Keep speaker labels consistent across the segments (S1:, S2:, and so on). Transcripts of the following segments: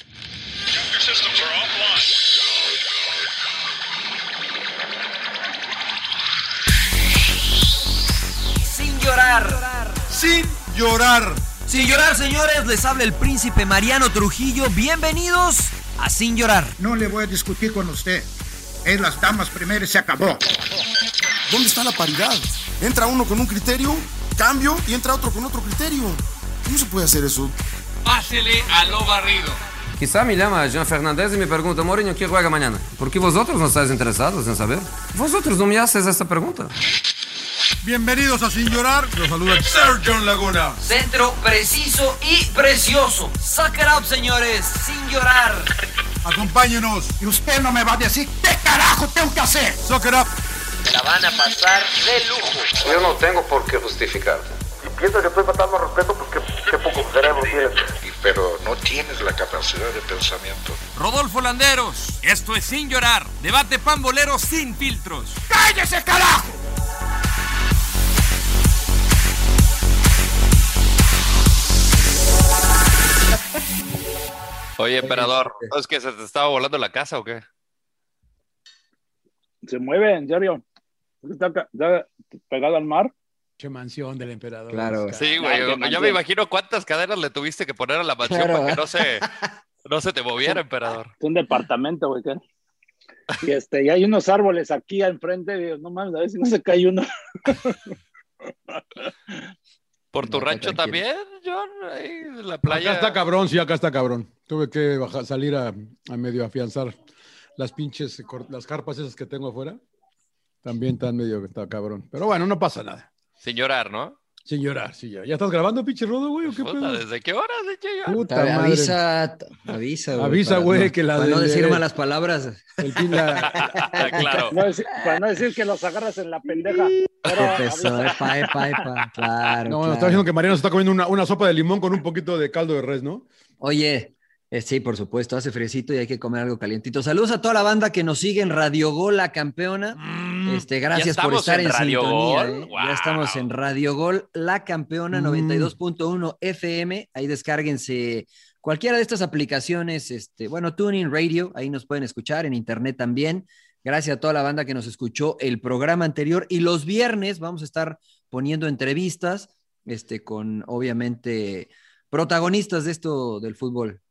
S1: Computer systems are offline.
S2: Sin llorar.
S3: sin llorar.
S2: Sin llorar, señores, les habla el príncipe Mariano Trujillo. Bienvenidos a Sin llorar.
S4: No le voy a discutir con usted. Es las damas primero y se acabó.
S3: ¿Dónde está la paridad? Entra uno con un criterio, cambio y entra otro con otro criterio. ¿Cómo se puede hacer eso?
S5: Pásele a lo barrido.
S6: Quizá me llama Jean Fernández y me pregunta, Mourinho, ¿qué juega mañana? Porque vosotros no estáis interesados en saber. Vosotros no me haces esta pregunta.
S3: Bienvenidos a Sin Llorar. Los saluda Sir John Laguna.
S2: Centro preciso y precioso. Suck it up, señores. Sin llorar.
S3: Acompáñenos.
S4: Y usted no me va a decir qué carajo tengo que hacer.
S3: Suck it up.
S2: La van a pasar de lujo.
S6: Yo no tengo por qué justificarte.
S7: piensas que estoy faltando al respeto, pues qué, qué poco cerebro tienes.
S1: Pero no tienes la capacidad de pensamiento.
S5: Rodolfo Landeros, esto es Sin Llorar. Debate pambolero sin filtros.
S4: ¡Cállese, carajo!
S8: Oye, emperador, ¿es que se te estaba volando la casa o qué?
S7: Se mueve, en serio. Está, ca- está pegado al mar.
S9: Che mansión del emperador.
S6: Claro.
S9: Oscar.
S8: Sí, güey.
S7: ya,
S8: Yo,
S7: ya
S8: yo
S7: mandé.
S8: me imagino cuántas cadenas le tuviste que poner a la mansión para que no se, no se te moviera, emperador.
S7: Es un departamento, güey. ¿qué? Y, este, y hay unos árboles aquí enfrente. Digo, no mames, a ver si no se cae uno.
S8: ¿Por tu
S6: No,
S8: rancho
S6: tranquilo.
S8: también, John? Ahí en la
S9: Acá
S8: playa.
S9: está cabrón, sí, acá está cabrón. Tuve que bajar, salir a, a medio afianzar las pinches, cor- las carpas esas que tengo afuera. También están medio está cabrón. Pero bueno, no pasa nada.
S8: Sin llorar, ¿no? Pues,
S9: Sin llorar, sí, ya. ¿Ya estás grabando, pinche rodo, güey? ¿o ¿Qué
S8: Puta,
S9: pedo?
S8: ¿Desde qué hora? ¿De qué llorar?
S9: Puta madre.
S2: Avisa, avisa, güey.
S9: Avisa,
S2: para
S9: güey,
S2: no-
S9: que la
S2: Para no
S9: del-
S2: decir malas palabras.
S9: El pin- la-
S8: Ah, claro.
S7: No decir- para no decir que los agarras en la pendeja. Pero,
S2: Qué peso, epa, epa, epa. Claro,
S9: No,
S2: claro.
S9: está diciendo que Mariano se está comiendo una, una sopa de limón con un poquito de caldo de res, ¿no?
S2: Oye, eh, sí, por supuesto, hace fresito y hay que comer algo calientito. Saludos a toda la banda que nos sigue en Radio Gol, la campeona. Este, gracias por
S8: Mm, estamos
S2: estar en,
S8: en Radio
S2: sintonía.
S8: Gol.
S2: ¿eh?
S8: Wow.
S2: Ya estamos en Radio Gol, la campeona
S9: Mm.
S2: 92.1 FM. Ahí descárguense cualquiera de estas aplicaciones. Este, bueno, Tuning Radio, ahí nos pueden escuchar, en internet también. Gracias a toda la banda que nos escuchó el programa anterior. Y los viernes vamos a estar poniendo entrevistas este, con, obviamente, protagonistas de esto del fútbol.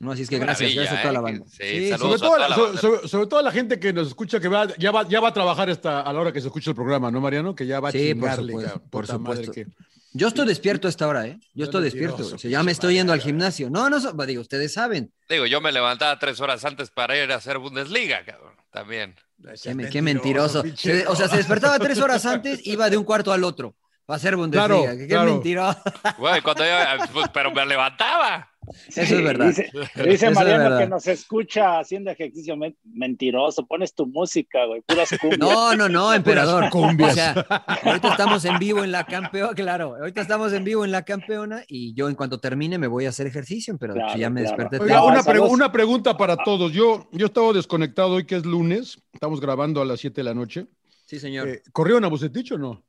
S2: No, así es que
S8: Qué
S2: gracias,
S8: maravilla,
S2: gracias a toda la
S8: ¿eh?
S2: banda.
S8: Sí,
S9: Sobre
S8: saludos.
S9: todo,
S8: a
S9: la,
S8: toda la
S9: sobre, sobre- sobre todo la gente que nos escucha, que va, ya, va, ya va a trabajar hasta a la hora que se escucha el programa, ¿no, Mariano? Que ya va a
S2: Sí, por
S9: chingarle,
S2: supuesto,
S9: cabrón.
S2: por
S9: Puta madre,
S2: supuesto.
S9: que-
S2: Yo estoy despierto a esta hora, ¿eh? Yo estoy despierto.
S9: mentiroso,
S2: o sea, ya me
S9: pinche
S2: estoy yendo al
S9: madre.
S2: gimnasio. No, no, so- bueno, digo, ustedes saben.
S8: Digo, yo me levantaba tres horas antes para ir a hacer Bundesliga, cabrón. También.
S2: Qué, me- qué mentiroso.
S9: pinche
S2: Se- o sea, se despertaba tres horas antes, iba de un cuarto al otro. Va a ser Bundesliga.
S9: Claro,
S2: qué
S9: claro.
S2: mentiroso.
S8: Güey, cuando yo, pues, pero me levantaba.
S2: Eso es verdad.
S7: Dice, dice
S2: Eso es
S7: Mariano
S2: verdad.
S7: que nos escucha haciendo ejercicio. Men- mentiroso, pones tu música, güey. Puras cumbias.
S2: No, no, no, emperador.
S9: cumbias.
S2: O sea, ahorita estamos en vivo en la campeona, claro. Ahorita estamos en vivo en la campeona y yo en cuanto termine me voy a hacer ejercicio, emperador.
S7: Claro,
S2: Si ya me
S7: claro.
S2: desperté
S9: Oiga,
S7: No,
S2: tarde.
S9: una,
S7: esa
S9: pregu-
S7: voz-
S9: una pregunta para todos. Yo, yo estaba desconectado hoy que es lunes. Estamos grabando a las 7 de la noche.
S2: Sí, señor.
S9: Eh, ¿Corrieron a Bucetich o no?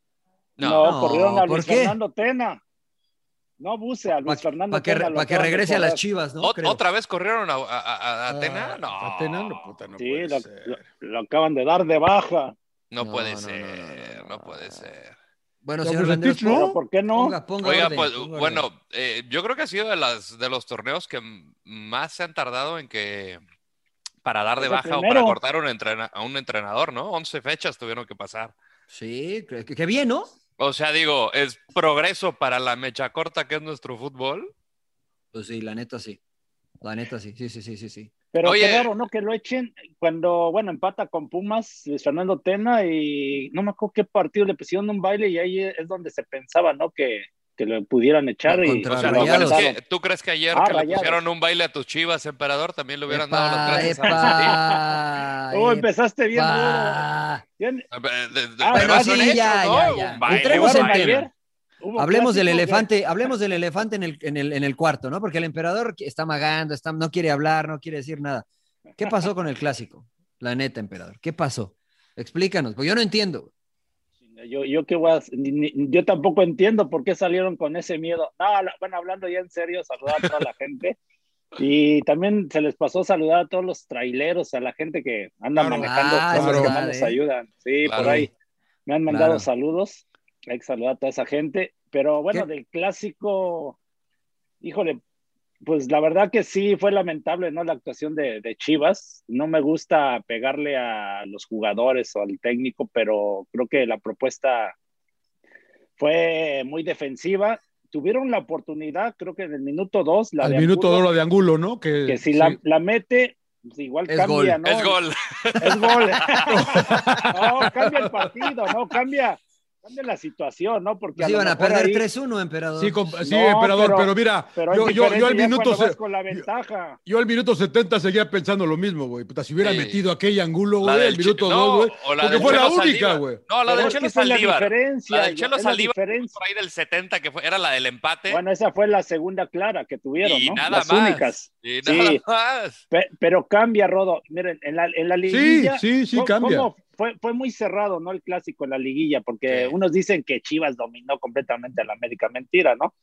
S8: No.
S7: No, corrieron a
S2: ¿por
S7: Luis
S2: qué?
S7: Fernando Tena. No abuse a Luis Fernando
S2: Para que,
S7: Tena. lo
S2: pa' que
S7: acaban de
S2: regrese a
S7: correr.
S2: las chivas, ¿no?
S8: Ot-
S2: Creo.
S8: ¿Otra vez corrieron a, a- a- a Atena? No.
S9: Ah, Atena, no, puta, no
S7: Sí,
S9: puede
S7: lo,
S9: ser.
S7: lo- lo acaban de dar de baja.
S8: No,
S2: No,
S8: puede
S2: no, no,
S8: ser, no,
S2: no, no, no.
S8: puede ser.
S2: Bueno,
S9: No,
S2: señor
S9: pues,
S2: Landeros,
S9: Stitch, ¿no?
S7: Pero ¿por qué no?
S2: ponga, ponga
S8: Oiga,
S2: orden,
S8: pues
S2: ponga orden.
S8: bueno, eh, yo creo que ha sido de las de los torneos que m- más se han tardado en que para dar de
S2: Pues
S7: Es el
S8: baja o para
S7: primero.
S8: cortar un entrena- a un entrenador, ¿no? 11 fechas tuvieron que pasar.
S2: Sí, que, que bien, ¿no?
S8: O sea, digo, es progreso para la mecha corta que es nuestro fútbol.
S2: Pues sí, la neta sí. La neta sí, sí, sí, sí, sí. sí.
S7: Pero
S8: Oye.
S7: qué raro, ¿no? Que lo echen cuando, bueno, empata con Pumas, Luis Fernando Tena, y no me acuerdo qué partido le pusieron un baile, y ahí es donde se pensaba, ¿no? Que, que le pudieran echar y
S8: O sea,
S7: lo
S8: ¿tú crees,
S7: aguantaron.
S8: que, tú crees que ayer
S7: Ah,
S8: que le
S7: Rayados.
S8: pusieron un baile a tus chivas, emperador, también le hubieran dado las
S2: Epa,
S8: gracias a
S2: epa,
S7: Oh, empezaste bien
S2: epa.
S7: duro. Ya-
S8: Martín? Eh, de- de-
S7: Ah,
S8: pero
S7: bueno,
S8: son
S7: sí,
S8: hechos,
S2: ya,
S8: ¿no?
S2: ya, ya.
S8: Un baile,
S2: Entremos
S8: un
S2: en
S8: baile.
S2: tema.
S7: hubo
S2: Hablemos del
S7: clásico,
S2: elefante, hablemos del elefante en el, en, el, en el cuarto, ¿no? Porque el emperador está magando, está, no quiere hablar, no quiere decir nada. ¿Qué pasó con el clásico? La neta, emperador, ¿qué pasó? Explícanos, porque yo no entiendo.
S7: Yo, yo, qué voy a- ni- ni- yo tampoco entiendo por qué salieron con ese miedo. No, la- bueno, hablando ya en serio, saludar a toda la gente. Y también se les pasó saludar a todos los traileros, a la gente que anda
S9: Claro.
S7: manejando,
S2: Ah,
S7: cosas
S9: claro.
S7: que no nos
S2: ¿eh?
S7: ayudan. Sí,
S8: Claro.
S7: por ahí me han mandado
S2: Claro.
S7: saludos. Hay que saludar a toda esa gente. Pero bueno,
S2: ¿Qué?
S7: del clásico, híjole, pues la verdad que sí fue lamentable, ¿no? La actuación de, de Chivas. No me gusta pegarle a los jugadores o al técnico, pero creo que la propuesta fue muy defensiva. Tuvieron la oportunidad, creo que en el minuto dos, la
S9: Al
S7: de
S9: minuto
S7: Angulo,
S9: duro de Angulo, ¿no? Que,
S7: que si
S9: sí.
S7: la, la mete, pues igual
S2: Es
S7: cambia,
S2: gol.
S7: ¿no?
S8: Es gol.
S7: Es gol. no, cambia el partido, no, cambia, cambia la situación, ¿no? Porque
S2: Pues
S7: lo
S2: iban a
S7: mejor
S2: perder
S7: ahí-
S2: 3-1, emperador.
S9: Sí, comp- sí,
S7: No,
S9: emperador, pero,
S7: pero-
S9: mira,
S7: Pero
S9: yo,
S7: es
S9: yo, yo al
S7: diferente ya
S9: minuto
S7: cuando
S9: se-
S7: vas con la ventaja.
S9: yo al minuto 70 seguía pensando lo mismo, güey. Puta, si hubiera
S8: Sí.
S9: metido aquella Angulo,
S8: La
S9: güey, al
S8: del Che-
S9: minuto
S8: no,
S9: 2, güey.
S8: o la
S9: Porque
S8: del
S9: fue la
S8: Chelo
S9: única,
S8: Saldívar.
S9: güey.
S8: No, la
S7: Pero
S8: del
S7: es que
S8: Chelo
S7: esa es la
S8: Saldívar.
S7: diferencia.
S8: La del
S7: ya,
S8: Chelo
S7: es la
S8: Saldívar
S7: diferencia.
S8: por ahí del 70, que fue, era la del empate.
S7: Bueno, esa fue la segunda clara que tuvieron,
S8: y
S7: ¿no?
S8: nada
S7: Las
S8: más.
S7: únicas.
S8: Y
S7: Sí.
S8: nada más.
S7: Pe- pero cambia, Rodo. Miren, en la, en la
S9: Sí,
S7: liguilla.
S9: sí, sí,
S7: ¿cómo-
S9: cambia.
S7: cómo Fue, fue muy cerrado, ¿no? El clásico en la liguilla, porque
S8: Sí.
S7: unos dicen que Chivas dominó completamente a la América. Mentira, ¿no?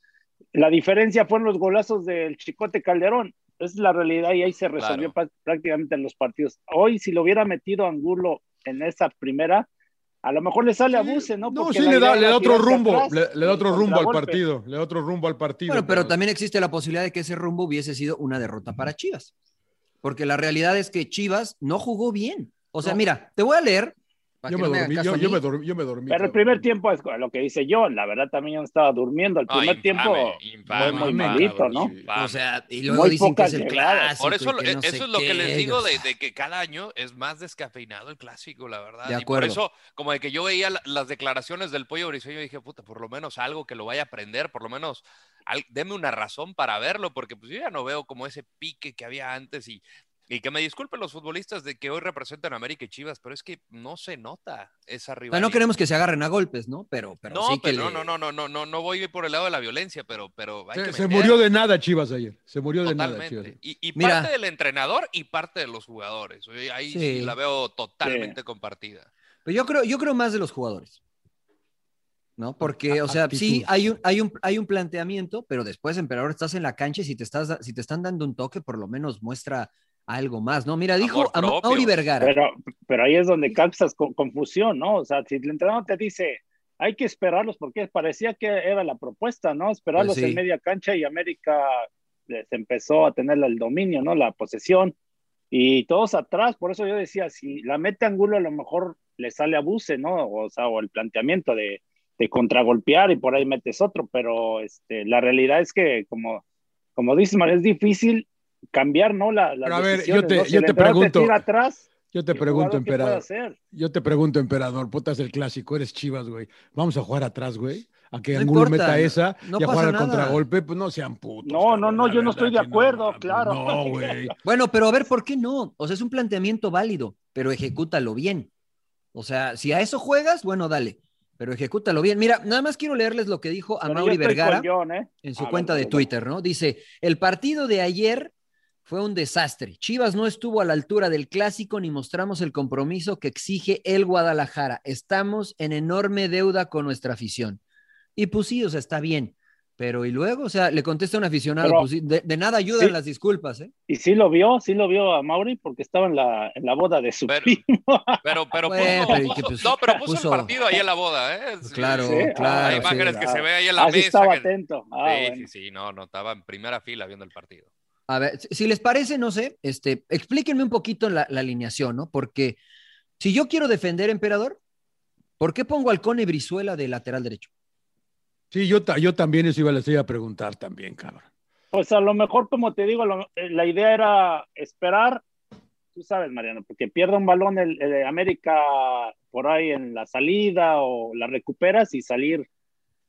S7: La diferencia fueron los golazos del Chicote Calderón. Esa es la realidad y ahí se resolvió pa- prácticamente en los partidos. Hoy, si lo hubiera metido Angulo en esa primera, a lo mejor le sale a
S9: Sí,
S7: Buse, ¿no?
S9: No,
S7: Porque
S9: sí,
S7: la
S9: le da,
S7: idea
S9: le
S7: era
S9: da otro
S7: tirarse
S9: rumbo,
S7: atrás,
S9: le, le da otro
S7: el
S9: rumbo al
S7: contragolpe.
S9: partido, le da otro rumbo al partido.
S2: Bueno, pero
S9: pero-
S2: también existe la posibilidad de que ese rumbo hubiese sido una derrota para Chivas. Porque la realidad es que Chivas no jugó bien. O sea,
S9: No.
S2: mira, te voy a leer. para
S9: Yo
S2: que
S9: me
S2: no me
S9: dormí,
S2: hagas
S9: yo-
S2: caso a
S9: yo
S2: mí.
S9: me dormí, yo me dormí.
S7: Pero el
S9: cabrón.
S7: primer tiempo es lo que dice yo, la verdad también yo no estaba durmiendo. El
S9: Ah,
S8: No,
S7: primer
S8: infame,
S7: tiempo
S8: infame,
S7: fue muy
S8: infame,
S7: malito, ¿no?
S8: sí.
S2: O sea, y luego
S7: Muy
S2: dicen que
S7: pocas
S2: es el
S7: llegadas.
S2: clásico.
S8: Por eso,
S2: y que
S8: eh,
S2: no sé
S8: eso es lo
S2: qué,
S8: que les
S2: y
S8: digo
S2: o
S8: de,
S2: sea.
S8: de que cada año es más descafeinado el clásico, la verdad.
S2: De
S8: y por
S2: acuerdo.
S8: eso, como de que yo veía la- las declaraciones del pollo briseño, dije, puta, por lo menos algo que lo vaya a aprender, por lo menos al- deme una razón para verlo, porque pues yo ya no veo como ese pique que había antes y, y que me disculpen los futbolistas de que hoy representan a América y Chivas, pero es que no se nota esa
S2: O sea,
S8: rivalidad.
S2: no queremos que se agarren a golpes, ¿no? Pero, pero
S8: no,
S2: sí que
S8: pero no,
S2: le-
S8: no, no, no, no, no, no voy por el lado de la violencia, pero, pero hay
S9: Se,
S8: que
S9: se
S8: meter.
S9: murió de nada Chivas ayer. Se murió de nada Chivas.
S8: Totalmente. Y, y
S2: Mira.
S8: parte del entrenador y parte de los jugadores. Oye, Ahí sí,
S2: Sí.
S8: la veo totalmente compartida.
S2: Pero yo creo, yo creo más de los jugadores. ¿No? Porque,
S9: A-
S2: o sea, sí
S9: actitud.
S2: hay un, hay, un, hay un planteamiento, pero después, emperador, estás en la cancha y si te, estás, da- si te están dando un toque, por lo menos muestra algo más, ¿no? Mira, dijo
S8: Amor
S2: a Ma-
S8: propio.
S2: Mauri Vergara.
S7: Pero, pero ahí es donde captas con confusión, ¿no? O sea, si el entrenador te dice, hay que esperarlos, porque parecía que era la propuesta, ¿no? Esperarlos
S2: Pues sí.
S7: en media cancha y América les empezó a tener el dominio, ¿no? La posesión y todos atrás, por eso yo decía, si la mete Angulo a lo mejor le sale abuse, ¿no? O sea, o el planteamiento de, de contragolpear y por ahí metes otro, pero este, la realidad es que como, como dices, Mario, es difícil cambiar, ¿no? La, las
S9: Pero a ver, yo
S7: decisiones,
S9: te-
S7: ¿no? Si
S9: yo
S7: el
S9: te
S7: entrenador
S9: pregunto-
S7: tira atrás,
S9: Yo te
S7: el
S9: pregunto,
S7: jugador, ¿qué puede
S9: emperador.
S7: hacer?
S9: Yo te pregunto, emperador, putas el clásico, eres Chivas, güey. Vamos a jugar atrás, güey. A que
S2: No
S9: Angulo
S2: importa,
S9: meta
S2: no-
S9: esa
S2: no
S9: y a jugar
S2: pasa
S9: al
S2: nada.
S9: contragolpe, pues no sean putos.
S7: No, no, no,
S9: la
S7: yo
S9: verdad
S7: no estoy de
S9: que
S7: acuerdo,
S9: mames,
S7: claro.
S9: No, güey.
S2: Bueno, pero a ver, ¿por qué no? O sea, es un planteamiento válido, pero ejecútalo bien. O sea, si a eso juegas, bueno, dale, pero ejecútalo bien. Mira, nada más quiero leerles lo que dijo a
S7: Pero yo
S2: Mauri
S7: estoy
S2: Vergara.
S7: con John, ¿eh?
S2: en su
S7: A ver,
S2: cuenta de
S7: perdón.
S2: Twitter, ¿no? Dice, el partido de ayer fue un desastre. Chivas no estuvo a la altura del clásico ni mostramos el compromiso que exige el Guadalajara. Estamos en enorme deuda con nuestra afición. Y pues sí, o sea, está bien. Pero y luego, o sea, le contesta un aficionado,
S7: Pero-
S2: pues sí, de, de nada ayudan
S7: Sí.
S2: las disculpas, ¿eh?
S7: Y sí lo vio, sí lo vio a Mauri porque estaba en la, en la boda de su
S8: Pero-
S7: primo.
S8: Pero, pero,
S2: Ah, Bueno,
S8: puso,
S2: pero y que,
S8: puso-
S2: pues,
S8: no, pero puso,
S2: puso-
S8: el partido ahí en la boda, ¿eh? Sí,
S2: claro,
S8: sí.
S7: ah,
S2: claro.
S8: Hay
S2: sí.
S8: imágenes que
S7: ah.
S8: se ve ahí en la
S7: Así
S8: mesa.
S7: estaba
S8: que-
S7: atento. Ah,
S8: sí,
S7: bueno.
S8: sí, sí, no, no, estaba en primera fila viendo el partido.
S2: A ver, si- si les parece, no sé, este, explíquenme un poquito la, la alineación, ¿no? Porque si yo quiero defender, emperador, ¿por qué pongo al Cone Brizuela de lateral derecho?
S9: Sí, yo, ta- yo también eso iba, les iba a preguntar también, cabrón.
S7: Pues a lo mejor, como te digo, lo- eh, la idea era esperar, tú sabes, Mariano, porque pierda un balón el, el América por ahí en la salida o la recuperas y salir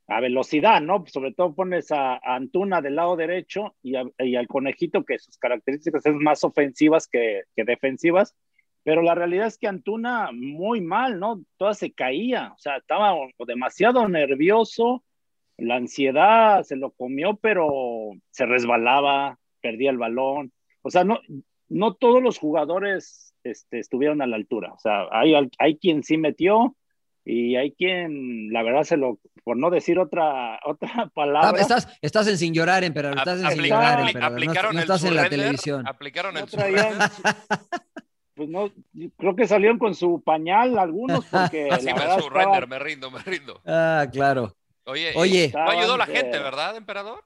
S7: a velocidad, ¿no? Sobre todo pones a, a Antuna del lado derecho y, a- y al conejito, que sus características son más ofensivas que, que defensivas, pero la realidad es que Antuna muy mal, ¿no? Toda se caía, o sea, estaba o- demasiado nervioso, la ansiedad se lo comió, pero se resbalaba, perdía el balón, o sea, no, no todos los jugadores este, estuvieron a la altura, o sea, hay, al- hay quien sí metió. Y hay quien, la verdad, se lo, por no decir otra, otra
S2: Ah,
S7: palabra.
S2: estás, estás en sin llorar, emperador. Estás en sin
S7: apli-
S2: llorar,
S7: apli-
S2: emperador. No- No,
S8: aplicaron el
S2: estás en la
S8: surrender,
S2: televisión.
S8: Aplicaron
S7: No
S8: el
S7: traían- pues no, yo creo que salieron con su pañal algunos porque
S8: Así
S7: la
S8: me
S7: verdad
S8: surrender,
S7: estaba-
S8: me rindo, me rindo.
S2: Ah, claro.
S8: Oye,
S2: Oye.
S8: Oye no ayudó la
S7: Estaban,
S8: gente,
S7: eh,
S8: ¿verdad, emperador?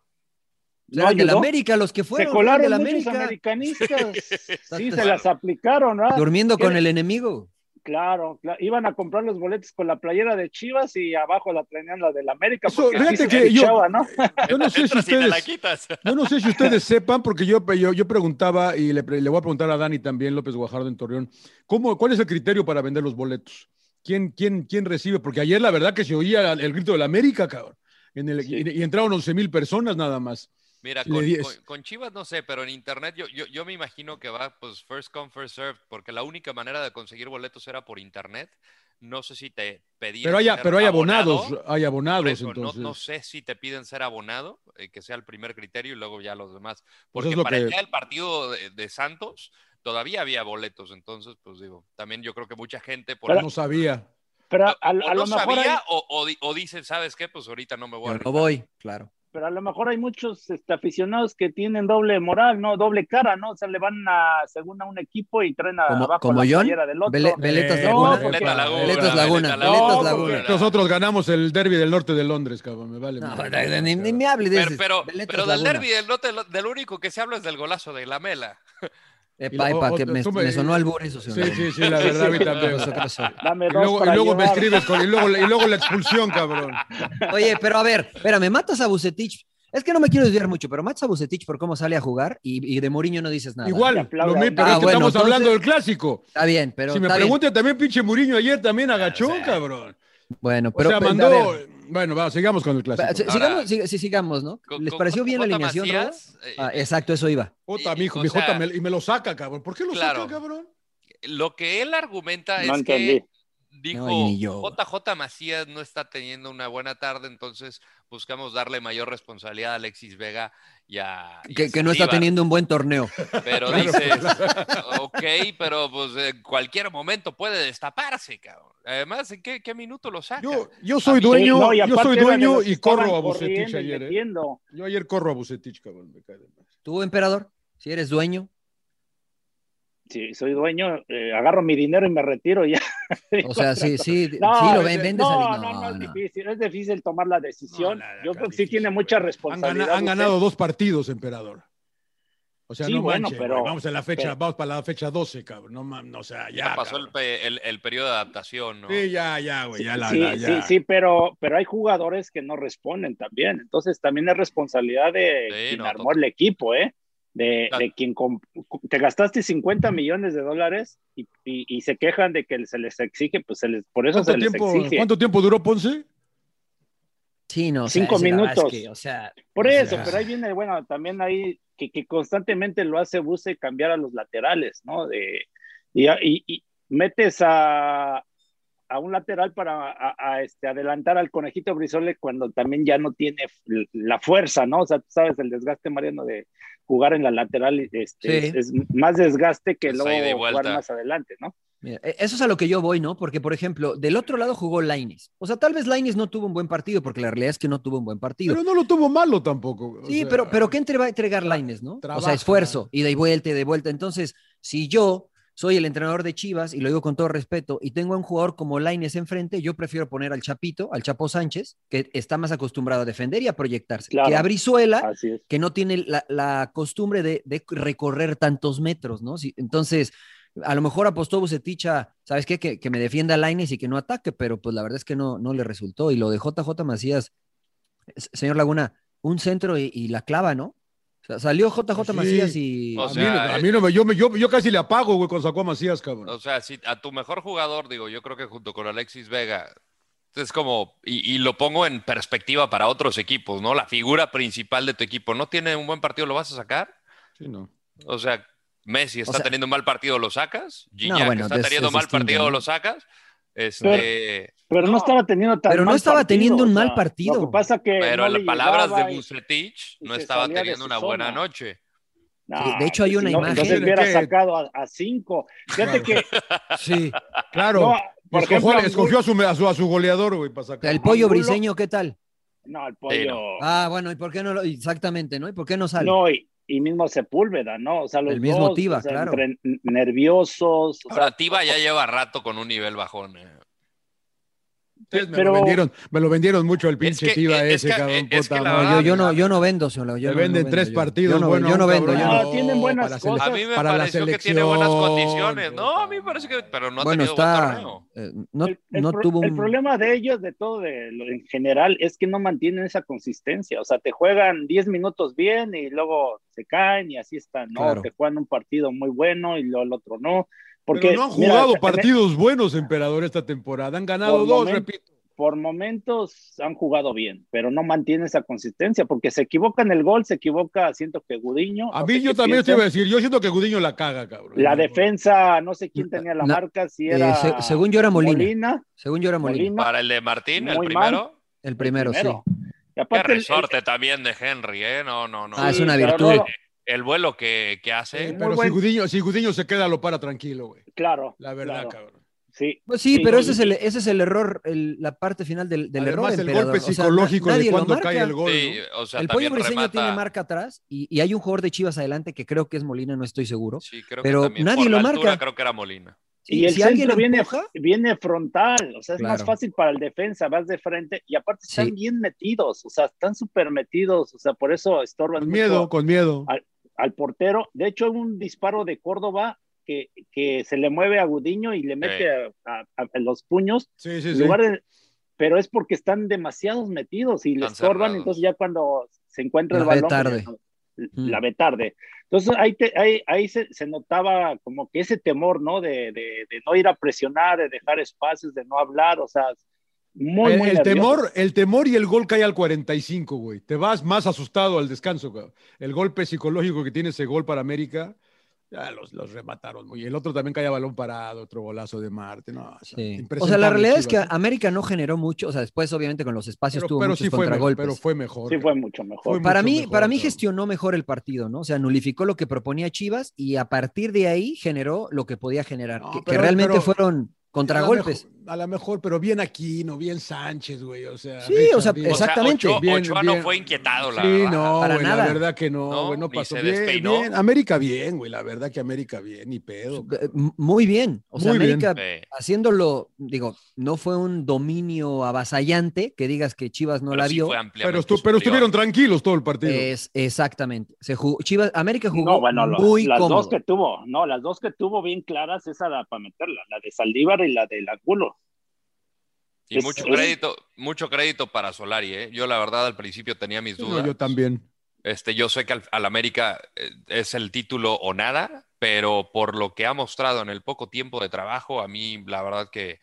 S7: no
S2: Eran del
S7: ayudó.
S2: América los que fueron.
S7: se
S2: eran
S7: colaron
S2: del
S7: muchos
S2: América.
S7: americanistas. sí,
S2: Exacto.
S7: se las aplicaron, ¿verdad?
S2: Durmiendo con
S7: ¿Qué-
S2: el enemigo.
S7: Claro, cla- iban a comprar los boletos con la playera de Chivas y abajo la tenían la del América.
S9: Eso,
S7: porque así
S9: fíjate
S7: se
S9: que yo-
S7: pichaba, ¿no?
S9: Yo no sé si
S8: Entras y te la
S9: ustedes.
S8: quitas.
S9: Yo no sé si ustedes sepan, porque yo, yo, yo preguntaba y le, pre- le voy a preguntar a Dani también, López Guajardo en Torreón, ¿cómo, ¿cuál es el criterio para vender los boletos? ¿Quién, quién, quién recibe? Porque ayer la verdad que se oía el grito de la América, cabrón. En el-
S7: Sí.
S9: y, y entraron 11 mil personas nada más.
S8: Mira,
S9: Le
S8: con,
S9: di-
S8: con- con Chivas no sé, pero en internet yo, yo, yo me imagino que va pues first come, first served, porque la única manera de conseguir boletos era por internet. No sé si te pedían.
S9: Pero hay,
S8: ser
S9: pero hay abonados,
S8: abonado.
S9: hay
S8: Por
S9: abonados,
S8: eso, no-
S9: entonces.
S8: no, sé si te piden ser abonado, eh, que sea el primer criterio y luego ya los demás.
S9: Pues
S8: Porque
S9: es lo
S8: para el
S9: que-
S8: día del partido de, de Santos todavía había boletos, entonces pues digo, también yo creo que mucha gente por
S9: no sabía.
S7: Pero a,
S8: o
S7: a- a
S8: no
S7: lo mejor hay,
S8: sabía o, o di- o dicen, ¿sabes qué? Pues ahorita no me voy a
S2: Yo no
S8: arriesgar".
S2: voy, claro.
S7: pero a lo mejor hay muchos este, aficionados que tienen doble moral, ¿no? Doble cara, ¿no? O sea, le van a, según a un equipo y traen a,
S2: Como-
S7: abajo
S2: como
S7: la
S2: John,
S7: playera del otro.
S2: Vele- Veletas
S9: Eh,
S2: Laguna.
S7: no, porque-
S8: Veleta Laguna,
S2: Veletas Laguna.
S8: Veleta Laguna.
S2: Veletas
S7: No,
S2: Laguna.
S8: Claro.
S9: Nosotros ganamos el derby del norte de Londres, cabrón. Me vale.
S2: No,
S9: madre.
S2: ni, ni me hable de
S8: Pero,
S2: ese.
S8: pero,
S2: Veletas
S8: pero del
S2: Laguna.
S8: derby, del, lote, del- del único que se habla es del golazo de la mela.
S2: Epa,
S9: Y lo-
S2: epa,
S9: o-
S2: que me,
S9: tú me-
S2: me sonó albur eso.
S9: Sí, sí, sí, la verdad, a mí también.
S7: Dame
S9: Ah, Y
S7: dos
S9: luego,
S7: para
S9: y luego me
S7: llevar. Eh,
S9: escribes con, y, luego, y luego la expulsión, cabrón.
S2: Oye, pero a ver, espérame, matas a Bucetich. Es que no me quiero desviar mucho, pero matas a Bucetich por cómo sale a jugar y, y de Mourinho no dices nada.
S9: Igual,
S7: Te aplaudan.
S9: lo mismo, pero
S2: Ah,
S9: es que
S2: bueno,
S9: estamos
S2: entonces-
S9: hablando del clásico.
S2: Está bien, pero.
S9: si me
S2: está bien.
S9: preguntan también, pinche Muriño ayer también agachó, cabrón.
S2: Bueno,
S9: O
S2: pero.
S9: sea,
S2: pero, a
S9: mandó.
S2: ver,
S9: Bueno, va, sigamos con el clásico.
S2: va, si-
S8: Ahora-
S2: sigamos, si- si sigamos, ¿no?
S8: Co-
S2: ¿Les
S8: co-
S2: pareció bien la
S8: Jota
S2: alineación, Rodo?
S8: Macías, eh,
S2: Ah, exacto, eso iba.
S9: Jota,
S8: y-
S9: mi hijo,
S8: o
S9: mi Jota,
S8: sea-
S9: me- y me lo saca, cabrón. ¿Por qué lo
S8: Claro.
S9: saca, cabrón?
S8: Lo que él argumenta
S7: No
S8: es
S7: entendí.
S8: que dijo
S2: No, ni yo.
S8: JJ Macías no está teniendo una buena tarde, entonces buscamos darle mayor responsabilidad a Alexis Vega y a. y a
S2: Que, que no está
S8: Saldívar".
S2: teniendo un buen torneo.
S8: Pero dices, ok, pero pues en cualquier momento puede destaparse, cabrón. Además, ¿en qué, qué minuto lo saca?
S9: Yo, yo soy
S8: Sí,
S9: dueño,
S7: No,
S9: yo
S7: aparte
S9: soy
S7: eran de
S9: dueño
S7: los que
S9: y corro
S7: estaban
S9: a Bucetich
S7: corriendo y
S9: ayer. ¿eh?
S7: metiendo.
S9: Yo ayer corro a Bucetich, cabrón. Me cae de madre.
S2: Tú, emperador, si eres dueño.
S7: Sí, soy dueño, eh, agarro mi dinero y me retiro ya.
S2: O sea, sí, sí,
S7: No,
S2: sí, lo
S7: es-
S2: ven- vendes al-
S7: no, no, no, es difícil, es difícil tomar la decisión.
S9: No, la-
S7: Yo
S9: la-
S7: creo que sí tiene
S9: difícil, güey. Han,
S7: mucha
S9: gana-
S7: responsabilidad.
S9: han
S7: usted.
S9: ganado dos partidos, emperador. O sea,
S7: Sí,
S9: no
S7: bueno,
S9: manches,
S7: pero-
S9: güey, vamos a la fecha,
S7: pero-
S9: vamos para la fecha 12, cabrón. No mames, o sea, ya.
S8: Ya pasó el,
S9: Ah, cabrón.
S8: pe- el- el periodo de adaptación, ¿no?
S9: Sí, ya, ya, güey, ya la,
S7: sí,
S9: la- ya.
S7: sí, sí, pero, pero hay jugadores que no responden también. Entonces también es responsabilidad de
S8: Sí,
S7: quien
S8: no,
S7: armó el equipo, ¿eh? De,
S8: Claro.
S7: de quien comp- te gastaste 50 millones de dólares y, y- y se quejan de que se les exige, pues se les, por eso
S9: ¿Cuánto
S7: se les
S9: tiempo,
S7: exige.
S9: cuánto tiempo duró Ponce?
S2: Sí, no, o sea,
S7: Cinco
S2: sí, la verdad es
S7: minutos.
S2: que, o sea,
S7: Por
S2: o sea,
S7: eso, pero ahí viene, bueno, también ahí que, que constantemente lo hace Buse cambiar a los laterales, ¿no? De, y, y- y metes a, a un lateral para a- a, este, adelantar al conejito Brizoles cuando también ya no tiene f- la fuerza, ¿no? O sea, tú sabes, el desgaste, Mariano, de jugar en la lateral este,
S2: Sí.
S7: es, es más desgaste que
S8: Es
S7: luego
S8: ida y
S7: jugar
S8: Pues vuelta.
S7: más adelante, ¿no?
S2: Mira, e- eso es a lo que yo voy, ¿no? Porque, por ejemplo, del otro lado jugó Laines. O sea, tal vez Laines no tuvo un buen partido, porque la realidad es que no tuvo un buen partido.
S9: Pero no lo tuvo malo tampoco. o
S2: sí,
S9: sea,
S2: pero, pero ¿qué entre va a entregar Laines, no? o
S9: trabaja.
S2: sea, esfuerzo, ida y vuelta, ida y vuelta. Entonces, si yo soy el entrenador de Chivas, y lo digo con todo respeto, y tengo a un jugador como Laines enfrente, yo prefiero poner al Chapito, al Chapo Sánchez, que está más acostumbrado a defender y a proyectarse,
S7: Claro.
S2: que a Brizuela,
S7: Así es.
S2: que no tiene la, la costumbre de, de recorrer tantos metros, ¿no? Si- entonces, a lo mejor apostó Bucetich a, ¿sabes qué? Que, que me defienda Laines y que no ataque, pero pues la verdad es que no, no le resultó. Y lo de JJ Macías, s- señor Laguna, un centro y, y la clava, ¿no? O sea, salió JJ
S9: Sí.
S2: Macías y...
S8: O
S9: a mí
S8: sea,
S9: no- a mí no me, yo, me- yo, yo casi le apago, güey, cuando sacó a Macías, cabrón.
S8: O sea, si a tu mejor jugador, digo, yo creo que junto con Alexis Vega Es como, y, y lo pongo en perspectiva para otros equipos, ¿no? La figura principal de tu equipo no tiene un buen partido, ¿lo vas a sacar?
S9: Sí, no.
S8: O sea, Messi está
S2: sea-
S8: teniendo un mal partido, ¿lo sacas? Gignac
S2: bueno,
S8: está
S2: es-
S8: teniendo
S2: es
S8: mal
S2: distinto,
S8: partido,
S2: ¿no?
S8: ¿lo sacas? Este,
S7: Pero- eh, Pero no, estaba teniendo tan
S2: Pero no
S7: mal
S2: estaba
S7: partido,
S2: teniendo un
S7: o sea,
S2: mal partido.
S7: Lo que pasa que
S8: pero
S7: no
S8: las
S7: le
S8: palabras
S7: llegaba
S8: de
S7: y-
S8: Bucetich no
S7: y se
S8: estaba
S7: salía de
S8: teniendo
S7: su
S8: una buena
S7: zona.
S8: noche.
S7: Nah,
S2: de hecho, hay
S7: si
S2: una
S7: no-
S2: imagen.
S7: Entonces hubiera
S9: Que-
S7: sacado a, a cinco. Fíjate
S9: Claro.
S7: que
S9: Sí, claro.
S7: Ah, No, por
S9: escogió,
S7: ejemplo,
S9: escogió a, su, a, su, a su goleador, güey, para sacar.
S2: El pollo
S7: Angulo.
S2: briseño, ¿qué tal?
S7: No, el pollo.
S8: Sí,
S2: Ah, bueno, ¿y por qué no lo.? Exactamente, ¿no? ¿Y por qué no sale?
S7: No, y, y mismo Sepúlveda, ¿no? O sea, los
S2: El mismo
S7: dos,
S2: Tiva,
S7: o sea,
S2: claro.
S7: entre n- nerviosos. o
S8: Ahora,
S7: sea,
S8: Tiva ya lleva rato con un nivel bajón. eh.
S9: Ustedes me,
S7: pero-
S9: lo vendieron, me lo vendieron mucho el pinche
S8: que-
S9: Tiva
S8: es
S9: ese,
S8: que-
S9: cabrón.
S8: es
S9: puta
S8: que la
S9: madre.
S2: yo,
S8: verdad-
S2: yo no, yo no vendo solo. Yo no-
S9: Le
S2: no
S9: venden
S2: vendo,
S9: tres
S2: yo-
S9: partidos
S2: Yo no,
S9: bueno,
S2: yo no
S9: cabrón,
S2: vendo. yo
S9: ya
S2: no-
S7: no, tienen buenas
S9: para la
S7: cosas.
S8: A mí me
S9: para la
S8: pareció que tiene buenas
S9: selección,
S8: condiciones. No, a mí me parece que, pero no ha
S2: bueno,
S8: tenido buen
S2: está.
S8: torneo.
S2: eh, no
S7: el, el
S2: no
S7: pro-
S2: tuvo un.
S7: el problema de ellos, de todo de lo- en general, es que no mantienen esa consistencia. O sea, te juegan 10 minutos bien y luego se caen y así están, ¿no?
S2: Claro.
S7: Te juegan un partido muy bueno y luego el otro no. Porque
S9: Pero no han
S7: mira,
S9: jugado
S7: en- e este
S9: partidos buenos, emperador, esta temporada. Han ganado
S7: Por
S9: dos,
S7: momento-
S9: repito.
S7: por momentos han jugado bien, pero no mantiene esa consistencia porque se equivoca en el gol, se equivoca, siento que Gudiño.
S9: A
S7: no
S9: mí
S7: sé
S9: yo
S7: qué
S9: también te
S7: piensen.
S9: iba a decir, yo siento que Gudiño la caga, cabrón.
S7: La defensa, no sé quién tenía la
S2: No,
S7: marca, si
S2: eh,
S7: era.
S2: se- según yo era Molina.
S7: Molina,
S2: Según yo era Molina.
S7: Molina,
S8: Para el de Martín, el
S7: Muy
S8: primero.
S2: El primero,
S7: primero.
S2: sí.
S7: Y
S8: Qué
S7: aparte, el-
S8: resorte también de Henry, ¿eh? No, no, no.
S2: Ah, es una
S7: pero
S2: virtud.
S7: no-
S8: El vuelo que, que hace.
S9: Sí,
S7: muy
S9: pero si
S7: buen-
S9: Gudiño, si Gudiño se queda, lo para tranquilo, güey.
S7: claro.
S9: La verdad,
S7: claro,
S9: cabrón.
S7: Sí.
S2: Pues sí,
S7: Sí,
S2: pero
S7: y-
S2: ese es el, ese es el error, el- la parte final del, del error.
S9: Además, el
S2: emperador.
S9: golpe
S2: O sea, na-
S9: psicológico
S2: nadie
S9: de
S2: lo
S9: cuando
S2: marca.
S9: cae el gol.
S8: Sí,
S9: ¿no?
S8: o sea,
S2: el pollo
S8: también
S2: briseño
S8: remata.
S2: tiene marca atrás y, y hay un jugador de Chivas adelante que creo que es Molina, no estoy seguro.
S8: Sí, creo
S2: pero
S8: que también.
S2: nadie
S8: Por
S2: lo
S8: la
S2: marca.
S8: altura creo que era Molina.
S2: Sí,
S7: y el
S2: si alguien
S7: centro viene,
S2: empuja,
S7: viene frontal, o sea, es más
S2: Claro.
S7: fácil para el defensa, vas de frente y aparte están
S2: Sí.
S7: bien metidos, o sea, están súper metidos, o sea, por eso estorban
S9: Con
S7: mucho
S9: miedo, con miedo.
S7: Ah, al portero. De hecho, un disparo de Córdoba que, que se le mueve a Gudiño y le mete a, a- a los puños.
S9: Sí, sí,
S7: en
S9: sí.
S7: lugar de- pero es porque están demasiados metidos y le
S8: Están
S7: estorban.
S8: cerrados.
S7: Entonces, ya cuando se encuentra el
S2: La ve
S7: balón,
S2: tarde.
S7: pues,
S2: Mm.
S7: la ve tarde. Entonces, ahí, te- ahí, ahí se, se notaba como que ese temor, ¿no? De, de- de no ir a presionar, de dejar espacios, de no hablar, o sea. Muy,
S9: el,
S7: muy
S9: Eh, el
S7: nerviosos.
S9: temor, el temor y el gol cae al 45, güey. Te vas más asustado al descanso, cabrón. El golpe psicológico que tiene ese gol para América, ya los, los remataron muy. bien. El otro también cae a balón parado, otro golazo de Marte. No, o
S2: Sí.
S9: sea,
S2: O sea,
S9: impresentable,
S2: la realidad es que
S9: Chivas. ¿eh?
S2: América no generó mucho. O sea, después, obviamente, con los espacios
S9: pero,
S2: tuvo
S9: pero
S2: muchos
S9: sí fue, mejor,
S2: contragolpes.
S9: pero fue mejor.
S7: Sí, fue mucho mejor.
S9: Fue muy-
S2: para
S9: mucho
S2: mí,
S9: mejor,
S2: para mí
S9: ¿no?
S2: gestionó mejor el partido, ¿no? O sea, nulificó lo que proponía Chivas y a partir de ahí generó lo que podía generar,
S9: No,
S2: que, que
S9: pero-
S2: realmente
S9: pero-
S2: fueron
S9: A
S2: contragolpes.
S9: lo, mejor, a lo mejor, pero bien Aquino, bien Sánchez, güey. O sea,
S2: Sí, o sea,
S9: bien.
S8: O sea,
S2: Exactamente.
S8: Ochoa,
S9: Bien,
S8: Ochoa no
S9: bien.
S8: fue inquietado, la
S9: sí,
S8: verdad.
S9: no,
S2: Para
S9: güey,
S2: nada.
S9: la verdad que no,
S8: No,
S9: güey, no
S8: ni
S9: pasó
S8: se
S9: bien,
S8: despeinó.
S9: bien. América bien, güey, la verdad que América bien, ni pedo.
S2: Eh, m- Muy bien. O sea,
S9: Muy bien.
S2: América
S8: Eh,
S2: haciéndolo, digo, no fue un dominio avasallante que digas que Chivas no
S8: pero
S2: la
S8: sí
S2: vio.
S8: fue
S9: Pero,
S8: ampliamente
S9: estu- pero
S8: superior.
S9: estuvieron tranquilos todo el partido.
S7: Eh,
S2: Es, exactamente. Se jugó, Chivas, América jugó
S7: No, bueno, lo-
S2: muy
S7: las
S2: cómodo.
S7: dos que tuvo, no, las dos que tuvo bien claras, esa era para meterla, la de Saldívar y la del Angulo.
S8: Y mucho
S7: Es-
S8: crédito, mucho crédito para Solari, ¿eh? Yo la verdad al principio tenía mis
S9: No,
S8: dudas.
S9: yo también.
S8: Este, yo sé que al, al América eh, es el título o nada, pero por lo que ha mostrado en el poco tiempo de trabajo, a mí la verdad que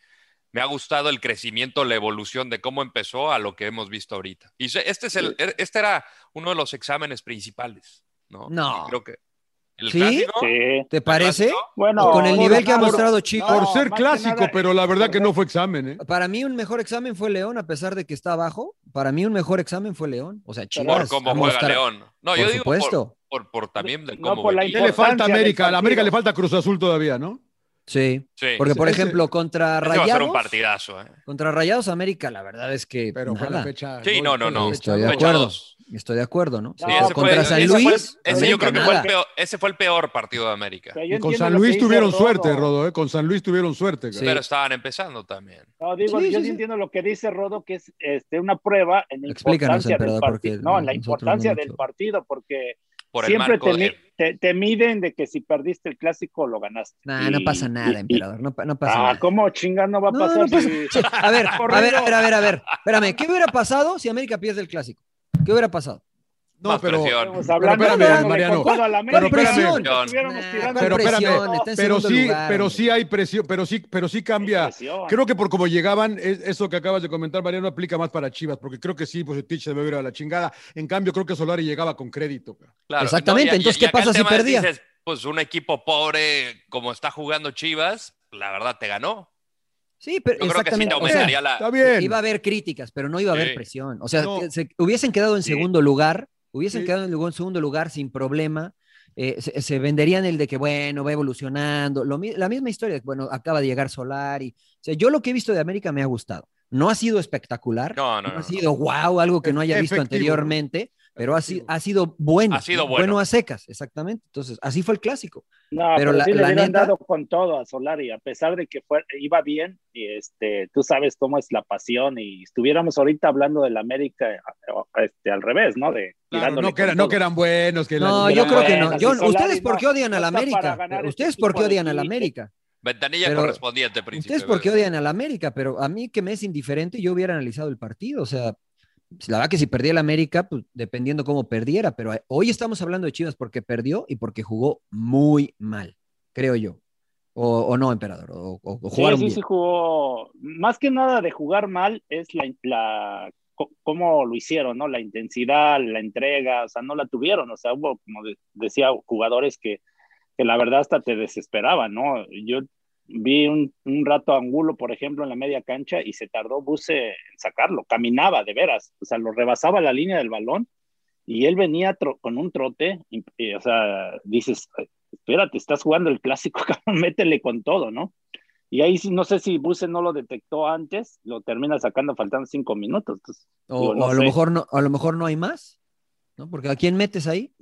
S8: me ha gustado el crecimiento, la evolución de cómo empezó a lo que hemos visto ahorita. Y se- este es el, er- este era uno de los exámenes principales, ¿no?
S2: No.
S8: Y creo que el
S2: ¿Sí?
S8: clásico,
S7: Sí.
S2: ¿Te
S8: el
S2: parece?
S8: clásico,
S7: Ah. Bueno,
S2: Con el
S7: por-
S2: nivel que ha
S7: por-
S2: mostrado Chico.
S9: Por
S7: No,
S9: ser
S7: más que
S9: clásico,
S7: nada-
S9: pero la verdad que no fue examen, ¿eh?
S2: Para mí un mejor examen fue León, a pesar de que está abajo. Para mí un mejor examen fue León. O sea, Chivas.
S8: por cómo
S2: ha
S8: juega
S2: mostrado-
S8: León. No,
S2: Por
S8: yo digo por-
S2: supuesto.
S8: por, por también de
S7: No,
S8: cómo
S7: por la
S8: venía.
S9: ¿Qué le falta a
S7: Importancia del
S9: América? A la América
S7: partido.
S9: le falta Cruz Azul todavía, ¿no?
S2: Sí.
S8: Sí.
S2: Porque, por
S9: Ese-
S2: ejemplo, contra
S8: Ese va a ser un
S2: Rayados.
S8: partidazo, ¿eh?
S2: Contra Rayados América, la verdad es que.
S9: Pero fue la
S2: nada.
S9: fecha.
S8: Sí, no, no, no.
S2: Estoy de
S8: Fecha
S2: acuerdo.
S8: dos.
S2: Estoy de acuerdo, ¿no?
S7: Sí,
S2: Pero
S7: ese fue-
S2: contra San
S8: ese
S2: Luis.
S8: fue el- ese yo
S2: América
S8: creo que fue el
S2: nada.
S8: peor, ese fue el peor partido de América.
S7: O sea, yo
S9: Y con
S7: entiendo
S9: San
S7: lo que
S9: Luis
S7: dice
S9: tuvieron
S7: Rodo.
S9: suerte, Rodo, ¿eh? Con San Luis tuvieron suerte,
S2: Sí.
S9: cabrón.
S8: Pero estaban empezando también.
S7: No, digo,
S2: Sí,
S7: yo
S2: sí,
S7: sí
S2: sí.
S7: entiendo lo que dice Rodo, que es este, una prueba en la
S2: Explícanos,
S7: importancia del
S2: emperador,
S7: partido.
S2: porque
S7: No, en la
S2: nosotros no
S7: importancia del
S2: mucho.
S7: partido, porque
S8: Por
S7: siempre
S8: el marco
S7: te, mi-
S8: de-
S7: te- te miden de que si perdiste el clásico lo ganaste.
S2: Nah,
S7: Y-
S2: no pasa
S7: y-
S2: nada,
S7: y-
S2: emperador. No, pa- no pasa
S7: Ah,
S2: nada.
S7: ¿cómo chinga no va a
S2: No,
S7: pasar?
S2: no pasa-
S7: si-
S2: Sí, A ver, a ver, a ver, a ver, a ver. Espérame, ¿qué hubiera pasado si América pierde el clásico? ¿Qué hubiera pasado?
S9: No,
S8: Más
S9: pero,
S8: presión.
S9: pero
S7: Hablando
S9: espérame,
S7: de-
S9: Mariano.
S7: con todo a
S9: Pero
S7: la América,
S9: espérame,
S8: presión.
S7: estuviéramos
S2: Nah,
S7: tirando-
S9: pero
S2: ¿cuál presión?
S9: espérame,
S2: Está en
S9: pero
S2: segundo
S9: sí,
S2: lugar,
S9: pero
S2: hombre.
S9: sí hay presión, pero sí, pero sí cambia.
S7: presión.
S9: Creo que por como llegaban, es- eso que acabas de comentar, Mariano, aplica más para Chivas, porque creo que sí, pues Tich se debe ir a la chingada. En cambio, creo que Solari llegaba con crédito. cara.
S8: Claro.
S2: Exactamente, entonces, ¿qué
S8: acá el
S2: pasa si
S8: tema es,
S2: perdía?
S8: dices, pues un equipo pobre, como está jugando Chivas, la verdad te ganó.
S2: Sí, pero
S8: Yo creo que sí te
S2: exactamente. o sea,
S8: aumentaría la.
S9: Está bien.
S2: Iba a haber críticas, pero no iba a haber
S8: Sí.
S2: presión. O sea,
S9: No.
S2: se- hubiesen quedado en
S7: Sí.
S2: segundo lugar, hubiesen
S9: Sí.
S2: quedado en, lugar- en segundo lugar sin problema. eh, se, se venderían el de que, bueno, va evolucionando. Lo mi- la misma historia, de, bueno, acaba de llegar Solari. O sea, yo lo que he visto de América me ha gustado. No ha sido espectacular.
S8: No, no, no,
S2: ha
S8: no.
S2: sido wow, algo que no haya visto
S9: Efectivo.
S2: anteriormente, pero ha, si-
S9: Efectivo.
S2: ha sido bueno.
S8: Ha sido
S2: ¿no?
S8: bueno.
S2: a secas, exactamente. Entonces, así fue el clásico.
S7: No,
S2: Pero
S7: pero,
S2: la-
S7: sí le
S2: la
S7: hubieran
S2: neta-
S7: dado con todo a Solari, a pesar de que fue, iba bien, y este, tú sabes cómo es la pasión, y estuviéramos ahorita hablando del América eh, este, al revés, ¿no? De,
S9: Claro,
S7: tirándole
S9: no, que era-
S7: con
S9: no
S7: todo.
S9: que eran buenos, que
S2: No,
S9: la-
S2: yo creo que
S7: bueno,
S2: no.
S7: si
S2: Yo-
S7: Solari
S2: ¿Ustedes por
S7: no-
S2: qué odian a la
S7: no está para
S2: América?
S7: ganar
S2: Pero
S7: este
S2: ¿Ustedes
S7: tipo
S2: por qué
S7: de
S2: odian a la
S7: equipo?
S2: Ventanilla
S8: Ventanilla
S2: Pero-
S8: correspondiente, príncipe.
S2: Ustedes porque odian a la América, pero a mí que me es indiferente, yo hubiera analizado el partido. O sea, pues, la verdad que si perdía el América, pues dependiendo cómo perdiera, pero eh, hoy estamos hablando de Chivas porque perdió y porque jugó muy mal, creo yo. O, o no, emperador, o, o- o
S7: Sí,
S2: jugaron
S7: sí,
S2: bien.
S7: sí jugó. Más que nada de jugar mal es la, la co- cómo lo hicieron, ¿no? La intensidad, la entrega, o sea, no la tuvieron, o sea, hubo, como de- decía, jugadores que, que la verdad hasta te desesperaban, ¿no? Yo vi un, un rato a Angulo, por ejemplo, en la media cancha y se tardó Buse en sacarlo, caminaba de veras, o sea, lo rebasaba la línea del balón y él venía tro- con un trote, y- y, o sea, dices, espérate, estás jugando el clásico, cabrón, métele con todo, ¿no? Y ahí sí, no sé si Buse no lo detectó antes, lo termina sacando faltando cinco minutos. Entonces,
S2: O,
S7: digo, no
S2: o a, lo
S7: sé.
S2: mejor no, a lo mejor no hay más, ¿no? Porque ¿a quién metes ahí?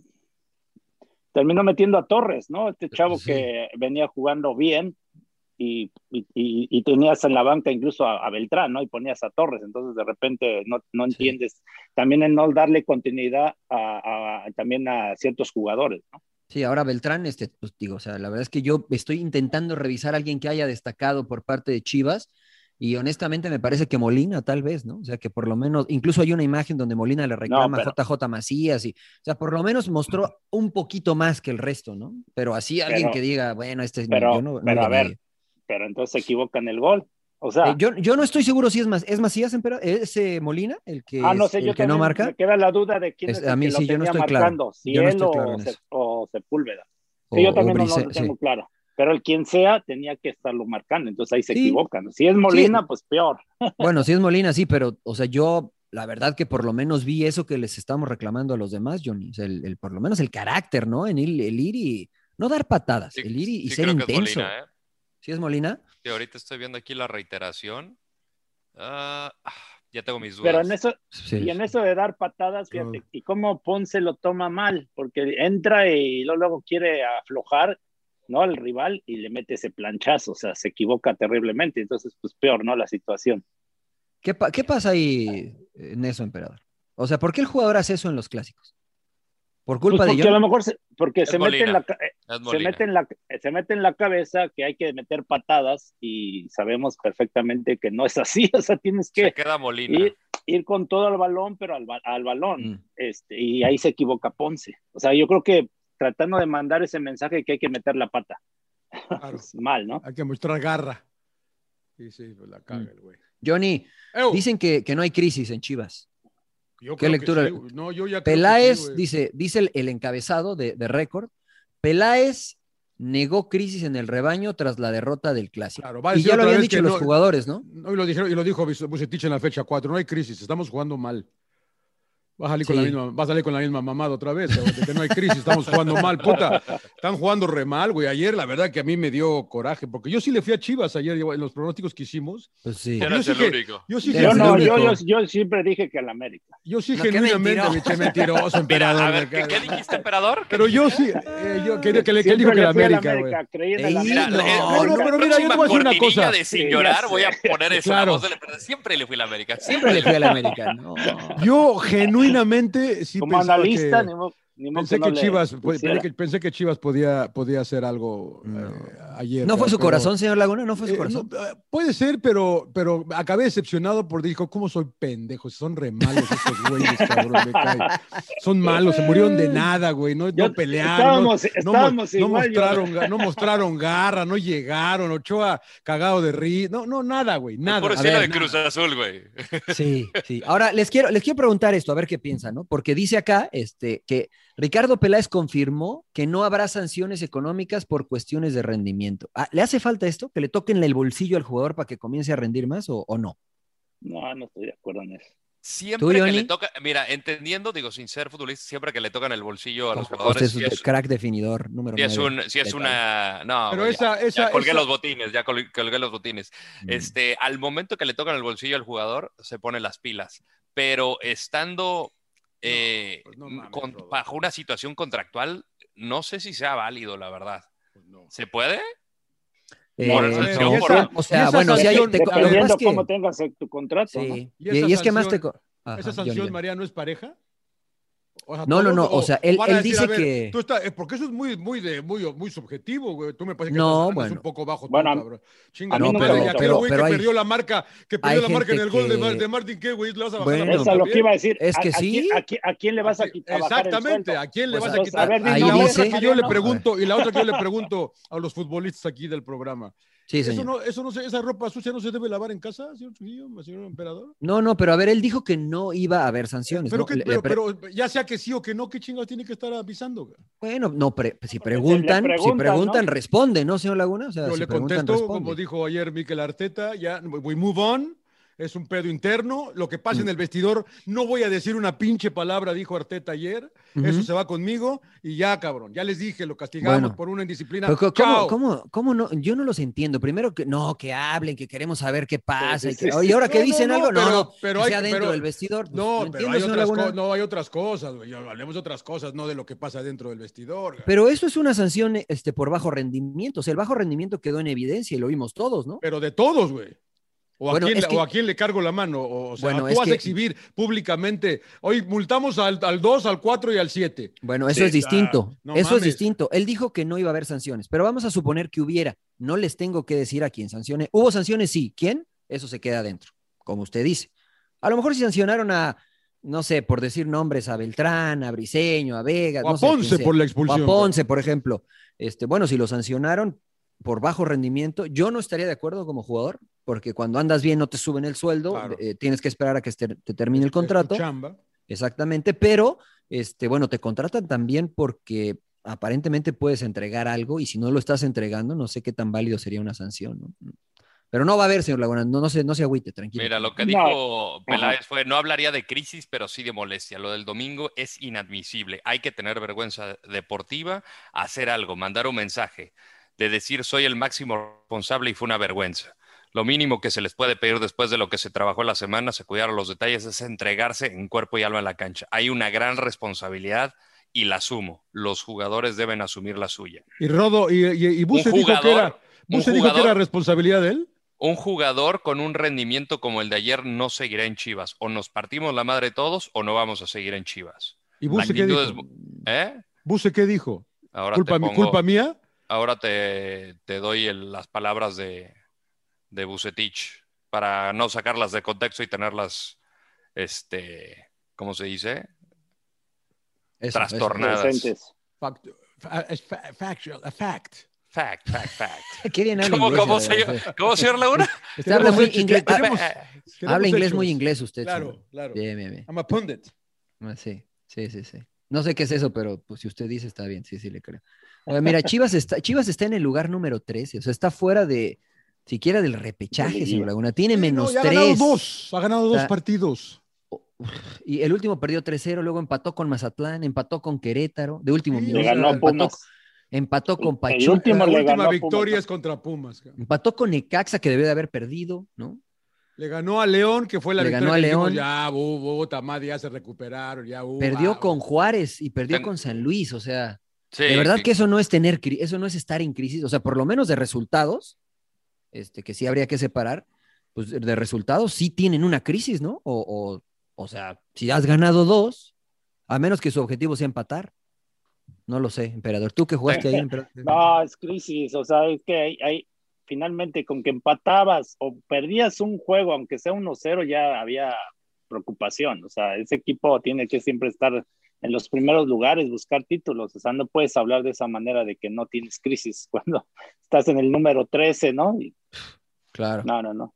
S7: terminó metiendo a Torres, ¿no? Este chavo
S2: Sí.
S7: que venía jugando bien y, y- y- y tenías en la banca incluso a, a Beltrán, ¿no? Y ponías a Torres, entonces de repente no, no
S2: Sí.
S7: entiendes. También en no darle continuidad a, a- también a ciertos jugadores, ¿no?
S2: Sí, ahora Beltrán, este, pues digo, o sea, la verdad es que yo estoy intentando revisar a alguien que haya destacado por parte de Chivas y honestamente me parece que Molina tal vez, ¿no? O sea, que por lo menos, incluso hay una imagen donde Molina le reclama
S7: pero-
S2: a JJ Macías y, o sea, por lo menos mostró un poquito más que el resto, ¿no? Pero así alguien
S7: Pero-
S2: que diga, bueno, este es mi-
S7: pero-
S2: yo no, no
S7: pero
S2: lo
S7: a ver,
S2: veo.
S7: Pero entonces se equivocan el gol. O sea,
S2: Eh, yo, yo no estoy seguro si es más, ¿es Macías, empera- ¿Es eh, Molina el que,
S7: ah, no
S2: es-
S7: sé,
S2: el
S7: yo
S2: que no
S7: también
S2: marca?
S7: Me queda la duda de quién
S2: Es-
S7: es,
S2: a
S7: el
S2: mí
S7: que
S2: sí,
S7: lo
S2: yo no
S7: tenía
S2: estoy claro.
S7: marcando, si
S2: Yo no
S7: él
S2: estoy
S7: o,
S2: claro en
S7: Se-
S2: eso.
S7: o Sepúlveda.
S2: O-
S7: Sí, yo
S2: o
S7: también no lo
S2: Brice- sí.
S7: tengo claro. Pero el quien sea tenía que estarlo marcando, entonces ahí se
S2: Sí.
S7: equivocan. Si es Molina, pues peor.
S2: Bueno, si es Molina, sí, pero, o sea, yo, la verdad que por lo menos vi eso que les estamos reclamando a los demás, Johnny. O sea, el, el- por lo menos el carácter, ¿no? En el, el ir y no dar patadas,
S8: Sí,
S2: el ir y, y
S8: sí
S2: ser
S8: creo que es
S2: intenso.
S8: Molina, ¿eh?
S2: ¿Sí es Molina?
S8: Sí, ahorita estoy viendo aquí la reiteración. Ah, ah, ya tengo mis dudas.
S7: Pero en eso,
S2: Sí.
S7: y en eso de dar patadas, fíjate,
S9: Claro.
S7: y cómo Ponce lo toma mal, porque entra y luego- luego quiere aflojar, ¿no? Al rival y le mete ese planchazo, o sea, se equivoca terriblemente, entonces pues peor, ¿no? La situación.
S2: ¿Qué, pa- qué pasa ahí en eso, emperador? O sea, ¿por qué el jugador hace eso en los clásicos? ¿Por culpa
S7: Pues
S2: de
S7: porque a
S2: Johnny?
S7: lo mejor se, porque
S8: Es
S7: se mete, en
S8: Molina.
S7: la, ca- eh,
S8: Es
S7: se,
S8: Molina.
S7: mete en la, eh, se mete en la cabeza que hay que meter patadas y sabemos perfectamente que no es así, o sea, tienes
S8: Se
S7: que
S8: queda Molina.
S7: ir, ir con todo al balón, pero al, ba- al balón.
S2: Mm.
S7: este, y ahí se equivoca Ponce. O sea, yo creo que tratando de mandar ese mensaje que hay que meter la pata.
S9: Claro.
S7: Es mal, ¿no?
S9: Hay que mostrar garra. Sí, sí, pues la
S8: Mm.
S9: caga el güey.
S2: Johnny,
S8: Oh.
S9: Ew,
S2: dicen que, que no hay crisis en Chivas.
S9: yo
S2: ¿qué
S9: creo que
S2: lectura?
S9: sí, güey. no, yo ya creo que
S2: Peláez,
S9: sí, güey.
S2: dice, dice el, el encabezado de, de récord, Peláez negó crisis en el rebaño tras la derrota del clásico.
S9: Claro, va a
S2: y
S9: decir
S2: ya lo
S9: otra
S2: habían
S9: vez que
S2: dicho los
S9: no-
S2: jugadores, ¿no?
S9: No, y, lo dijeron, y lo dijo Bucetich en la fecha 4, no hay crisis, estamos jugando mal. Va a salir con,
S2: Sí.
S9: la, misma, va a salir con la misma mamada otra vez, güey, de que no hay crisis, estamos jugando mal, puta. Están jugando re mal, güey. Ayer la verdad que a mí me dio coraje, porque yo sí le fui a Chivas ayer yo- en los pronósticos que hicimos.
S2: Pues sí.
S9: Pero-
S8: Eras
S9: yo
S8: el
S9: sí que-
S8: único.
S9: Yo sí,
S2: Pero
S7: Yo, no, yo,
S9: genuinamente-
S7: yo, yo siempre dije que al América.
S9: yo sí
S2: No, qué
S9: genuinamente,
S2: mentiroso.
S9: me eché mentiroso,
S8: Mira,
S9: emperador.
S8: a
S9: me
S8: ver, ¿qué,
S9: cago.
S8: qué dijiste, emperador?
S9: Pero yo sí, eh, yo quería que le que
S7: Siempre
S9: dijo que la
S7: le fui al
S9: América, güey.
S7: creí en el
S2: Ey,
S7: América.
S8: Mira,
S2: no,
S8: eh,
S9: no,
S8: la
S9: pero mira, yo te voy a decir una
S8: próxima
S9: cosa.
S8: cortinilla de sin
S7: Sí,
S8: llorar,
S7: ya
S8: voy a poner esa
S9: Claro.
S8: voz de la- Siempre le fui a la América.
S2: Siempre le fui al América. No.
S9: Yo genuinamente sí
S7: Como
S9: pensaba que-
S7: analista, ni modo- Ni modo
S9: Pensé que,
S7: no le
S9: Chivas, pues,
S7: pusiera.
S9: pensé que, pensé que Chivas podía, podía hacer algo eh, ayer.
S2: ¿No fue
S9: pero-
S2: su corazón, señor Laguna? ¿No fue su
S9: Eh,
S2: corazón?
S9: no, eh, puede ser, pero, pero acabé decepcionado porque dijo, ¿cómo soy pendejo? Son re malos esos güeyes, cabrón. me cae. Son malos, se murieron de nada, güey. No, no
S7: Yo-
S9: pelearon. no-
S7: estábamos-
S9: No,
S7: estábamos
S9: mo- no
S7: igual, yo-
S9: mostraron, ga- no mostraron garra, no llegaron. Ochoa cagado de ri. No, no, nada, güey. Nada.
S8: Por
S9: A
S8: cielo
S9: ver,
S8: de
S9: nada.
S8: Cruz Azul, güey.
S2: Sí, sí. Ahora les quiero, les quiero preguntar esto, a ver qué piensan, ¿no? Porque dice acá este, que Ricardo Peláez confirmó que no habrá sanciones económicas por cuestiones de rendimiento. Ah, ¿Le hace falta esto? ¿Que le toquen el bolsillo al jugador para que comience a rendir más o, o no?
S7: No, no estoy de acuerdo en eso.
S8: Siempre que le
S2: Johnny?
S8: toca, mira, entendiendo, digo, sin ser futbolista, siempre que le tocan el bolsillo a los
S2: Costa es
S8: jugadores,
S2: un
S8: si es,
S2: crack definidor número
S8: si es
S2: nueve.
S8: un- si es
S2: Letal.
S8: una. No,
S9: Pero
S8: güey, ya,
S9: esa, esa,
S8: ya colgué
S9: esa-
S8: los botines, ya col- colgué los botines.
S9: Mm.
S8: Este, al momento que le tocan el bolsillo al jugador, se pone las pilas. Pero estando eh,
S9: pues no mames,
S8: con-
S9: Rodo.
S8: bajo una situación contractual, no sé si sea válido, la verdad.
S9: no.
S8: ¿Se puede?
S2: Eh,
S8: Por
S9: eso,
S2: no,
S9: y esa-
S2: por- o
S9: y
S2: sea,
S9: esa
S2: bueno, si hay,
S9: sanción-
S2: te- lo que pasa
S7: Dependiendo
S2: es que-
S7: cómo tengas eh, tu contrato. ¿no?
S2: sí.
S9: ¿Y
S2: Y,
S9: esa
S2: y es que más
S9: sanción-
S2: te... co- Ajá,
S9: ¿Esa
S2: Johnny,
S9: sanción,
S2: Johnny.
S9: María, no es pareja? O sea,
S2: No,
S9: todos-
S2: no, no, o sea, él-
S9: van a
S2: él
S9: decir,
S2: dice
S9: a ver,
S2: que-
S9: tú estás- eh, porque eso es muy, muy, de, muy, muy subjetivo, güey. Tú me parece que
S2: No,
S9: estás- andas
S2: bueno. Ah,
S9: un poco bajo. tú,
S7: Bueno, a-
S9: cabrón. Chinga,
S7: a mí
S9: no,
S7: nunca
S9: pero,
S7: me
S9: y
S7: tocó.
S9: aquel
S2: Pero-
S9: güey
S2: pero
S9: que
S2: hay-
S9: perdió la marca, que perdió
S2: hay
S9: la marca en
S2: gente
S9: el gol de,
S2: que-
S9: Mar- de Martin, ¿qué, güey? ¿Le vas a bajar
S2: Bueno,
S9: la
S7: Eso
S9: marca
S7: es a lo
S9: también?
S7: que iba a decir.
S2: Es que
S7: ¿A- a
S2: sí.
S7: quién- a, quién, a quién le vas a quitar? bajar el
S9: Exactamente,
S7: sueldo?
S9: ¿a quién le
S7: Pues,
S9: vas a
S7: entonces,
S9: quitar? Ah,
S7: a ver,
S2: Ahí
S9: y la
S2: dice-
S9: otra que yo le
S2: No.
S9: pregunto, y la otra que yo le pregunto a los futbolistas aquí del programa.
S2: Sí,
S9: eso
S2: señor.
S9: no, eso no se- esa ropa sucia no se debe lavar en casa, señor Trujillo, señor emperador.
S2: No, no, pero a ver, él dijo que no iba a haber sanciones.
S9: Pero,
S2: ¿no?
S9: que-
S2: Le- le
S9: pero-
S2: pre-
S9: pero ya sea que sí o que no, ¿qué chingados tiene que estar avisando? güey?
S2: bueno, no, pre- si
S7: Porque se le
S2: preguntan, si
S7: preguntan,
S2: preguntan,
S7: ¿no?
S2: responde, ¿no, señor Laguna? O sea,
S9: Yo
S2: si
S9: le
S2: preguntan,
S9: contesto, como
S2: responde.
S9: dijo ayer Miquel Arteta, ya, we move on, es un pedo interno, lo que pasa en
S2: Mm.
S9: el vestidor, no voy a decir una pinche palabra, dijo Arteta ayer, eso
S2: Ujú.
S9: se va conmigo, y ya, cabrón, ya les dije, lo castigamos
S2: Bueno.
S9: por una indisciplina.
S2: Pero co-
S9: Chao.
S2: ¿cómo, cómo, cómo no? Yo no los entiendo. Primero que no, que hablen, que queremos saber qué pasa. Y,
S7: sí,
S2: que-
S7: sí.
S2: y ahora que
S9: No, no,
S2: dicen
S9: no,
S2: algo, no,
S9: pero-
S2: no,
S9: pero
S2: que
S9: hay-
S2: sea dentro
S9: pero-
S2: del vestidor. pues,
S9: No, pero
S2: entiendo,
S9: hay
S2: señor
S9: otras,
S2: Laguna.
S9: co- no, hay otras cosas, güey, hablemos de otras cosas, no de lo que pasa dentro del vestidor. güey.
S2: Pero eso es una sanción este, por bajo rendimiento. O sea, el bajo rendimiento quedó en evidencia y lo vimos todos, ¿no?
S9: Pero de todos, güey. O, a
S2: Bueno,
S9: quién,
S2: es que-
S9: o a quién le cargo la mano. O, o sea,
S2: Bueno,
S9: tú
S2: es
S9: vas a
S2: que-
S9: exhibir públicamente. Hoy multamos al, al 2, al 4 y al 7.
S2: Bueno, eso
S9: Sí,
S2: es distinto.
S9: ah, no
S2: eso
S9: mames.
S2: es distinto. Él dijo que no iba a haber sanciones, pero vamos a suponer que hubiera. No les tengo que decir a quién sancione. Hubo sanciones, sí. ¿Quién? Eso se queda adentro, como usted dice. A lo mejor si sancionaron a, no sé, por decir nombres, a Beltrán, a Briseño, a Vega,
S9: O a Ponce por la expulsión.
S2: a Ponce, por ejemplo. Este, bueno, si lo sancionaron por bajo rendimiento, yo no estaría de acuerdo como jugador, porque cuando andas bien no te suben el sueldo,
S9: Claro.
S2: eh, tienes que esperar a que este- te
S9: güey.
S2: termine el
S9: Es tu
S2: contrato.
S9: chamba.
S2: Exactamente, pero este, bueno, te contratan también porque aparentemente puedes entregar algo y si no lo estás entregando, no sé qué tan válido sería una sanción, ¿no? Pero no va a haber, señor Laguna, no, no se, no se agüite, tranquilo.
S8: Mira, lo que
S7: No.
S8: dijo Peláez fue, no hablaría de crisis, pero sí de molestia. Lo del domingo es inadmisible. Hay que tener vergüenza deportiva, hacer algo, mandar un mensaje, de decir soy el máximo responsable y fue una vergüenza. Lo mínimo que se les puede pedir después de lo que se trabajó la semana, se cuidaron los detalles, es entregarse en cuerpo y alma en la cancha. Hay una gran responsabilidad y la asumo. Los jugadores deben asumir la suya.
S9: Y Rodo, y, y, y Buse
S8: Un
S9: dijo que
S8: jugador-
S9: era. Buse
S8: un
S9: dijo que
S8: jugador-
S9: era responsabilidad de él.
S8: un jugador con un rendimiento como el de ayer no seguirá en Chivas. O nos partimos la madre todos o no vamos a seguir en Chivas.
S9: ¿Y Buse qué dijo?
S8: actitud ¿Eh?
S9: ¿Buse qué dijo?
S8: Ahora
S9: ¿Culpa,
S8: te
S9: mi-
S8: pongo-
S9: ¿Culpa mía?
S8: Ahora te, te doy el- las palabras de, de Bucetich para no sacarlas de contexto y tenerlas, este, ¿cómo se dice?
S2: Eso, eso.
S8: Trastornado.
S7: Presentes.
S9: Fact- fa- es fa- factual, a fact.
S8: Fact, fact, fact.
S2: Qué bien habla
S8: ¿Cómo,
S2: inglés,
S8: cómo,
S2: la verdad,
S8: señor,
S2: sí.
S8: ¿Cómo, señor Laguna? Ah,
S2: Usted habla
S9: Queremos
S2: muy
S9: hechos,
S2: inglés,
S9: queremos-
S2: habla
S9: queremos
S2: inglés
S9: hechos.
S2: muy inglés usted.
S9: Claro,
S2: señor.
S9: claro.
S2: Bien, bien, bien.
S9: I'm a pundit.
S2: Ah, Sí, sí, sí, sí. No sé qué es eso, pero pues, si usted dice está bien, sí, sí le creo. Oye, mira, Chivas está, Chivas está en el lugar número 13, o sea, está fuera de siquiera del repechaje, señor Laguna. Tiene
S9: Sí, no,
S2: menos
S9: y ha ganado
S2: 3.
S9: dos. Ha ganado dos
S2: sea,
S9: partidos.
S2: Y el último perdió 3-0, luego empató con Mazatlán, empató con Querétaro, de último
S9: Sí,
S7: Le
S2: minuto,
S7: ganó a
S2: empató,
S7: Pumas.
S2: empató con
S7: El
S2: Pachuca,
S9: La
S7: último le ganó
S9: última
S7: a
S9: victoria
S7: Pumas.
S9: es contra Pumas. cabrón.
S2: empató con Necaxa, que debió de haber perdido, ¿no?
S9: Le ganó a León, que fue la
S2: Le
S9: victoria.
S2: ganó a
S9: que dijimos,
S2: León.
S9: Ya, hubo, hubo, Tamad, ya se recuperaron, ya hubo.
S2: Perdió
S9: ah,
S2: con Juárez y perdió
S8: Ten-
S2: con San Luis, o sea,
S8: Sí,
S2: de verdad
S8: que-
S2: que eso no es tener, cri- eso no es estar en crisis, o sea, por lo menos de resultados, este, que sí habría que separar, pues de resultados sí tienen una crisis, ¿no? O, o, o sea, si has ganado dos, a menos que su objetivo sea empatar, No lo sé, emperador. ¿Tú que jugaste ahí, emperador?
S7: No, es crisis, o sea, es que hay, hay- finalmente con que empatabas o perdías un juego, aunque sea 1-0, ya había preocupación, o sea, ese equipo tiene que siempre estar en los primeros lugares, buscar títulos, o sea, no puedes hablar de esa manera de que no tienes crisis cuando estás en el número 13, ¿no? Y-
S2: Claro.
S9: Ah.
S7: no, no, no,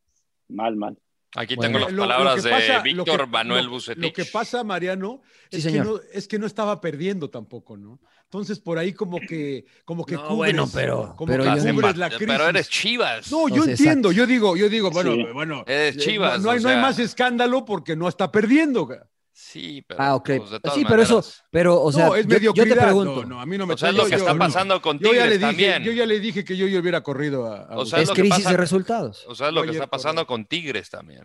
S7: mal, mal.
S8: Aquí
S2: Bueno,
S8: tengo las
S9: Lo- lo
S8: palabras
S9: que
S8: de
S9: pasa- lo
S8: Víctor
S9: que-
S8: Manuel
S9: lo-
S8: Bucetich.
S9: Lo que pasa, Mariano,
S2: Sí,
S9: es,
S2: señor.
S9: Que no, es que no estaba perdiendo tampoco, ¿no? Entonces, por ahí como que, como que
S2: No,
S9: cubres,
S2: bueno, pero-
S9: como
S2: pero
S9: que
S2: yo-
S8: Estás
S9: cubres
S8: empa-
S9: la crisis.
S8: pero eres Chivas.
S9: No, yo
S2: Entonces,
S9: entiendo,
S2: exacto.
S9: yo digo, yo digo, bueno,
S7: Sí.
S9: bueno.
S8: Eres
S9: eh,
S8: Chivas,
S9: No, no hay,
S8: o
S9: no hay
S8: sea.
S9: más escándalo porque no está perdiendo. güey.
S8: Sí, pero.
S2: Ah, ok.
S8: pues, de todas
S2: sí, pero eso,
S8: maneras.
S2: pero, o sea,
S9: no, es
S2: yo- yo,
S9: mediocridad.
S2: te pregunto.
S9: No, no, a mí no me
S8: O sea, es
S9: yo-
S8: lo que
S9: yo-
S8: está
S9: no.
S8: pasando con
S9: Yo ya le
S8: Tigres
S9: dije,
S8: también.
S9: yo ya le dije que yo, yo hubiera corrido a, a
S8: O
S9: Bucetich.
S8: sea, es
S2: Es
S8: lo que
S2: crisis
S8: pasa-
S2: de resultados.
S8: O sea, es lo que
S9: Oye,
S8: está
S9: por-
S8: pasando con Tigres también.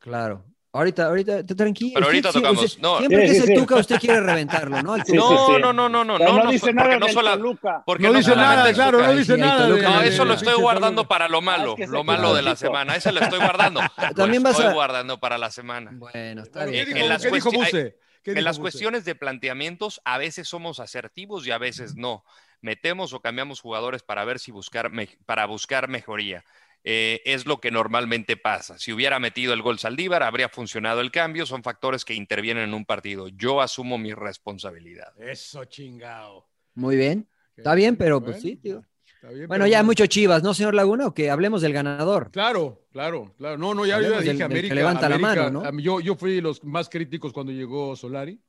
S2: Claro. Ahorita, ahorita, te- tranquilo.
S8: Pero ahorita
S2: Usted-
S8: tocamos.
S2: usted-
S8: No.
S2: Siempre
S7: Sí,
S2: que
S7: sí,
S2: es el
S7: sí.
S2: Tuca, usted quiere reventarlo, ¿no? Al
S7: Sí,
S2: Tuca.
S8: no,
S7: sí, sí.
S8: no, no, no, no,
S7: O sea,
S8: no, no,
S7: dice
S8: porque
S7: nada
S8: no
S7: del
S8: sola-
S7: Toluca.
S8: Porque
S9: No dice
S8: solamente
S9: nada,
S8: el
S9: claro,
S8: Tuca
S9: no
S8: dice-
S9: dice
S2: Sí,
S9: nada.
S2: Toluca.
S9: de-
S8: No,
S9: de-
S8: eso
S9: de-
S8: lo
S9: de-
S8: estoy
S9: de-
S8: guardando para lo malo,
S7: Ah, es que se
S8: lo malo de la
S7: contradijo.
S8: semana. Ese lo estoy guardando.
S2: También
S8: lo
S2: vas
S8: estoy
S2: a-
S8: guardando para la semana.
S2: Bueno, está
S9: Claro,
S8: en-
S9: ¿Qué
S2: bien.
S9: dijo-
S8: en las
S9: qué dijo
S8: cuesti- hay-
S9: Buse? ¿Qué dijo
S8: En las
S9: Buse?
S8: cuestiones de planteamientos, a veces somos asertivos y a veces no. Metemos o cambiamos jugadores para ver si buscar me- para buscar mejoría. Eh, es lo que normalmente pasa. Si hubiera metido el gol Saldívar, habría funcionado el cambio. Son factores que intervienen en un partido. Yo asumo mi responsabilidad.
S9: Eso chingado.
S2: Muy bien. Está bien, pero, pues, sí, tío.
S9: está bien,
S2: Bueno,
S9: pero
S2: ya
S9: no.
S2: mucho chivas, ¿no, señor Laguna? O que hablemos del ganador.
S9: Claro, claro, claro. No, no, ya yo
S2: Hablemos
S9: dije
S2: del- del que
S9: América.
S2: levanta la
S9: América,
S2: mano, ¿no?
S9: am- Yo, yo fui los más críticos cuando llegó Solari.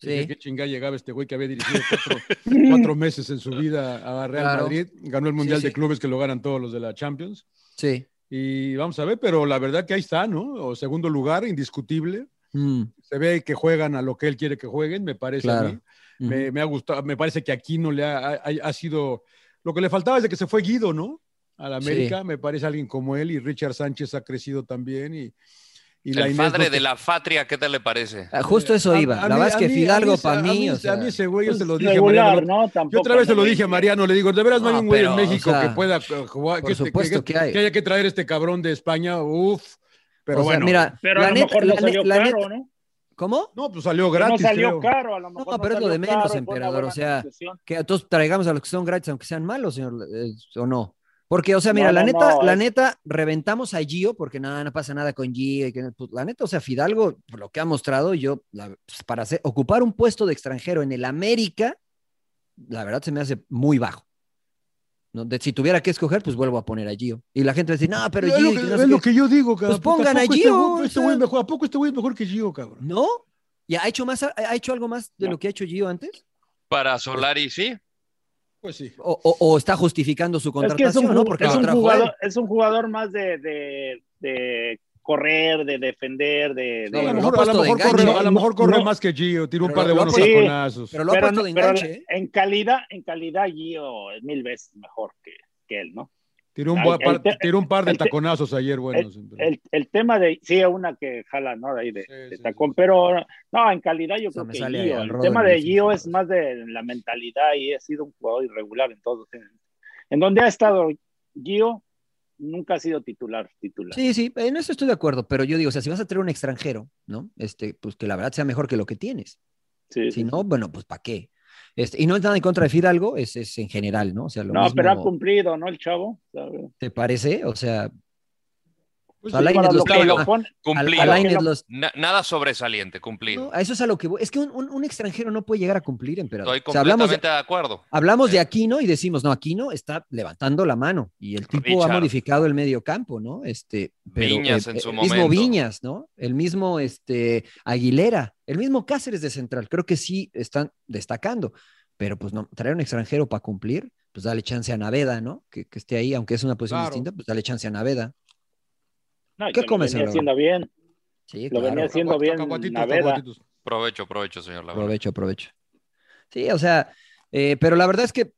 S2: Sí.
S9: Sí. ¿Qué chingada llegaba este güey que había dirigido cuatro, cuatro meses en su vida a Real
S2: Claro.
S9: Madrid? Ganó el Mundial
S2: Sí,
S9: de
S2: sí.
S9: Clubes que lo ganan todos los de la Champions.
S2: Sí.
S9: Y vamos a ver, pero la verdad que ahí está, ¿no? O segundo lugar, indiscutible.
S2: Mm,
S9: Se ve que juegan a lo que él quiere que jueguen, me parece
S2: Claro.
S9: a mí.
S2: ujú.
S9: Me, me ha gustado, me parece que aquí no le ha, ha, ha sido. Lo que le faltaba es de que se fue Guido, ¿no? A la
S2: Sí.
S9: América, me parece alguien como él, y Richard Sánchez ha crecido también. Y, y
S8: El
S9: Inés
S8: padre
S9: no-
S8: de la fatria, ¿qué te le parece?
S2: Ah, Justo eso
S9: A-
S2: iba.
S9: a
S2: la
S9: mí-
S2: verdad es
S9: a
S2: que
S9: mí-
S2: Fidalgo
S9: a mí-
S2: para
S9: a
S2: mí.
S9: mí,
S2: o sea,
S9: a mí ese güey, yo se lo dije. a
S7: Regular,
S9: Mariano.
S7: ¿no?
S9: Yo
S7: Tampoco
S9: otra vez se lo dije a
S7: analice.
S9: Mariano, le digo, de veras no hay
S2: No,
S9: un güey en
S2: pero, o
S9: México
S2: sea,
S9: que pueda eh, jugar,
S2: por
S9: que, este-
S2: supuesto que hay.
S9: que haya que traer este cabrón de España, uff, pero
S2: o sea,
S9: bueno.
S2: mira,
S7: Pero
S2: la
S7: a lo
S2: neta-
S7: mejor no
S2: la
S7: salió
S2: ne- la neta-
S7: caro, ¿no?
S2: ¿Cómo?
S9: no, pues salió
S7: Que
S9: gratis.
S7: no salió
S9: creo.
S7: caro, a lo mejor.
S2: pero es lo
S7: salió
S2: de menos,
S7: caro, fue una
S2: emperador,
S7: buena
S2: o sea,
S7: negociación.
S2: Que a todos traigamos a los que son gratis, aunque sean malos, señor, eh, o no. Porque, o sea,
S7: No,
S2: mira, la
S7: no,
S2: neta,
S7: no,
S2: la
S7: es-
S2: neta, reventamos a Gio porque nada, no pasa nada con Gio. y que no- pues, la neta, o sea, Fidalgo, por lo que ha mostrado, yo, la- pues, para hacer- ocupar un puesto de extranjero en el América, la verdad se me hace muy bajo. ¿No? De- si tuviera que escoger, pues vuelvo a poner a Gio. Y la gente va a decir, no, pero
S9: es
S2: Gio.
S9: lo
S2: y
S9: que,
S2: que no
S9: es
S2: sé
S9: lo
S2: qué".
S9: que yo digo, cabrón.
S2: Pues pongan
S9: ¿A poco
S2: a
S9: Este
S2: Gio,
S9: güey,
S2: o
S9: este
S2: sea.
S9: güey mejor, ¿A poco este güey es mejor que Gio, cabrón?
S2: ¿No? ¿Y ha hecho, más, ha hecho algo más de
S7: No.
S2: lo que ha hecho Gio antes?
S8: Para Solari, sí.
S9: Pues sí.
S2: ¿O, o- o está justificando su
S7: Es que
S2: contratación?
S7: es un,
S2: ¿no?
S7: ju-
S2: Porque
S7: es
S2: lo
S7: un
S2: trajo él.
S7: jugador, es un jugador más de, de, de correr, de defender, de...
S2: No,
S7: de-
S9: a lo
S2: pero
S9: mejor,
S2: ha
S9: a lo
S2: puesto de
S9: mejor corre,
S2: enganche.
S9: a lo mejor corre
S7: No.
S9: más que Gio, tiró un
S2: Pero
S9: par de
S2: lo ha
S9: buenos
S7: puesto-
S9: taconazos.
S2: Pero lo ha
S7: Pero
S2: puesto
S7: no-
S2: de
S7: pero
S2: enganche. ¿eh?
S7: en calidad, en calidad Gio es mil veces mejor que, que él, ¿no?
S9: Tiró un,
S7: Ay,
S9: bua-
S7: el
S9: par,
S7: te-
S9: tiró un par de
S7: el te-
S9: taconazos ayer, buenos.
S7: El, el tema de, sí, una que jala, ¿no? De ahí de,
S9: Sí,
S7: de
S9: sí,
S7: tacón, pero no, en calidad yo
S2: O sea,
S7: creo
S2: me
S7: que
S2: sale
S7: Gio.
S2: al
S7: El
S2: Rodri,
S7: tema
S2: sí,
S7: de Gio
S2: sí,
S7: es
S2: sí.
S7: más de la mentalidad y ha sido un jugador irregular en todo. En, en donde ha estado Gio, nunca ha sido titular, titular.
S2: Sí, sí, en eso estoy de acuerdo, pero yo digo, o sea, si vas a traer un extranjero, ¿no? Este, pues que la verdad sea mejor que lo que tienes.
S7: Sí,
S2: Si
S7: sí.
S2: no, bueno, pues ¿para qué? Este, y no es nada en contra de Fidalgo, es, es en general, ¿no? O sea, lo
S7: No,
S2: mismo
S7: pero ha cumplido, ¿no? El chavo. ¿sabes?
S2: te parece, o sea,
S7: Pues Sí,
S2: Alain
S7: para
S2: es
S7: lo
S2: los
S7: que
S2: trae,
S7: lo
S2: ah,
S7: pone-
S8: Cumplido.
S2: a- Alain es
S7: Que lo-
S2: los-
S8: Na- nada sobresaliente, cumplido.
S2: no, a eso es a lo que voy. Es que un, un- un extranjero no puede llegar a cumplir, emperador.
S8: Estoy
S2: O sea, hablamos,
S8: completamente
S2: de,
S8: de acuerdo.
S2: hablamos de
S8: Eh.
S2: Aquino y decimos, no, Aquino está levantando la mano y el tipo
S8: Richard.
S2: ha modificado el medio campo, ¿no? Este, pero,
S8: Viñas en su
S2: el
S8: momento.
S2: mismo Viñas, ¿no? El mismo este, Aguilera, el mismo Cáceres de Central, creo que sí están destacando, pero pues no, traer un extranjero para cumplir, pues dale chance a Naveda, ¿no? Que, que esté ahí, aunque es una posición
S9: Claro.
S2: distinta, pues dale chance a Naveda.
S7: no,
S2: ¿Qué
S7: que lo
S2: comes,
S7: venía
S2: Álvaro?
S7: haciendo bien.
S2: Sí,
S7: Lo
S2: claro.
S7: venía haciendo bien Naveda.
S8: Provecho, provecho, señor Laguna.
S2: Aprovecho, aprovecho. Sí, o sea, eh, pero la verdad es que,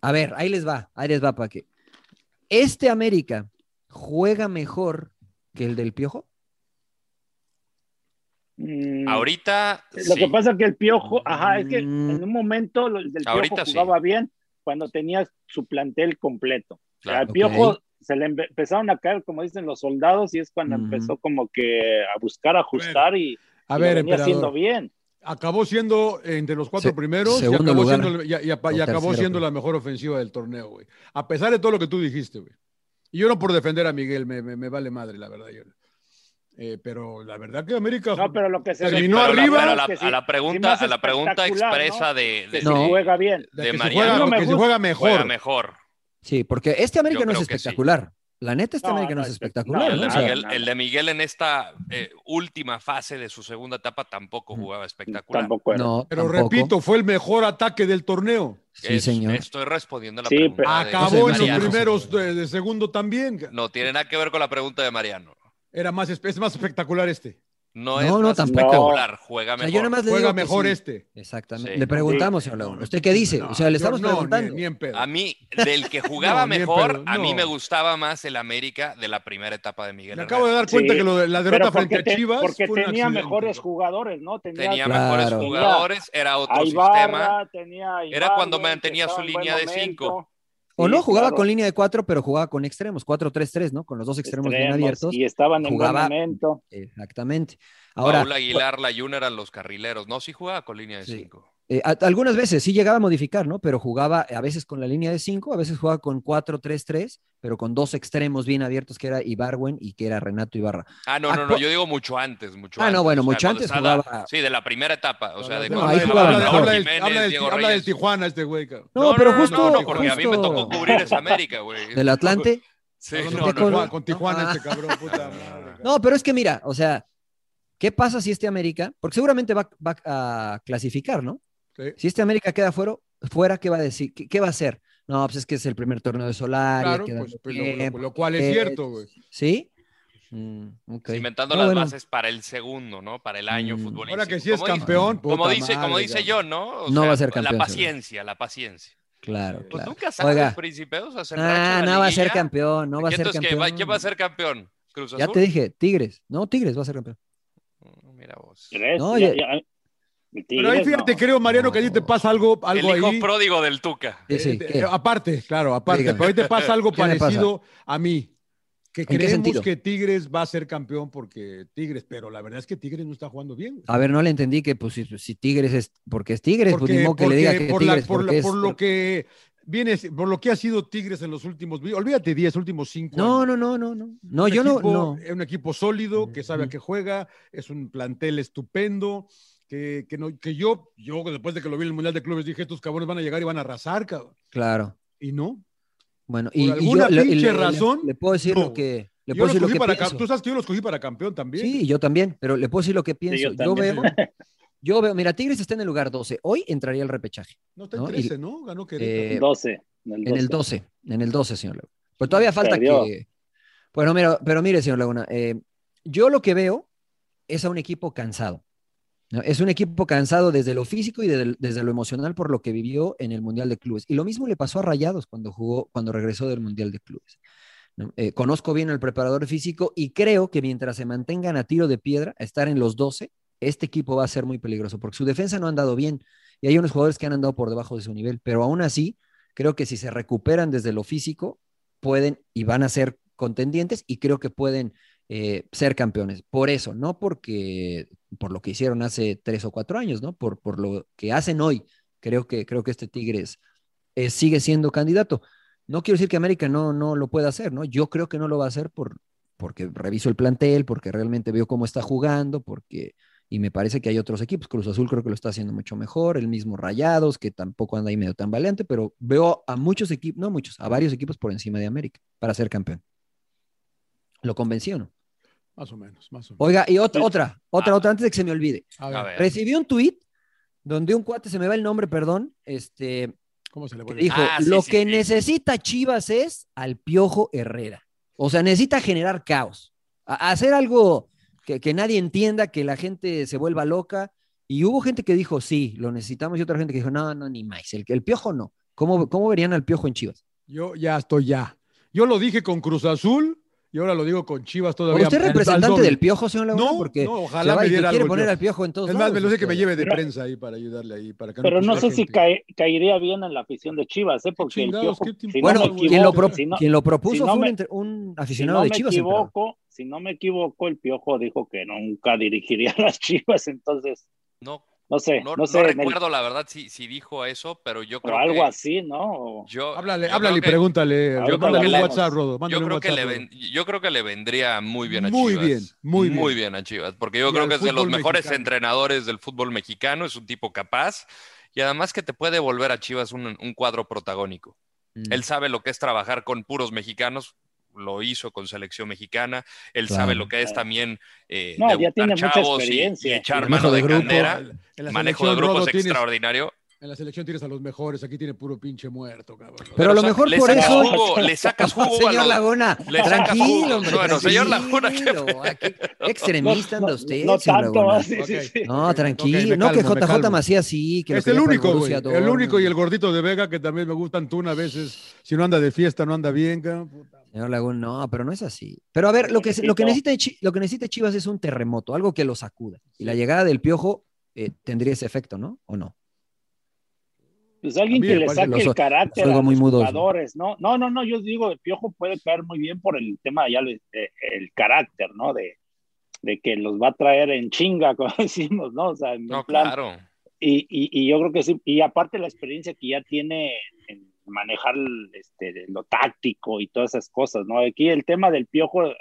S2: a ver, ahí les va, ahí les va para que. ¿Este América juega mejor que el del Piojo?
S7: Mm,
S8: Ahorita.
S7: Lo que
S8: sí.
S7: pasa es que el piojo, ajá, es que
S2: Mm.
S7: en un momento lo- el del piojo
S8: Ahorita sí.
S7: jugaba bien cuando tenía su plantel completo. O sea,
S8: Claro.
S7: al piojo se le empe- empezaron a caer, como dicen los soldados, y es cuando
S2: Ujú.
S7: empezó como que a buscar ajustar y,
S9: A
S7: y
S9: ver,
S7: lo venía haciendo
S9: emperador.
S7: bien.
S9: acabó siendo eh, entre los cuatro
S2: Se-
S9: primeros y
S2: segundo
S9: acabó,
S2: lugar.
S9: siendo, y- y- y acabó
S2: tercero, pues.
S9: siendo
S2: creo.
S9: la mejor ofensiva del torneo, güey. A pesar de todo lo que tú dijiste, güey. Y yo no por defender a Miguel, me, me- me vale madre, la verdad. yo- eh, pero la verdad que América
S7: No, pero lo que se
S9: Terminó
S7: pero la-
S9: arriba.
S7: pero
S8: a, la,
S7: que sí,
S8: a la
S7: sí
S8: pregunta,
S7: más
S8: a la pregunta
S7: espectacular,
S8: expresa
S7: ¿no?
S8: de, de,
S7: Que
S2: No.
S7: se juega bien.
S9: de
S8: de
S9: que, se
S8: Mariano.
S9: juega,
S7: No me
S9: que se
S7: gusta.
S9: juega mejor.
S8: juega mejor.
S2: Sí, porque este América
S8: Yo
S2: no es
S8: creo que sí.
S2: espectacular. La neta, este
S7: No,
S2: América no
S7: no,
S2: es
S7: es-
S2: espectacular.
S7: no,
S8: el,
S2: ¿no?
S8: de
S2: O sea,
S8: Miguel,
S7: nada.
S8: el de Miguel en esta eh, última fase de su segunda etapa tampoco jugaba espectacular.
S7: Mm, Tampoco era.
S2: no,
S9: pero
S2: tampoco.
S9: repito, fue el mejor ataque del torneo.
S2: Sí,
S8: Es-
S2: señor.
S8: Estoy respondiendo a la
S7: Sí,
S8: pregunta.
S7: pero-
S8: de-
S9: Ah, Acabó
S2: Ese
S9: en los
S8: Mariano.
S2: primer-
S9: primeros de, de segundo también.
S8: No tiene nada que ver con la pregunta de Mariano.
S9: Era más, espe- es más espectacular este.
S8: No,
S2: No,
S8: es
S2: no,
S8: más
S2: tampoco.
S8: espectacular, juega
S2: O sea,
S8: mejor.
S2: yo nada más le
S9: Juega
S2: digo que
S9: mejor
S2: sí.
S9: este.
S2: Exactamente.
S8: Sí.
S2: le preguntamos, señor León. ¿Usted qué dice? o sea, le
S9: yo
S2: estamos
S9: no,
S2: preguntando.
S9: Ni, ni en pedo.
S8: A mí, del que jugaba
S9: No, ni en
S8: mejor,
S9: pedo,
S8: a mí
S9: no.
S8: me gustaba más el América de la primera etapa de Miguel.
S9: Me
S8: Herrera.
S9: acabo de dar
S7: Sí,
S9: cuenta que lo de la derrota
S7: Pero porque
S9: frente a
S7: te-
S9: Chivas.
S7: Porque
S9: fue un
S7: tenía
S9: accidente,
S7: mejores
S9: ¿no?
S7: jugadores, ¿no? Tenía,
S8: Tenía
S2: Claro.
S8: mejores
S2: Tenía
S8: jugadores, era
S7: a
S8: otro sistema.
S7: Ibarra, tenía a
S8: Era cuando
S7: Ibargüen,
S8: mantenía
S7: que
S8: su
S7: estaba en buen
S8: línea de cinco.
S7: momento.
S2: o
S7: Sí,
S2: no, jugaba
S7: claro.
S2: con línea de cuatro, pero jugaba con extremos. 4-3-3, ¿no? Con los dos extremos, bien
S7: Extremos,
S2: abiertos.
S7: Y estaban en buen
S2: Jugaba-
S7: momento.
S2: Exactamente. Ahora, pues
S8: Paul Aguilar, la Jun eran los carrileros. No, sí jugaba con línea de
S2: Sí.
S8: cinco.
S2: eh, a- algunas veces sí llegaba a modificar, ¿no? Pero jugaba a veces con la línea de 5, a veces jugaba con 4-3-3, pero con dos extremos bien abiertos, que era Ibarwen y que era Renato Ibarra.
S8: Ah, no,
S2: Ah,
S8: no, no,
S2: cu-
S8: yo digo mucho antes, mucho
S2: Ah, no,
S8: antes.
S2: bueno,
S8: o sea,
S2: mucho
S8: cuando
S2: antes
S8: estaba-
S2: jugaba-
S8: Sí, de la primera etapa, o sea, de
S2: No,
S8: cuando
S2: ahí
S8: estaba
S2: jugaba
S9: habla, de-
S8: Raúl
S2: mejor.
S9: habla del-
S8: Jiménez,
S9: habla del-
S8: Diego
S9: habla del
S8: Reyes.
S9: Tijuana este güey, cabrón.
S2: No, pero justo.
S8: No, no, porque a mí me
S2: justo
S8: tocó cubrir esa América, güey.
S2: Del Atlante.
S8: Sí,
S9: Perdón,
S8: no,
S9: con,
S8: no,
S9: Tijuana,
S8: no.
S9: con Tijuana
S2: No.
S9: este cabrón, puta madre.
S2: No, pero es que mira, o sea, ¿qué pasa si este América? Porque seguramente va, va a clasificar, ¿no?
S9: Sí.
S2: Si este América queda fuera, fuera ¿qué va a decir? ¿Qué, qué va a hacer? No, pues es que es el primer torneo de Solar.
S9: Claro, pues, pues, lo- lo, lo cual es
S2: eh,
S9: cierto, güey.
S2: ¿sí. Mm, ok.
S8: Inventando
S2: No,
S8: las
S2: bueno,
S8: bases para el segundo, ¿no? Para el año
S2: Mm.
S8: futbolístico.
S9: Ahora que sí es
S8: Como dice-
S9: campeón,
S8: Como
S9: puta
S8: dice, como
S9: madre,
S8: dice
S9: cabrón.
S8: John, ¿no? O
S2: No
S8: sea,
S2: va a ser campeón,
S8: La
S2: seguro.
S8: paciencia, la paciencia.
S2: Claro,
S8: Pues
S2: claro.
S8: nunca sabes,
S2: Oiga.
S8: príncipe. O sea, se enracha
S2: Ah,
S8: en la
S2: no va a ser
S8: liguilla.
S2: campeón, no va a ser
S8: Entonces,
S2: campeón.
S8: ¿quién va- ¿Quién va a ser campeón? ¿Cruz Azul?
S2: Ya te dije, Tigres. No, Tigres va a ser campeón.
S8: Mm, Mira vos.
S7: ¿Crees?
S2: No,
S7: Ya-
S2: ya-
S7: ya-
S9: Pero ahí
S7: Tigres,
S9: fíjate,
S7: no.
S9: creo, Mariano, que ahí te pasa algo, algo
S8: el hijo
S9: ahí.
S8: pródigo del Tuca.
S2: Sí, sí,
S9: Eh,
S2: ¿qué?
S9: eh, aparte, claro, aparte.
S2: Dígame.
S9: Pero ahí te pasa algo
S2: ¿Qué me pasa?
S9: parecido a mí. Que
S2: qué
S9: creemos
S2: sentido?
S9: que Tigres va a ser campeón porque Tigres, pero la verdad es que Tigres no está jugando bien. güey.
S2: A ver, no le entendí que pues si, si Tigres es porque es Tigres,
S9: Porque-
S2: Ah, pues ni modo que le diga
S9: porque
S2: que
S9: por la-
S2: Tigres
S9: por la-
S2: porque es-
S9: por lo que viene, por lo que ha sido Tigres en los últimos, olvídate 10, últimos 5
S2: No, no, no, no, no. No,
S9: un
S2: yo no-
S9: equipo- eh,
S2: no. Mm,
S9: Es un equipo sólido, que sabe a
S2: Ujú.
S9: qué juega, es un plantel estupendo, que, que, no, que yo, yo después de que lo vi en el Mundial de Clubes dije, estos cabrones van a llegar y van a arrasar, cabrón.
S2: Claro.
S9: Y no.
S2: Bueno,
S9: Por
S2: y, y
S9: alguna
S2: yo le- le-
S9: pinche
S2: le- le-
S9: razón,
S2: le, puedo decir
S9: no,
S2: lo que le
S9: Yo
S2: puedo
S9: los
S2: decir lo
S9: cogí
S2: que
S9: para
S2: pienso.
S9: cam- Tú sabes que yo los cogí para campeón también.
S2: Sí, yo también, pero le puedo decir lo que pienso.
S7: yo
S2: yo,
S7: también.
S2: veo, yo veo, mira, Tigres está en el lugar 12. Hoy entraría el repechaje.
S9: No está en
S2: No, y-
S9: 13, ¿no? Ganó Querétaro.
S2: Eh,
S7: 12. En el 12.
S2: en el 12, en el 12, señor Laguna. Pero Pues todavía falta
S7: Perdió.
S2: que. Bueno, mira, pero mire, señor Laguna, eh, yo lo que veo es a un equipo cansado. ¿no? Es un equipo cansado desde lo físico y del- desde lo emocional por lo que vivió en el Mundial de Clubes. Y lo mismo le pasó a Rayados cuando jugó, cuando regresó del Mundial de Clubes. ¿no? Eh, conozco bien al preparador físico y creo que mientras se mantengan a tiro de piedra, a estar en los 12, este equipo va a ser muy peligroso porque su defensa no ha andado bien y hay unos jugadores que han andado por debajo de su nivel, pero aún así, creo que si se recuperan desde lo físico, pueden y van a ser contendientes y creo que pueden eh, ser campeones. Por eso, no porque por lo que hicieron hace tres o cuatro años, ¿no? Por, por lo que hacen hoy. Creo que, creo que este Tigres eh, sigue siendo candidato. No quiero decir que América no, no lo pueda hacer, ¿no? Yo creo que no lo va a hacer por, porque reviso el plantel, porque realmente veo cómo está jugando, porque y me parece que hay otros equipos. Cruz Azul creo que lo está haciendo mucho mejor, el mismo Rayados, que tampoco anda ahí medio tan valiente, pero veo a muchos equipos, no muchos, a varios equipos por encima de América para ser campeón. ¿Lo convencí o no?
S9: Más o menos, más o menos.
S2: Oiga, y otra,
S7: Sí.
S2: otra, otra,
S8: Ah.
S2: otra, antes de que se me olvide.
S9: A ver,
S8: A ver.
S2: Recibí un tuit donde un cuate, se me va el nombre, perdón, este,
S9: ¿cómo se le
S2: que
S9: vuelve?
S2: dijo,
S8: Ah, sí,
S2: lo
S8: sí,
S2: que
S8: sí.
S2: necesita Chivas es al Piojo Herrera. O sea, necesita generar caos, a- hacer algo que, que nadie entienda, que la gente se vuelva loca. Y hubo gente que dijo, sí, lo necesitamos, y otra gente que dijo, no, no, ni más, el, el Piojo no. ¿Cómo, ¿Cómo verían al Piojo en Chivas?
S9: Yo ya estoy ya. Yo lo dije con Cruz Azul y ahora lo digo con Chivas todavía.
S2: ¿Usted es
S9: al- al
S2: representante
S9: doble.
S2: del Piojo, señor Laguna?
S9: No,
S2: Porque
S9: no,
S2: se
S9: ojalá
S2: va
S9: me
S2: y que
S9: diera
S2: quiere
S9: algo.
S2: poner
S9: yo.
S2: al Piojo en todos
S9: Es más, me lo
S2: lados,
S9: sé que me
S2: usted.
S9: lleve de
S7: Pero-
S9: prensa ahí para ayudarle ahí. Para que
S7: Pero no
S9: pusiera
S7: sé si
S9: gente.
S7: cae- caería bien en la afición de Chivas, ¿eh? Porque el
S9: Chingados,
S7: Piojo,
S9: ¿qué te
S7: si
S9: importa,
S2: Bueno,
S7: no me
S9: güey?
S2: quien, lo
S7: equivoco,
S2: pro-
S7: si no-
S2: quien lo propuso
S7: si no
S2: fue un,
S7: me-
S2: entre- un
S7: si
S2: aficionado
S7: no
S2: de
S7: me
S2: Chivas. emperador.
S7: equivoco, si no me equivoco, el Piojo dijo que nunca dirigiría a las Chivas, entonces
S8: No
S7: No sé, no,
S8: No,
S7: sé.
S8: no
S7: en el-
S8: recuerdo la verdad si, si dijo eso, pero yo creo
S7: o algo
S8: que
S7: así, ¿no? O-
S8: yo
S9: Háblale,
S8: yo
S9: háblale y
S8: creo que-
S9: pregúntale.
S7: Ahorita
S9: Mándale un
S7: hablamos.
S9: WhatsApp, Rodo.
S8: Yo
S9: mándale un
S8: creo, que le
S9: WhatsApp,
S8: ven- yo creo que le vendría muy bien a
S9: Muy
S8: Chivas.
S9: bien, muy bien.
S8: a Chivas, porque yo
S9: Y
S8: creo
S9: al
S8: que es de los
S9: fútbol
S8: mejores
S9: mexicano.
S8: entrenadores del fútbol mexicano, es un tipo capaz y además que te puede volver a Chivas un, un cuadro protagónico.
S2: Mm.
S8: Él sabe lo que es trabajar con puros mexicanos, lo hizo con selección mexicana, él sabe
S2: Claro.
S8: lo que es también eh,
S7: No, ya
S8: debutar
S7: tiene mucha
S8: chavos y- y,
S7: experiencia.
S8: echar
S9: Rodo.
S8: mano de,
S9: grupo.
S8: candera.
S9: En la
S8: Manejo
S9: selección,
S8: de grupos
S9: Rodo, tienes-
S8: extraordinario.
S9: En la selección tienes a los mejores. Aquí tiene puro pinche muerto, cabrón.
S2: Pero a lo
S8: sa-
S2: mejor
S8: le
S2: por
S8: sacas
S2: eso-
S8: jugo, le sacas jugo a
S2: Señor
S8: los-
S2: Laguna,
S8: le sacas jugo.
S2: tranquilo, hombre.
S8: Bueno,
S2: tranquilo.
S8: señor Laguna, ¿qué
S2: Ah, qué- qué
S7: No,
S2: extremista anda
S7: no,
S2: usted,
S7: no
S2: señor Laguna.
S7: tanto, sí, sí,
S9: Ok.
S7: sí.
S2: No,
S9: Ok,
S2: tranquilo.
S9: ok, me
S2: no, que
S9: calmo, me
S2: JJ
S9: calmo.
S2: Macías sí, que lo
S9: es el
S2: quería para
S9: único, güey.
S2: Borussia
S9: El único
S2: Dortmund.
S9: y el gordito de Vega, que también me gustan tú a veces. Si no anda de fiesta, no anda bien, cabrón. Puta.
S2: Señor Laguna, no, pero no es así. Pero a ver, lo que, se- lo que, necesita, Chi- lo que necesita Chivas es un terremoto, algo que lo sacuda. Y la llegada del piojo eh, tendría ese efecto, ¿no? ¿O no?
S7: Pues
S9: A
S7: alguien
S9: mí
S7: que
S9: me
S7: le
S9: parece-
S7: saque
S2: los-
S7: el
S9: Ah,
S7: carácter
S2: los oigo
S7: a los
S2: muy mudos, ¿no?
S7: jugadores, ¿no? No, no, no, yo digo, el Piojo puede caer muy bien por el tema, ya lo- eh, el carácter, ¿no? De, de que los va a traer en chinga, como decimos, ¿no? O sea, en
S8: No,
S7: plan,
S8: claro.
S7: y, y, y yo creo que sí, y aparte la experiencia que ya tiene en manejar este, lo táctico y todas esas cosas, ¿no? Aquí el tema del piojo,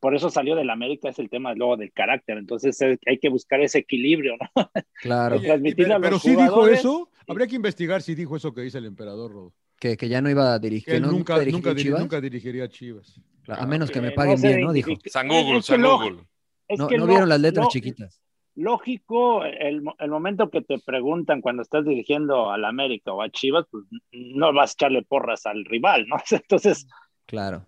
S7: por eso salió del América, es el tema luego del carácter, entonces eh, hay que buscar ese equilibrio, ¿no?
S2: Claro,
S9: Oye,
S7: transmitirle a
S9: pero pero
S7: los
S9: sí dijo
S7: jugadores.
S9: eso. Habría que investigar si dijo eso que dice el emperador, Rodo.
S2: que, que ya no iba a dirigir.
S9: Que
S2: que
S9: él
S2: no,
S9: nunca,
S2: dirigiría
S9: nunca, diri-
S2: Chivas.
S9: nunca dirigiría a Chivas.
S2: Claro, a menos que me
S7: Eh,
S2: paguen
S7: se
S2: bien, ¿no? Dijo.
S7: identifica-
S8: San
S7: Es-
S8: Google,
S7: es que
S8: San
S7: lo-
S8: Google.
S7: es
S2: No,
S7: que
S2: no
S7: lo-
S2: vieron las letras
S7: lo-
S2: chiquitas.
S7: Lógico, el, mo- el momento que te preguntan cuando estás dirigiendo al América o a Chivas, pues no vas a echarle porras al rival, ¿no? Entonces,
S2: Claro.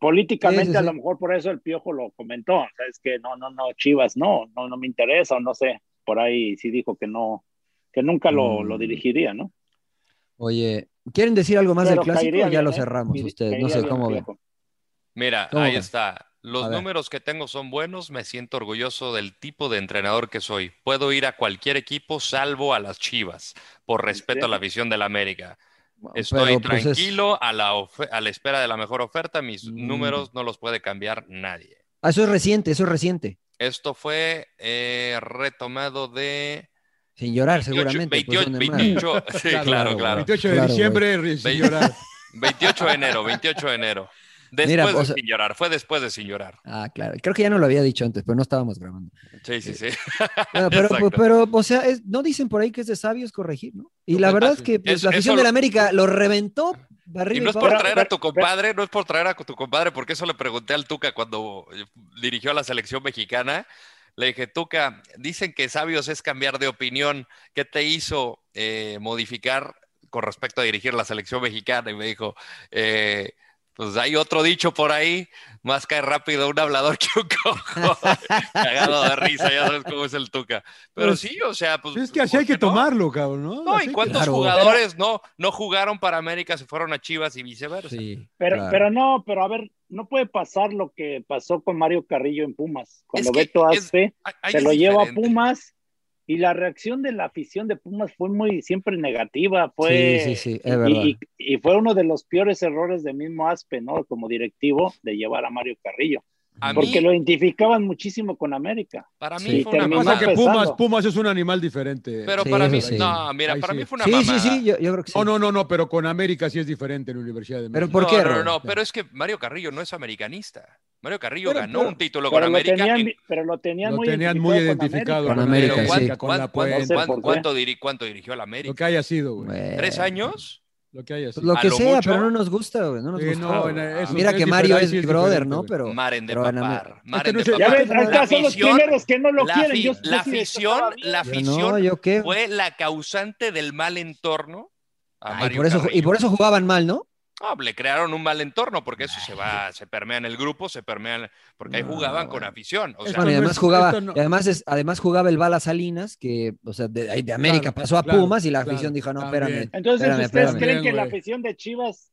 S7: políticamente
S2: Sí, sí,
S7: a
S2: sí.
S7: lo mejor por eso el Piojo lo comentó, o sea, es que no, no, no, Chivas, no, no, no me interesa, o no sé, por ahí sí dijo que no, que nunca lo,
S2: Mm.
S7: lo dirigiría, ¿no?
S2: Oye, ¿quieren decir algo más
S7: Pero
S2: del clásico?
S7: caería
S2: Ya
S7: bien,
S2: lo
S7: ¿eh?
S2: cerramos
S7: Caería-
S2: ustedes. No
S7: caería
S2: sé
S7: bien
S2: cómo
S7: el
S2: ven.
S7: Piojo.
S8: Mira,
S2: ¿Cómo
S8: ahí
S2: ven?
S8: está. Los
S2: A ver.
S8: números que tengo son buenos, me siento orgulloso del tipo de entrenador que soy. Puedo ir a cualquier equipo salvo a las Chivas, por respeto a la visión del América. Estoy
S2: Pero, pues, es-
S8: tranquilo a la, ofe- a la espera de la mejor oferta, mis
S2: Mm.
S8: números no los puede cambiar nadie.
S2: Ah, eso es reciente, eso es reciente.
S8: Esto fue eh, retomado de
S2: Sin llorar,
S8: 28
S2: seguramente. pues,
S8: 28,
S2: ¿dónde más?
S8: 28 sí,
S9: Claro,
S8: claro, claro.
S9: 28 de
S2: Claro,
S9: diciembre, ri- sin
S8: Ve-
S9: llorar.
S8: 28 de enero, 28 de enero. Después
S2: Mira,
S8: de
S2: o sea-
S8: Sin Llorar, fue después de Sin Llorar.
S2: Ah, claro. Creo que ya no lo había dicho antes, pero no estábamos grabando.
S8: Sí, sí, sí.
S2: Eh, Bueno, pero, pues,
S8: Exacto.
S2: pero, o sea, es- no dicen por ahí que es de sabios corregir, ¿no? Y la
S9: Pues,
S2: verdad
S9: ah,
S2: es que pues,
S8: Es-
S2: la afición de
S8: eso lo-
S2: la América lo reventó para
S8: Y
S2: arriba
S8: no
S2: y para
S8: es por
S7: Pero-
S2: abajo.
S8: traer a tu compadre, no es por traer a tu compadre, porque eso le pregunté al Tuca cuando eh, dirigió a la selección mexicana. Le dije, Tuca, dicen que sabios es cambiar de opinión. ¿Qué te hizo eh, modificar con respecto a dirigir la selección mexicana? Y me dijo, eh, pues hay otro dicho por ahí, más cae rápido un hablador que un cojo. Cagado de risa, ya sabes cómo es el Tuca. Pero
S9: Pues,
S8: sí, o sea, pues...
S9: es que así hay
S8: ¿por
S9: que
S8: qué no?
S9: tomarlo, cabrón, ¿no?
S8: No,
S9: Así
S8: ¿y
S9: que-
S8: cuántos
S2: claro.
S8: jugadores no, no jugaron para América, se fueron a Chivas y viceversa?
S2: Sí,
S7: Pero,
S2: claro.
S7: pero no, pero a ver, no puede pasar lo que pasó con Mario Carrillo en Pumas, cuando
S8: que
S7: Beto
S8: es-
S7: Aspe
S8: Ahí- ahí
S7: se
S8: es
S7: lo lleva a
S8: diferente.
S7: Pumas y la reacción de la afición de Pumas fue muy siempre negativa, fue
S2: Sí, sí, sí, es
S7: y-
S2: verdad.
S7: y, y fue uno de los peores errores de mismo Aspe, ¿no? Como directivo de llevar a Mario Carrillo,
S8: A mí,
S7: porque lo identificaban muchísimo con América.
S8: para mí
S7: sí,
S8: fue una
S9: Lo que pasa
S8: mamada.
S9: es que
S7: empezando.
S9: Pumas, Pumas es un animal diferente.
S8: Pero
S2: Sí,
S8: para
S2: eso
S8: mí,
S2: sí.
S8: no, mira,
S9: Ahí
S8: para
S9: sí.
S8: mí fue una
S2: sí, sí,
S8: mamada.
S2: sí, yo, yo creo que sí.
S9: No, no, no, no, pero con América sí es diferente en la Universidad de
S2: Pero
S9: México.
S2: ¿por
S8: no,
S2: qué?
S8: no, no,
S2: Rodo?
S8: no, pero es que Mario Carrillo no es americanista. Mario Carrillo
S9: Pero-
S8: ganó
S9: pero-
S8: un título con
S7: Pero lo,
S8: América.
S7: tenían,
S8: en-
S7: vi- pero lo tenían
S9: lo
S7: muy
S9: tenían muy
S7: identificado
S9: identificado
S2: con
S9: con
S2: América,
S9: América,
S8: pero
S2: sí.
S8: ¿cuán-
S9: con la
S8: cuán- cuán-
S9: Puente,
S7: por
S8: cuán-
S7: qué.
S8: cuánto, diri- cuánto dirigió el América?
S9: lo que haya sido, güey.
S2: Bueno,
S8: ¿Tres años?
S9: Lo que haya
S2: pues,
S9: sido.
S2: lo que
S8: A lo
S2: sea,
S8: mucho.
S2: pero no nos gusta, güey, no nos
S9: Sí,
S2: gusta.
S9: no,
S8: en-
S9: eso
S2: Mira
S9: sí
S2: que
S9: es
S2: Mario
S9: diferente,
S2: es
S9: sí es
S2: brother,
S9: diferente,
S2: ¿no?
S9: güey.
S2: Pero,
S8: Maren de
S2: pero en Amé-
S8: papar. Maren
S9: no
S8: de
S9: se-
S8: papar.
S7: Ya ves,
S9: La
S7: acá son los
S8: afición-
S7: primeros que no lo
S8: la
S7: quieren.
S8: afi-
S7: Yo-
S8: la
S7: yo sí
S8: afición,
S7: estaba bien.
S8: la
S2: yo no,
S8: afición
S2: yo qué.
S8: fue la causante del mal entorno a
S2: Ay,
S8: Mario
S2: por eso, y
S8: Carrillo.
S2: por eso jugaban mal, ¿no?
S8: Ah, le crearon un mal entorno porque eso se va, se permea en el grupo, se permea, en- porque ahí
S2: No,
S8: jugaban con
S2: bueno.
S8: afición. O
S9: Es
S8: sea,
S2: Bueno, y
S9: no
S2: además
S9: es-
S2: jugaba,
S9: esto no-
S2: y además, es, además jugaba el Bala Salinas, que, o sea, de, de América
S9: Claro,
S2: pasó a
S9: claro,
S2: Pumas y la
S9: claro,
S2: afición dijo, no,
S9: también.
S2: espérame.
S7: Entonces,
S2: espérame,
S7: ¿ustedes
S2: espérame.
S7: creen que la
S9: Bien, güey.
S7: afición de Chivas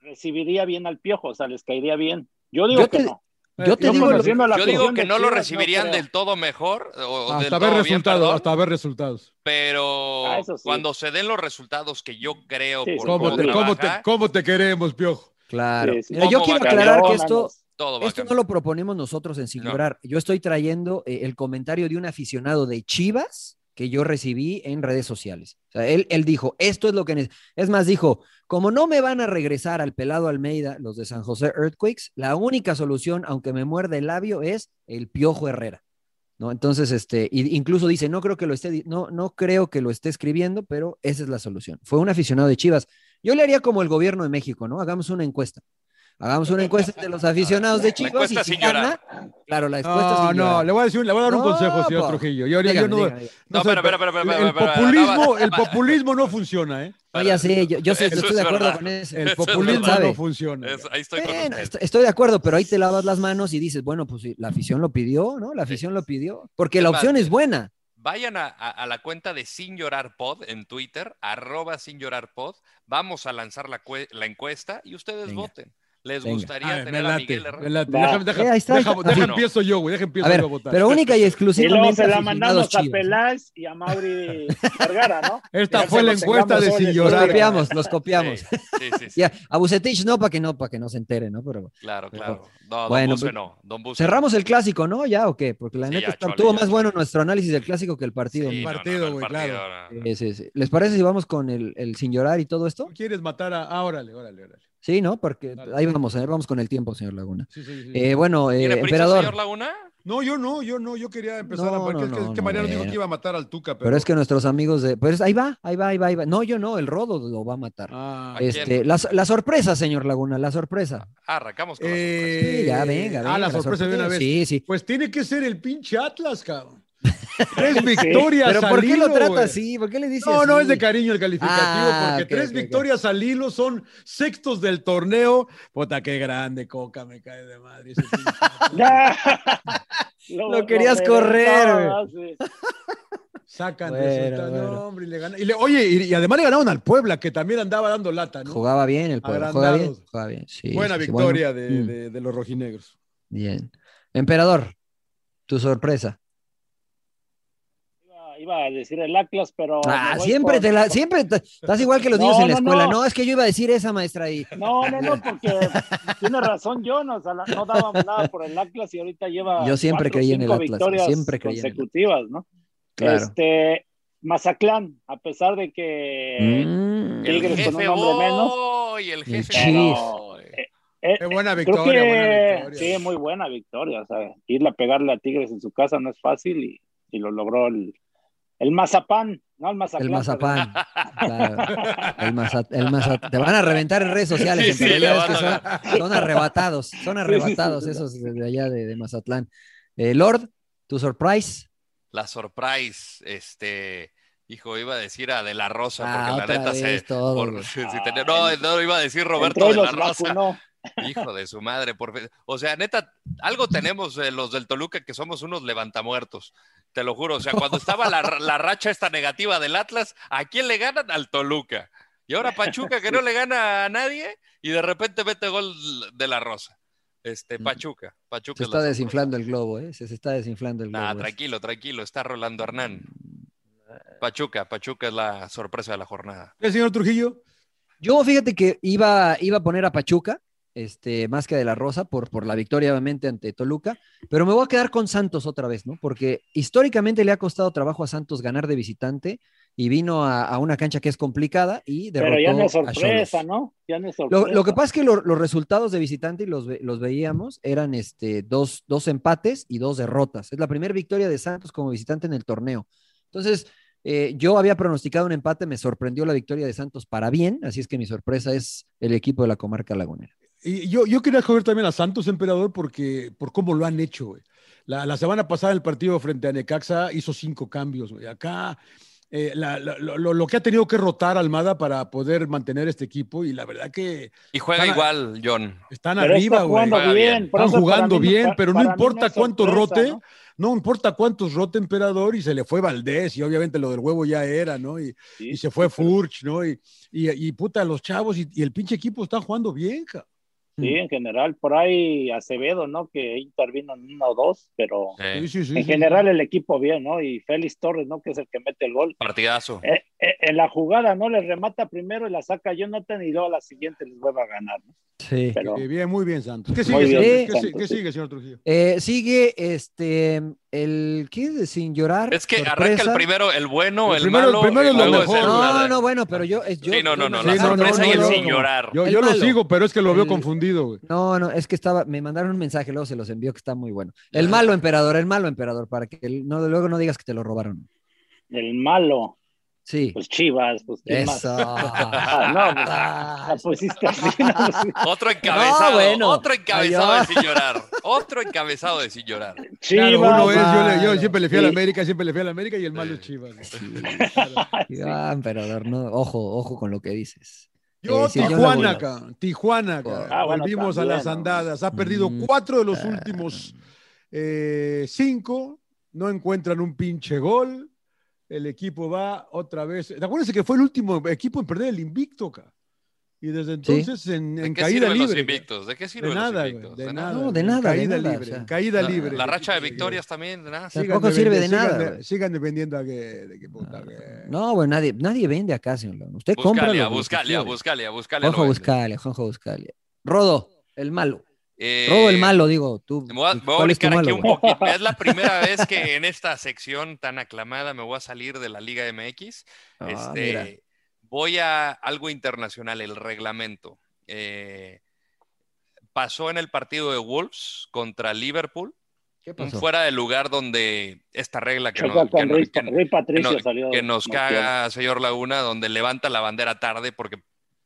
S7: recibiría bien al piojo? O sea, les caería bien. Yo digo
S2: Yo
S7: que
S2: te-
S7: no.
S2: Yo te
S7: No
S2: digo, lo-
S7: conociendo a la
S8: yo digo
S7: afición
S8: que
S7: de
S8: no lo
S7: Chivas,
S8: recibirían
S7: creo.
S8: del todo mejor o o del
S9: Hasta ver
S8: todo bien,
S9: resultados,
S8: perdón,
S9: hasta ver resultados.
S8: pero
S7: Ah, eso sí.
S8: cuando se den los resultados que yo creo
S7: Sí,
S8: por
S7: sí.
S8: cómo,
S9: ¿Cómo te, cómo, te,
S8: trabaja,
S9: cómo te queremos, Piojo?
S2: Claro.
S7: Sí, sí.
S2: Mira, yo
S8: ¿Cómo
S2: quiero
S8: va a
S2: aclarar que
S7: cambiar?
S2: esto,
S8: todo va a
S2: esto no
S8: cambiar.
S2: lo proponemos nosotros en
S8: No.
S2: singular. Yo estoy trayendo eh, el comentario de un aficionado de Chivas que yo recibí en redes sociales. O sea, él, él dijo, esto es lo que... neces-". Es más, dijo, como no me van a regresar al pelado Almeida los de San José Earthquakes, la única solución, aunque me muerde el labio, es el Piojo Herrera. ¿No? Entonces, este, y- incluso dice, no creo que lo esté, di- no, no creo que lo esté escribiendo, pero esa es la solución. Fue un aficionado de Chivas. Yo le haría como el gobierno de México, ¿no? Hagamos una encuesta. Hagamos una encuesta de los aficionados de
S8: La
S2: Chivas y
S8: encuesta
S2: si
S8: sin llorar.
S2: gana, claro, la encuesta
S9: No,
S2: sin
S9: no,
S2: llorar.
S9: le voy a decir, le voy a dar un
S2: No,
S9: consejo, señor
S2: pa.
S9: Trujillo. Yo, yo- yo
S2: Dígame,
S9: no,
S2: dígame, dígame.
S9: no
S8: No,
S9: sé,
S8: pero, pero, pero, pero,
S9: el
S8: pero, pero,
S9: populismo,
S8: no,
S9: el populismo no funciona, ¿eh?
S2: No, ya sé, yo, yo sé,
S8: Eso
S2: yo estoy
S8: es
S2: de acuerdo
S8: verdad.
S2: con eso.
S9: El
S8: Eso es
S9: populismo
S2: verdad.
S9: no funciona.
S8: Es- ahí estoy con
S2: Bueno,
S8: usted.
S2: est- estoy de acuerdo, pero ahí te lavas las manos y dices, bueno, pues sí, la afición lo pidió, ¿no? La afición lo pidió, porque
S8: Es
S2: la
S8: más,
S2: opción es buena.
S8: Vayan a, a- a la cuenta de Sin Llorar Pod en Twitter, arroba Sin Llorar Pod. Vamos a lanzar la, cue- la encuesta y ustedes
S2: Venga.
S8: voten. ¿Les
S2: Venga.
S8: gustaría
S9: A ver,
S8: tener
S9: me
S8: a
S9: late,
S8: Miguel Herrera?
S9: me late.
S7: Va.
S9: Déjame, deja-
S2: Eh, ahí está, ahí
S9: deja-
S2: está.
S9: deja
S8: Bueno.
S9: empiezo yo, güey. Deja
S2: A
S9: empiezo
S2: ver,
S9: yo a votar.
S2: pero única y
S7: Y luego
S2: exclusivamente
S7: se la
S2: aficionados
S7: mandamos a
S2: chivas.
S7: Peláez y a Mauri Vergara, ¿no?
S9: Esta
S7: Ya
S9: fue
S7: se
S9: la
S7: los
S9: encuesta
S7: tengamos
S9: de sin
S7: soles
S2: Los
S9: llorar.
S2: copiamos, los copiamos.
S8: Sí, sí, sí, sí,
S2: Ya, a Bucetich no, para que no, para que no se entere, ¿no? Pero
S8: claro,
S2: Pero-
S8: claro. No,
S2: Bueno,
S8: don Buse
S2: pues,
S8: no. Don Buse no.
S2: cerramos el clásico, ¿no? Ya o qué? Porque la
S8: Sí,
S2: neta
S8: ya,
S2: está-
S8: chole,
S2: tuvo
S8: ya,
S2: más bueno
S8: chole.
S2: nuestro análisis del clásico que el partido. ¿no?
S8: Sí, no, no, no,
S9: partido,
S8: el
S9: güey, claro.
S8: partido,
S2: Sí,
S8: no.
S2: sí, sí. ¿Les parece si vamos con el, el sin llorar y todo esto?
S9: ¿Tú quieres matar a.? Ah, órale, órale, órale.
S2: Sí, ¿no? Porque
S9: Dale.
S2: ahí vamos, a ver, vamos con el tiempo, señor Laguna.
S9: Sí, sí, sí.
S2: Eh, bueno, eh,
S8: ¿Tiene prisa,
S2: emperador.
S8: señor Laguna?
S9: no, yo no, yo no. Yo quería empezar
S2: No,
S9: a.
S2: no,
S9: que- que,
S2: no,
S9: que
S2: no,
S9: Mariano dijo
S2: bueno.
S9: que iba a matar al Tuca, pero.
S2: Pero es que nuestros amigos de. Pero es- ahí va, ahí va, ahí va, ahí va. No, yo no, el Rodo lo va a matar.
S9: Ah,
S8: ¿a quién?
S2: este, la, so- la sorpresa, señor Laguna, la sorpresa.
S8: Ah, arrancamos con la sorpresa.
S9: eh,
S2: Sí, ya, venga, venga.
S9: Ah, la sorpresa de una vez.
S2: Sí, sí.
S9: Pues tiene que ser el pinche Atlas, cabrón. Tres victorias.
S2: Pero
S9: al
S2: ¿por qué lo
S9: hilo,
S2: trata
S9: güey.
S2: así? ¿Por qué le dice
S9: No,
S2: así?
S9: no es de cariño el calificativo,
S2: Ah,
S9: porque
S2: ok,
S9: tres
S2: ok, ok.
S9: victorias al hilo son sextos del torneo. Puta, qué grande, Coca, me cae de madre. ese pinche Atlas.
S7: Ya.
S2: Lo querías
S7: reventaba, Ah, sí.
S9: Sacan
S2: Bueno,
S9: resultados.
S2: bueno.
S9: No, hombre, y le ganan- y le- oye, y, y además le ganaron al Puebla, que también andaba dando lata, ¿no?
S2: Jugaba bien el pueblo. Juega bien.
S9: Agrandados.
S2: Juega bien. sí,
S9: Buena
S2: sí, sí, bueno.
S9: victoria de,
S2: Mm,
S9: de- de los rojinegros.
S2: Bien. Emperador, tu sorpresa.
S7: Iba- Iba a decir el Atlas, pero.
S2: Ah,
S7: me voy
S2: siempre
S7: por-
S2: te la, siempre te- estás igual que los niños
S7: No,
S2: en la
S7: no,
S2: escuela. No.
S7: no.
S2: es que yo iba a decir esa maestra y
S7: No, no, no, porque tiene razón yo, no, o sea, la- no dábamos nada por el Atlas y ahorita lleva.
S2: Yo siempre
S7: cuatro,
S2: creí en el
S7: cinco
S2: Atlas,
S7: victorias
S2: siempre creí en el Atlas.
S7: consecutivas, ¿no?
S2: claro.
S7: Este, Mazatlán, a pesar de que
S2: Mm.
S8: Eh, El
S7: Tigres con
S8: jefe
S7: un hombre menos.
S8: hoy, el jefe
S2: Chis.
S8: hoy.
S7: eh,
S9: Qué buena
S7: creo
S9: victoria, buena
S7: que
S9: victoria.
S7: sí, muy buena victoria, o sea, irle a pegarle a Tigres en su casa no es fácil y, y lo logró el, el Mazapán, no el Mazatlán.
S2: El
S7: pero-
S2: mazapán. claro. El maza- el maza- Te van a reventar en redes sociales.
S8: Sí, sí,
S2: Emperador, ya
S8: le
S2: ves que
S8: van
S2: son, son arrebatados. Son
S7: sí,
S2: arrebatados
S7: sí, sí.
S2: esos de allá de, de Mazatlán. Eh, Lord, tu surprise.
S8: La surprise, este, hijo, iba a decir a De La Rosa,
S2: Ah,
S8: porque
S2: otra
S8: la neta
S2: vez
S8: se.
S2: todo,
S8: por-
S2: güey.
S8: si tenía- no, no, iba a decir Roberto
S7: entró y
S8: De La
S7: los
S8: Rosa.
S7: vacunó.
S8: Hijo de su madre, por fe- O sea, neta, algo tenemos eh, los del Toluca que somos unos levantamuertos. Te lo juro. O sea, cuando estaba la, la racha esta negativa del Atlas, ¿a quién le ganan? Al Toluca. Y ahora Pachuca, que no le gana a nadie, y de repente mete gol de la Rosa. Este, Pachuca.
S2: Mm. Se
S8: Pachuca. es
S2: está
S8: la sorpresa.
S2: desinflando el pues. globo, ¿eh? Se, se está desinflando el globo.
S8: Nah,
S2: ese.
S8: tranquilo, tranquilo. Está Rolando Hernán.
S2: Mm.
S8: Pachuca, Pachuca es la sorpresa de la jornada.
S9: ¿El señor Trujillo?
S2: Yo fíjate que iba, iba a poner a Pachuca, este, más que a de la Rosa, por, por la victoria obviamente ante Toluca, pero me voy a quedar con Santos otra vez, ¿no? Porque históricamente le ha costado trabajo a Santos ganar de visitante y vino a, a una cancha que es complicada y derrotó
S7: Pero ya no es
S2: a Xolos.
S7: sorpresa, ¿no? Ya no es sorpresa.
S2: Lo, lo que pasa es que lo- los resultados de visitante y los, ve- los veíamos eran este, dos, dos empates y dos derrotas. Es la primera victoria de Santos como visitante en el torneo. Entonces, eh, yo había pronosticado un empate, me sorprendió la victoria de Santos para bien, así es que mi sorpresa es el equipo de la comarca lagunera.
S9: Y yo, yo quería coger también a Santos, emperador, porque por cómo lo han hecho. güey. La, la semana pasada el partido frente a Necaxa hizo cinco cambios. güey. Acá eh, la- la- lo, lo- lo que ha tenido que rotar Almada para poder mantener este equipo y la verdad que
S8: Y juega
S9: Gana-
S8: igual, John.
S9: están
S7: Pero
S9: arriba,
S7: está
S9: güey.
S7: jugando
S8: Juega bien.
S7: bien. por
S9: Están
S7: eso para
S9: jugando
S7: mí
S9: bien,
S7: pa-
S9: pero no
S7: para mí
S9: importa
S7: es
S9: cuánto
S7: sorpresa,
S9: rote,
S7: ¿no?
S9: No importa cuántos rote emperador y se le fue Valdés y obviamente lo del huevo ya era, ¿no? Y, y se fue Furch, ¿no? Y, y, y puta, los chavos y, y el pinche equipo está jugando bien, ca-
S7: Sí, en general, por ahí Acevedo, ¿no? Que intervino en uno o dos, pero
S8: Sí,
S9: Sí, sí, sí,
S7: Eh. en
S9: sí.
S7: general el equipo bien, ¿no? Y Félix Torres, ¿no? Que es el que mete el gol.
S8: Partidazo.
S7: Eh, eh, en la jugada, ¿no? Les remata primero y la saca Jonathan y luego a la siguiente les vuelve a ganar, ¿no?
S2: Sí.
S7: Pero-
S9: Eh, bien, muy bien, Santos. ¿Qué
S7: Muy
S9: sigue,
S7: bien,
S9: señor? ¿Qué
S7: Santos,
S9: si- qué
S7: sí.
S9: sigue, señor Trujillo?
S2: Eh, sigue este el ¿qué es de sin llorar?
S8: Es que arranca el
S2: Sorpresa.
S8: primero, el bueno,
S9: El
S8: el,
S9: primero- el
S8: malo.
S9: primero es
S8: y
S9: lo
S8: luego es el-
S9: mejor.
S2: No, no, bueno, pero yo es yo
S8: Sí, no,
S2: yo
S8: no, no,
S2: me-
S8: la
S9: Sí, no, no,
S8: sorpresa
S9: no,
S8: y el
S9: no,
S8: sin
S9: no.
S8: llorar.
S9: Yo,
S2: El
S9: yo lo
S2: malo.
S9: sigo, pero es que lo veo
S2: El-
S9: confundido, güey.
S2: No, no, es que estaba, me mandaron un mensaje, luego se los envió que está muy bueno. El malo emperador, el malo emperador, para que el- no, luego no digas que te lo robaron.
S7: El malo,
S2: Sí.
S7: pues Chivas, pues ¿quién más?
S2: Eso.
S7: Ah, no, pues,
S2: Ah,
S7: la pusiste así, ¿no?
S8: Otro encabezado,
S2: No, bueno.
S8: otro encabezado de
S2: Adiós.
S8: sin llorar. Otro encabezado de sin llorar.
S9: Claro,
S7: Chivas.
S9: uno es, yo, le- yo
S2: Claro.
S9: siempre le fui a la
S7: Sí.
S9: América, siempre le fui a la América y el malo es Chivas.
S2: Ah, emperador, no, ojo, ojo con lo que dices.
S9: Yo,
S2: Eh, sí, yo no voy
S9: Tijuana,
S2: a-
S9: cabrón. Tijuana, cabrón.
S7: Ah, bueno,
S9: Volvimos a
S7: también,
S9: las
S7: ¿no?
S9: andadas. Ha perdido
S2: Mm.
S9: cuatro de los últimos eh, cinco. No encuentran un pinche gol. El equipo va otra vez. Acuérdense que fue el último equipo en perder el invicto, cabrón. Y desde entonces en,
S8: ¿De
S9: en
S8: qué
S9: caída
S8: sirven los
S9: libre. cabrón.
S8: invictos? ¿De qué sirven
S9: De nada,
S8: los
S9: güey,
S8: invictos?
S9: de nada.
S2: No,
S9: güey.
S2: de
S9: En
S2: nada, de
S9: Caída
S2: nada,
S9: libre.
S2: o sea.
S9: en Caída
S8: La-
S9: libre.
S8: La racha de victorias también, de nada.
S2: Sí. Tampoco sirve de nada,
S9: Sigan,
S2: güey.
S9: sigan dependiendo a que, de que puta, que-
S2: No, bueno, nadie, nadie vende acá, señor. León. Usted compra.
S8: Buscalia,
S2: lo que
S8: buscalia,
S2: quiere.
S8: buscalia, buscalia.
S2: Juanjo
S8: lo vende.
S2: Buscalia, Juanjo Buscalia. Rodo, el malo.
S8: Eh,
S2: Rodo, el malo, digo. Tú,
S8: Me voy a, me voy a
S2: ¿cuál es tu
S8: brincar aquí
S2: malo,
S8: un
S2: güey?
S8: poquito. Es la primera vez que en esta sección tan aclamada me voy a salir de la Liga MX.
S2: Ah,
S8: Este,
S2: mira.
S8: voy a algo internacional, el reglamento. Eh, pasó en el partido de Wolves contra Liverpool,
S2: ¿Qué
S8: un
S2: pasó?
S8: fuera de lugar donde esta regla que,
S7: Choca
S8: no- que
S7: con
S8: no-
S7: Rui,
S8: que no-
S7: Rui
S8: que,
S7: Patricio
S8: no-
S7: salió.
S8: que nos
S7: noqueado.
S8: caga, señor Laguna, donde levanta la bandera tarde porque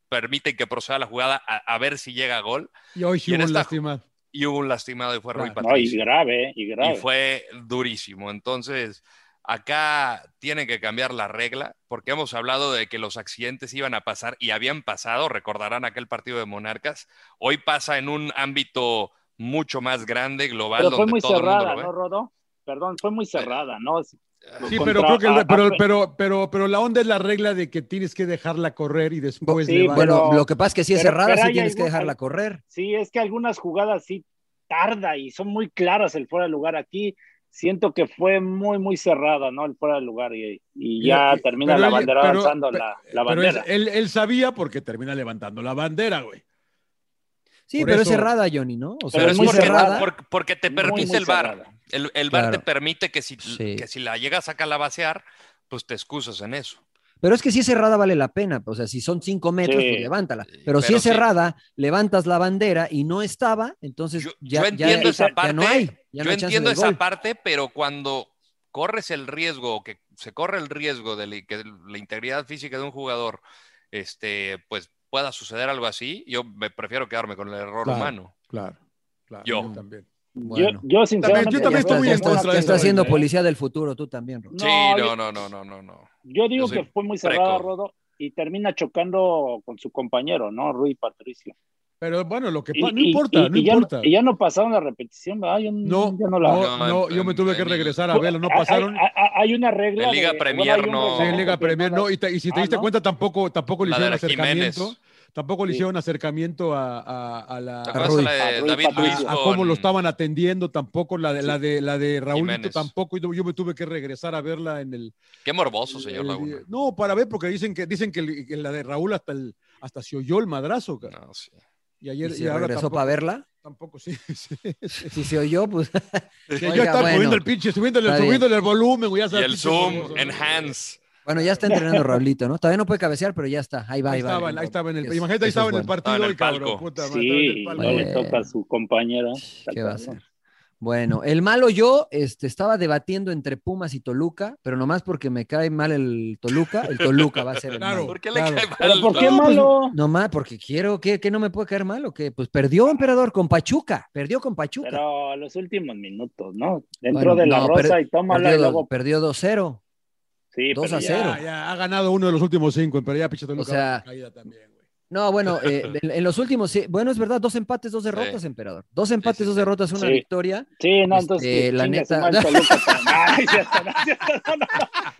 S8: permiten que proceda la jugada a, a ver si llega a gol.
S9: Y hoy sí
S8: ¿Quién
S9: hubo
S8: está-
S9: lástima.
S8: Y hubo un lastimado y fue Rui
S9: Claro.
S7: No, y
S8: Patricio
S7: grave, eh, y grave.
S8: y fue durísimo. Entonces, acá tiene que cambiar la regla, porque hemos hablado de que los accidentes iban a pasar y habían pasado, recordarán aquel partido de Monarcas. Hoy pasa en un ámbito mucho más grande, global,
S7: pero fue
S8: donde
S7: muy
S8: todo
S7: cerrada,
S8: el
S7: ¿no,
S8: mundo
S7: Rodo? Perdón, fue muy cerrada,
S8: lo
S7: ¿no?
S8: ve.
S9: Sí,
S7: Contra-
S9: pero creo que el-
S7: a- a-
S9: pero, pero, pero, pero la onda es la regla de que tienes que dejarla correr y
S8: Pues
S9: después
S7: Sí,
S9: le va-
S2: Bueno,
S7: pero-
S2: lo que pasa es que si es
S7: pero-
S2: cerrada,
S7: pero
S2: sí
S7: hay
S2: tienes que
S7: algún-
S2: dejarla
S7: hay-
S2: correr.
S7: Sí, es que algunas jugadas sí tarda y son muy claras el fuera de lugar aquí. Siento que fue muy, muy cerrada, ¿no? El fuera de lugar y, y ya
S9: Pero-
S7: termina
S9: pero
S7: la
S9: él-
S7: bandera
S9: pero-
S7: avanzando
S9: pe-
S7: la,
S9: pero
S7: la bandera.
S9: él, él, él sabía porque termina levantando la bandera, güey.
S2: Sí,
S9: Por
S2: pero es
S9: eso-
S2: cerrada, Johnny, ¿no? O sea,
S8: Pero es
S2: muy
S8: porque,
S2: cerrada.
S8: porque, porque te
S7: Muy,
S8: permite
S7: muy
S8: el bar.
S7: cerrada.
S8: El, el bar
S2: Claro.
S8: te permite que si,
S2: Sí.
S8: que si la llegas acá a la basear, pues te excusas en eso.
S2: Pero es que si es cerrada vale la pena. O sea, si son cinco metros,
S7: Sí.
S2: pues levántala. Pero, si
S8: Pero
S2: es
S8: sí.
S2: cerrada, levantas la bandera y no estaba, entonces
S8: Yo-
S2: ya,
S8: yo
S2: ya-
S8: entiendo esa
S2: ya no
S8: parte,
S2: hay. Ya no
S8: Yo
S2: hay chance
S8: entiendo
S2: del
S8: esa
S2: gol.
S8: parte, pero cuando corres el riesgo, o que se corre el riesgo de li- que la integridad física de un jugador, este, pues pueda suceder algo así, yo me prefiero quedarme con el error
S9: Claro.
S8: humano.
S9: Claro, claro.
S8: Yo.
S9: también.
S2: Bueno.
S7: yo, yo, sinceramente,
S9: Yo también
S7: ya
S9: estoy muy
S7: ya
S9: en contra
S2: Estás
S9: de
S2: estás
S9: esta
S2: siendo
S9: regla, ¿eh?
S2: policía del futuro tú también, Ro.
S7: No,
S8: Sí, no,
S7: yo-
S8: no, no, no, no, no.
S7: Yo digo
S8: Yo soy
S7: que fue muy cerrada,
S8: precoz.
S7: Rodo, y termina chocando con su compañero, ¿no? Rui Patricio.
S9: Pero bueno, lo que
S7: Y-
S9: pa- no
S7: y-
S9: importa,
S7: y-
S9: no
S7: y ya
S9: importa.
S7: y ya no pasaron la repetición, ¿verdad? Yo
S9: No,
S7: yo
S9: no,
S7: la-
S8: No,
S9: no,
S8: en-
S9: yo me tuve que
S8: en-
S9: regresar a verlo, no
S7: Hay-
S9: pasaron.
S7: Hay, hay- hay una regla.
S8: En Liga
S7: de-
S8: Premier
S7: hay un
S8: no.
S9: Sí, en
S7: reglamento
S9: Liga
S7: que
S9: Premier
S7: no la-
S9: no, y, te- y si te
S7: Ah,
S9: diste
S7: ¿no?
S9: cuenta tampoco, tampoco le
S8: La de
S9: hicieron
S8: la Jiménez.
S9: acercamiento, tampoco le
S7: Sí.
S9: hicieron acercamiento a, a, a la,
S8: ¿Te
S9: a
S8: acuerdas
S2: Rui.
S8: la
S7: A
S8: de
S7: Rui
S8: David Luis
S7: Patricio.
S9: Ah, a
S8: Ah, con-
S9: cómo lo estaban atendiendo tampoco, la de, la de, la de Raúlito
S8: Jiménez.
S9: tampoco, y yo, yo me tuve que regresar a verla en el...
S8: Qué morboso, señor
S9: el-
S8: Laguna.
S9: no, para ver, porque dicen que dicen que, el- que la de Raúl hasta, el, hasta se oyó el madrazo, cara.
S8: No, sí.
S9: Y
S2: Y
S9: ayer
S2: si
S9: y ahora
S2: regresó
S9: tampoco,
S2: para verla,
S9: Tampoco, sí. sí.
S2: si se oyó, pues.
S9: Sí,
S2: Oiga,
S9: yo estaba
S2: bueno.
S9: moviendo el pinche, subiéndole,
S2: Está bien.
S9: subiéndole el volumen, güey, ya
S8: Y
S9: sabes,
S8: el
S9: pinche
S8: Zoom,
S9: morboso.
S8: Enhance.
S2: Bueno, ya está entrenando Raulito, ¿no? Todavía no puede cabecear, pero ya está. Ahí va,
S9: Ahí
S2: ahí, va.
S9: estaba,
S2: va.
S9: ahí estaba en el,
S2: Eso-
S9: imagínate, ahí
S2: eso
S9: estaba
S2: es
S9: en el
S2: bueno.
S9: partido,
S8: Estaba en el
S9: y cabrón,
S8: palco.
S9: puta madre, estaba en
S7: Sí,
S9: el
S7: no
S9: palco.
S7: le
S2: Bueno.
S7: toca a su compañero.
S2: ¿Qué va a hacer? Bueno, el malo yo este, estaba debatiendo entre Pumas y Toluca, pero nomás porque me cae mal el Toluca, el Toluca va a ser el
S9: Claro.
S2: malo.
S8: ¿Por qué le
S9: claro.
S8: cae mal?
S7: Pero ¿por qué
S9: No, pues,
S7: malo?
S2: Nomás porque quiero, ¿qué, qué no me puede caer mal o qué? Pues perdió, emperador, con Pachuca, perdió con Pachuca.
S7: Pero a los últimos minutos, ¿no? Dentro
S2: Bueno,
S7: de la
S2: no,
S7: rosa
S2: pero-
S7: y tómala
S2: perdió
S7: y
S2: dos-
S7: luego.
S2: perdió 2-0.
S7: Sí,
S2: dos
S7: pero
S2: a
S7: ya-
S2: cero.
S9: Ya, ya, ha ganado uno de los últimos cinco, pero ya pinche Toluca
S2: O sea,
S9: va en caída también, güey.
S2: No, bueno, eh, en, en los últimos, sí, bueno, es verdad, dos empates, dos derrotas, emperador. Dos empates,
S8: sí,
S2: dos
S8: sí.
S2: derrotas, una
S7: Sí.
S2: victoria.
S7: Sí, no,
S2: Este,
S7: entonces.
S2: la
S7: chingue
S2: neta-
S7: su madre, Toluca, también. Ay, ya está, ya está, no, no,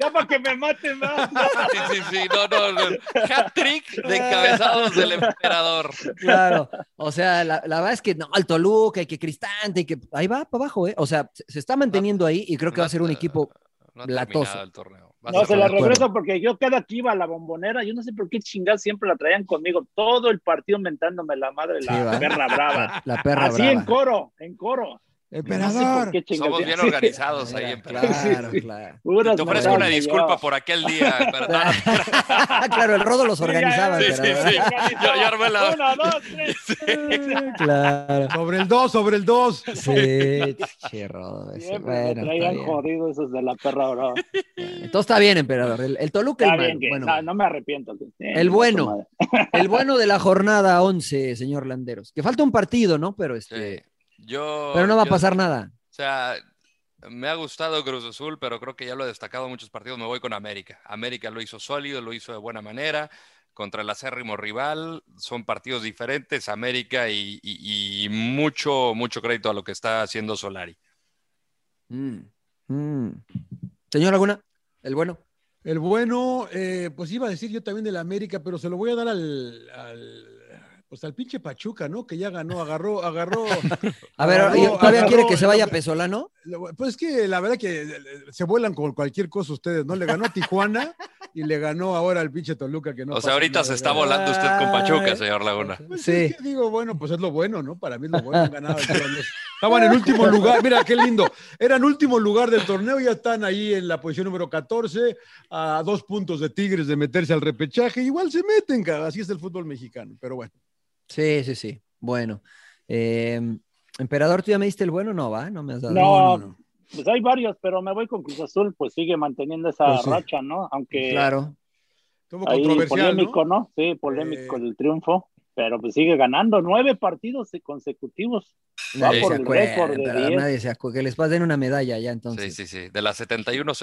S7: Ya para que me maten, ¿no?
S8: Sí, sí, sí, no, no, no. Hat-trick de encabezados del emperador.
S2: Claro, o sea, la, la verdad es que no, al Toluca y que Cristante y que ahí va para abajo, ¿eh? O sea, se, se está manteniendo ahí y creo que va a ser un equipo
S8: No ha
S2: Latoso.
S8: terminado el torneo. Va a
S7: No,
S8: ser
S7: se la
S8: Latoso.
S7: regreso porque yo cada que iba a la bombonera, yo no sé por qué chingados siempre la traían conmigo, todo el partido mentándome la madre,
S2: Sí,
S7: la
S2: ¿va?
S7: perra brava.
S2: La perra
S7: Así
S2: brava.
S7: en coro, en coro. No sé por
S9: Emperador.
S7: qué chingados.
S8: Somos bien
S7: Sí.
S8: organizados ahí
S2: Mira,
S8: en Peralta.
S2: Claro, claro.
S7: Puras
S8: Te ofrezco
S7: mentadas
S8: una
S7: me
S8: disculpa
S7: llevaba.
S8: por aquel día, ¿verdad?
S2: Ah, claro, el rodo los
S7: Sí, ya,
S2: organizaba.
S8: Sí,
S2: pero,
S8: sí, sí. Yo, yo armé la...
S7: Una, dos, tres.
S2: Claro.
S9: Sobre el 2, sobre el 2.
S2: Sí, che, rodo.
S8: Pues
S2: ese.
S7: Siempre me
S2: Bueno, está
S7: traían
S2: bien.
S7: jodido esos de la perra brava.
S2: Entonces está bien, emperador. El, el Toluca,
S7: Está
S2: el,
S7: bien
S2: malo.
S7: que-
S2: bueno,
S7: no, no me arrepiento. que- eh,
S2: El bueno.
S7: tu madre.
S2: el bueno de la jornada 11, señor Landeros. Que falta un partido, ¿no? Pero, este,
S8: Sí. Yo,
S2: pero no va a
S8: yo-
S2: pasar nada.
S8: O sea, me ha gustado Cruz Azul, pero creo que ya lo he destacado en muchos partidos. Me voy con América. América lo hizo sólido, lo hizo de buena manera. Contra el acérrimo rival, son partidos diferentes, América, y, y- y mucho, mucho crédito a lo que está haciendo Solari.
S2: Mm, mm. Señor Laguna, el bueno.
S9: El bueno, eh, pues iba a decir yo también del América, pero se lo voy a dar al, al- pues al pinche Pachuca, ¿no? Que ya ganó, agarró, agarró.
S2: A
S7: Ah,
S2: ver,
S9: agarró-
S2: ¿y ¿todavía
S9: agarró
S2: quiere que se
S9: el-
S2: vaya Pesolano?
S9: Lo- Pues es que la verdad que eh, se vuelan con cualquier cosa ustedes, ¿no? Le ganó a Tijuana y le ganó ahora al pinche Toluca que no.
S8: o sea,
S9: pasa
S8: ahorita
S9: nada,
S8: se está
S9: ¿verdad?
S8: volando usted con Pachuca,
S2: Ay.
S8: señor Laguna.
S9: Pues
S2: Sí.
S9: es que digo, bueno, pues es lo bueno, ¿no? Para mí es lo bueno, ganado el torneo. Estaban en último lugar, mira qué lindo. Eran último lugar del torneo, ya están ahí en la posición número 14, a dos puntos de Tigres de meterse al repechaje. Igual se meten, cara, así es el fútbol mexicano, pero bueno.
S2: Sí, sí, sí. Bueno. Eh, emperador, ¿tú ya me diste el bueno? No, va, no me has dado.
S7: No, pues hay varios, pero me voy con Cruz Azul, pues sigue manteniendo esa
S9: Pues sí.
S7: racha, ¿no? Aunque
S2: Claro.
S9: Estuvo
S7: ahí
S9: controversial, ¿no?
S7: polémico, ¿no? Sí, polémico
S9: Eh.
S7: el triunfo, pero pues sigue ganando nueve partidos consecutivos. Va
S2: Nadie
S7: por
S2: se
S7: el
S2: acuerda,
S7: récord de
S2: emperador,
S7: 10.
S2: nadie se acuerda. Que les pasen una medalla ya,
S8: Sí,
S2: entonces.
S8: sí, sí. De las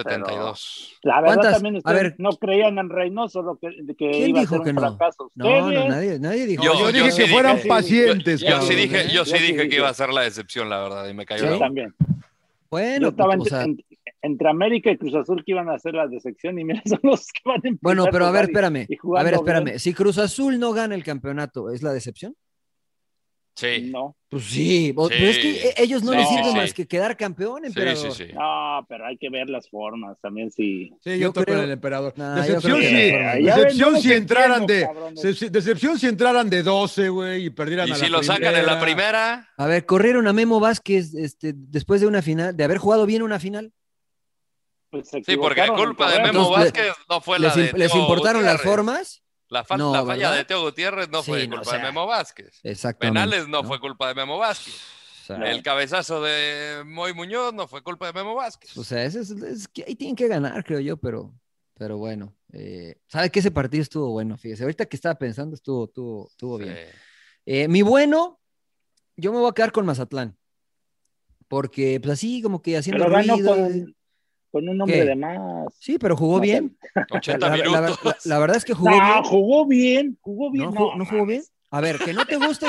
S8: 71-72.
S7: La verdad
S2: ¿Cuántas?
S7: también
S2: A
S7: ustedes
S2: ver.
S7: no creían en Reynoso lo que, de que
S2: ¿Quién
S7: iba
S2: dijo
S7: a ser
S2: que
S7: un
S2: no?
S7: fracaso.
S2: No, no,
S7: Ustedes,
S2: nadie, nadie dijo.
S8: Yo-
S9: Yo,
S8: yo
S9: dije
S8: sí
S9: que
S8: dije-
S9: fueran
S7: sí,
S9: pacientes,
S8: Yo sí
S9: cabrón,
S8: dije,
S9: ¿eh?
S8: yo sí
S7: Yo sí
S8: dije que
S7: dije.
S8: iba a ser la decepción, la verdad, y me cayó
S2: Sí.
S8: la
S7: yo
S8: boca.
S7: también.
S2: Bueno,
S7: Yo estaba
S2: o
S7: entre,
S2: sea,
S7: en- entre América y Cruz Azul que iban a hacer la decepción y mira, son los que van en
S2: bueno,
S7: primer
S2: pero a ver,
S7: lugar
S2: espérame.
S7: y
S2: A
S7: jugando
S2: ver,
S7: bien.
S2: espérame. Si Cruz Azul no gana el campeonato, ¿es la decepción?
S8: Sí.
S7: y- No,
S2: Pues sí, o-
S8: Sí.
S2: pero es que eh, ellos no
S7: Sí,
S2: les
S7: sí,
S2: sirve
S7: sí.
S2: más que quedar campeón,
S8: Sí,
S2: emperador.
S8: sí, sí.
S7: no, pero hay que ver las formas también si
S9: Sí, yo,
S2: Yo
S9: estoy
S2: creo-
S9: con el emperador.
S2: Nah, yo
S9: decepción
S2: creo
S9: sí.
S2: que la forma-
S7: Ya ven,
S9: Decepción
S7: no los
S9: si entraran de
S7: entiendo, cabrones.
S9: se- se- decepción si entraran de 12, güey, y perdieran
S8: Y
S9: a
S8: si
S9: la
S8: lo sacan en la primera,
S2: A ver, corrieron a Memo Vázquez este, después de una final, de haber jugado bien una final.
S7: Pues se
S8: Sí, porque la
S7: equivocaron,
S8: culpa de
S7: cabrón.
S8: Memo
S2: Entonces,
S8: Vázquez no fue la
S2: ¿Les,
S8: de
S2: imp- les
S8: Teo
S2: importaron las
S8: Gutiérrez.
S2: formas?
S8: La, fal-
S2: No,
S8: la falla
S2: ¿verdad?
S8: de Teo Gutiérrez no fue
S2: Sí, no,
S8: culpa
S2: o sea,
S8: de Memo Vázquez.
S2: Exactamente.
S8: Penales no, fue culpa de Memo Vázquez.
S2: O sea,
S8: El cabezazo de Moy Muñoz no fue culpa de Memo Vázquez.
S2: o sea, ese es, es que ahí tienen que ganar, creo yo, pero, pero bueno. Eh, ¿Sabe que ese partido estuvo bueno? Fíjese, ahorita que estaba pensando, estuvo, estuvo, estuvo bien.
S8: Sí.
S2: Eh, mi bueno, yo me voy a quedar con Mazatlán. Porque, pues así, como que haciendo
S7: Pero ganó
S2: ruido. eh.
S7: con, con un hombre
S2: ¿Qué?
S7: de más.
S2: Sí, pero jugó
S7: No sé.
S2: bien. La,
S8: 80
S2: la- la-
S8: minutos.
S2: la- la verdad es que jugó
S7: No,
S2: bien.
S7: jugó bien, jugó bien.
S2: ¿No, jugó- no jugó bien? A ver, que no te guste.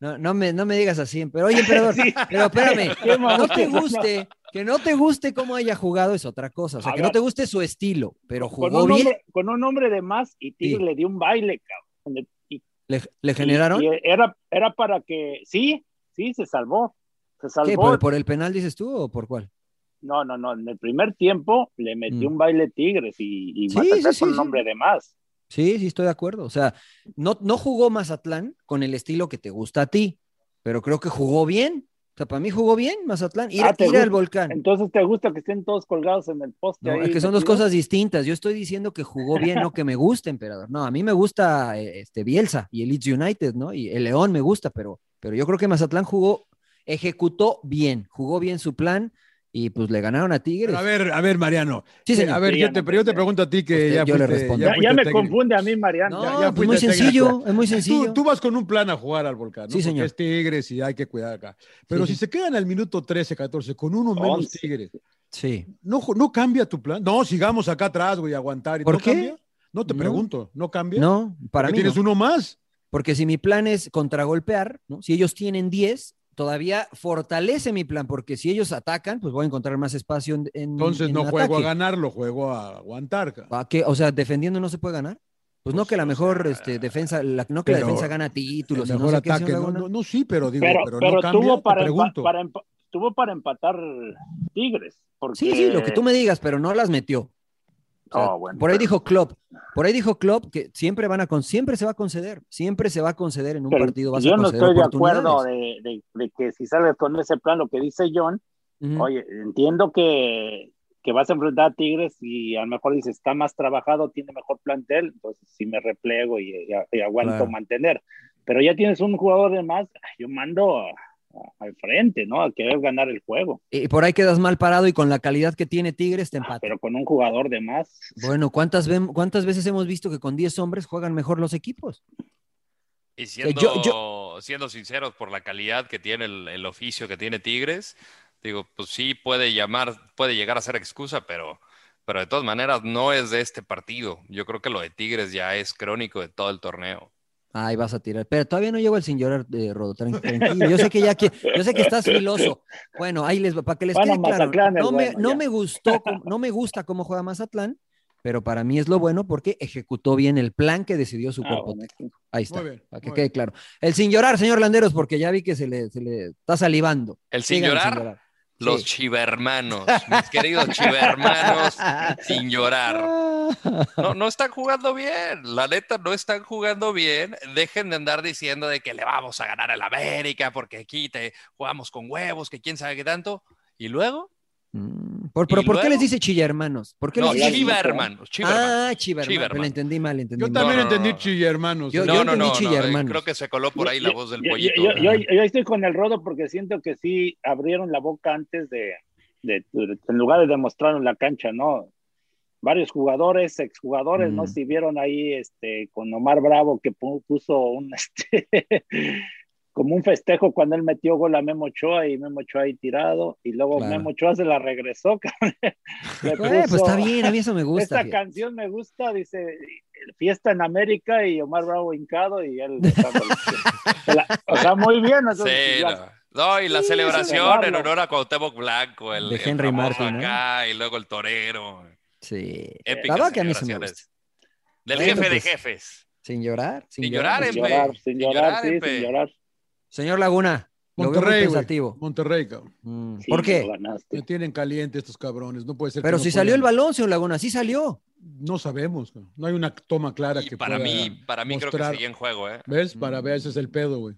S2: No, no, me, no me digas así, pero oye, emperador,
S7: Sí.
S2: pero espérame,
S7: Qué
S2: no te
S7: mamón.
S2: guste, que no te guste cómo haya jugado es otra cosa, o sea,
S7: A
S2: que
S7: ver.
S2: no te guste su estilo, pero
S7: Con
S2: jugó
S7: un,
S2: bien,
S7: hombre, con un hombre de más y Tigre
S2: Sí.
S7: le dio un baile, cabrón. Y-
S2: le, le
S7: y-
S2: generaron,
S7: y era, era para que. Sí, sí, se salvó. Se
S2: ¿Qué,
S7: salvó.
S2: por, por el penal dices tú o por cuál?
S7: No, no, no. En el primer tiempo le metió
S2: Mm.
S7: un baile Tigres y, y
S2: Sí,
S7: Mazatlán
S2: sí,
S7: con
S2: sí,
S7: un
S2: sí.
S7: hombre de más.
S2: Sí, sí, estoy de acuerdo, o sea, no, no jugó Mazatlán con el estilo que te gusta a ti, pero creo que jugó bien, o sea, para mí jugó bien Mazatlán, ir,
S7: Ah, ¿te
S2: ir al
S7: gusta?
S2: volcán.
S7: Entonces, ¿te gusta que estén todos colgados en el poste?
S2: No,
S7: ahí
S2: es que son dos
S7: metidos?
S2: cosas distintas. Yo estoy diciendo que jugó bien, no que me guste, emperador. No, a mí me gusta eh, este Bielsa y el Leeds United, ¿no? Y el León me gusta, pero, pero yo creo que Mazatlán jugó, ejecutó bien, jugó bien su plan y pues le ganaron a Tigres.
S9: Pero a ver, a ver, Mariano.
S2: sí,
S9: a
S2: señor.
S9: ver,
S7: Sí,
S9: yo,
S7: ya
S9: te,
S7: no
S9: pero yo te
S7: pensé.
S9: pregunto a ti que
S2: Usted-
S9: ya
S2: yo le
S9: fuiste-
S2: respondo.
S9: ya
S7: Ya,
S9: fuiste
S7: ya me
S9: técnico.
S7: confunde a mí, Mariano.
S2: no,
S9: ya- ya
S2: pues
S9: fuiste
S2: muy
S9: técnico.
S2: sencillo, es muy
S9: Tú,
S2: sencillo.
S9: tú vas con un plan a jugar al volcán, ¿no?
S2: Sí, señor.
S9: Porque es Tigres y hay que cuidar acá. Pero
S2: Sí,
S9: si
S2: sí.
S9: se quedan al minuto 13, 14, con uno menos
S7: Once.
S9: Tigres,
S2: Sí.
S9: ¿no, ju- ¿no cambia tu plan? No, sigamos acá atrás, güey, a aguantar. ¿Y
S2: ¿Por
S9: ¿No
S2: qué?
S9: cambia? No te
S2: No.
S9: pregunto, ¿no cambia?
S2: No, para
S9: Porque
S2: mí.
S9: tienes
S2: no.
S9: uno más.
S2: Porque si mi plan es contragolpear, ¿no? si ellos tienen 10, todavía fortalece mi plan, porque si ellos atacan, pues voy a encontrar más espacio en. en-
S9: Entonces
S2: en
S9: no juego a
S2: ataque.
S9: ganarlo, juego a aguantar. ca-
S2: ¿A qué? O sea, defendiendo no se puede ganar. Pues no
S9: Pues,
S2: que la
S9: o
S2: mejor
S9: sea,
S2: este, defensa, la- no que la
S9: pero
S2: defensa gana
S9: El
S2: títulos. y no
S9: mejor
S2: sé qué, señor
S9: ataque. No,
S2: Laguna.
S9: no, no, sí, pero digo,
S7: pero,
S9: pero,
S7: pero
S9: no cambia,
S7: tuvo
S9: te
S7: para, empa-
S9: pregunto.
S7: para empa- tuvo para empatar Tigres. Porque...
S2: Sí, sí, lo que tú me digas, pero no las metió. O sea,
S7: No, bueno,
S2: por ahí
S7: pero-
S2: dijo Klopp, por ahí dijo Klopp que siempre van a con, siempre se va a conceder, siempre se va a conceder en un
S7: Pero
S2: partido. Vas a
S7: yo no
S2: conceder
S7: estoy de
S2: oportunidades.
S7: acuerdo de, de- de que si sales con ese plan, lo que dice John,
S2: Ujú.
S7: oye, entiendo que, que vas a enfrentar a Tigres y a lo mejor dices, está más trabajado, tiene mejor plantel, entonces si me replego y, y- y aguanto
S2: Claro.
S7: mantener. Pero ya tienes un jugador de más, yo mando a- a- al frente, ¿no? A querer ganar el juego,
S2: Y por ahí quedas mal parado y con la calidad que tiene Tigres te empata.
S7: Ah, pero con un jugador de más.
S2: Bueno, ¿cuántas, ve- ¿cuántas veces hemos visto que con 10 hombres juegan mejor los equipos?
S8: Y siendo,
S2: Eh, yo-
S8: siendo sinceros, por la calidad que tiene el, el oficio que tiene Tigres, digo, pues sí puede llamar, puede llegar a ser excusa, pero, pero de todas maneras no es de este partido. Yo creo que lo de Tigres ya es crónico de todo el torneo.
S2: Ay, vas a tirar. Pero todavía no llego al sin llorar, eh, Rodo. tran- Tranquilo. Yo sé que ya que, yo sé que estás filoso. Bueno, ahí les va, para que les
S7: Bueno,
S2: quede claro.
S7: Mazatlán es
S2: no me,
S7: bueno,
S2: no
S7: ya.
S2: me gustó, cómo- no me gusta cómo juega Mazatlán, pero para mí es lo bueno porque ejecutó bien el plan que decidió su
S7: Ah,
S2: cuerpo.
S7: bueno,
S2: Ahí está,
S9: Muy bien,
S2: para que
S9: muy
S2: quede
S9: bien.
S2: claro. El sin llorar, señor Landeros, porque ya vi que se le, se le está salivando.
S8: El sin
S2: Sigan
S8: llorar, los
S2: Sí.
S8: chivermanos, mis queridos chivermanos, sin llorar. No, no están jugando bien. La neta, no están jugando bien. Dejen de andar diciendo de que le vamos a ganar al América porque aquí te jugamos con huevos, que quién sabe qué tanto. Y luego,
S2: Mm, ¿Por,
S8: ¿Y
S2: pero ¿por qué
S8: luego?
S2: les dice chilla, hermanos? ¿Por qué
S8: no,
S2: les dice
S7: Chiva,
S8: Chiverman. Chiverman.
S2: Ah, chiva, hermano,
S8: Chiva,
S2: pero
S8: hermano.
S2: le entendí mal, le entendí
S9: Yo
S2: mal.
S9: también
S8: no,
S9: entendí
S8: no.
S9: chilla, hermanos.
S2: Yo-
S8: no, no,
S2: entendí
S8: no, no, eh,
S2: Chivermanos.
S8: Creo que se coló por ahí la voz del
S7: Yo- yo-
S8: pollito. eh.
S7: Yo, yo-
S2: ¿eh?
S7: yo estoy con el rodo porque siento que sí abrieron la boca antes de, de- de- en lugar de demostrar en la cancha, ¿no? Varios jugadores, exjugadores,
S2: Mm.
S7: ¿no? Si vieron ahí este, con Omar Bravo que pu- puso un, este, como un festejo cuando él metió gol a Memo Ochoa y Memo Ochoa ahí tirado y luego
S2: Claro.
S7: Memo Ochoa se la regresó. cabrón. Le
S2: Eh, pues
S7: puso-
S2: está bien, a mí eso me gusta.
S7: esta
S2: fíjate.
S7: canción me gusta, dice Fiesta en América y Omar Bravo hincado y él. dándole. Se la- o sea, muy bien. entonces,
S8: Sí,
S7: ya.
S8: no. No, y la
S7: Sí,
S8: celebración en
S7: celebrarlo.
S8: honor a Cuauhtémoc Blanco, el,
S2: De
S8: el
S2: Henry
S8: famoso
S2: Martin, ¿no?
S8: acá, y luego el torero.
S2: Sí.
S8: Épicas
S2: la verdad que a mí eso me
S8: celebraciones.
S2: gusta.
S8: Del
S2: Bueno,
S8: jefe de
S2: pues,
S8: jefes.
S2: Sin llorar, sin,
S8: Sin
S2: llorar.
S8: llorar,
S7: Sin
S8: Empe.
S7: llorar, sin
S8: Sin
S7: llorar,
S8: llorar,
S7: sí,
S8: Empe.
S7: sin llorar.
S2: Señor Laguna, lo veo muy
S9: Monterrey, güey.
S2: pensativo.
S9: Monterrey, cabrón.
S2: Mm,
S7: Sí,
S2: ¿Por
S7: lo
S2: qué?
S7: ganaste.
S9: Me tienen caliente estos cabrones. No puede ser. que
S2: Pero
S9: no
S2: si salió el
S9: puedan-
S2: balón, señor Laguna, sí salió.
S9: No sabemos. cabrón. No hay una toma clara
S8: Y
S9: que
S8: para
S9: pueda
S8: mí, para mí creo que
S9: mostrar-
S8: seguía en juego, ¿eh?
S9: ¿Ves?
S2: Mm.
S9: Para ver, ese es el pedo, güey.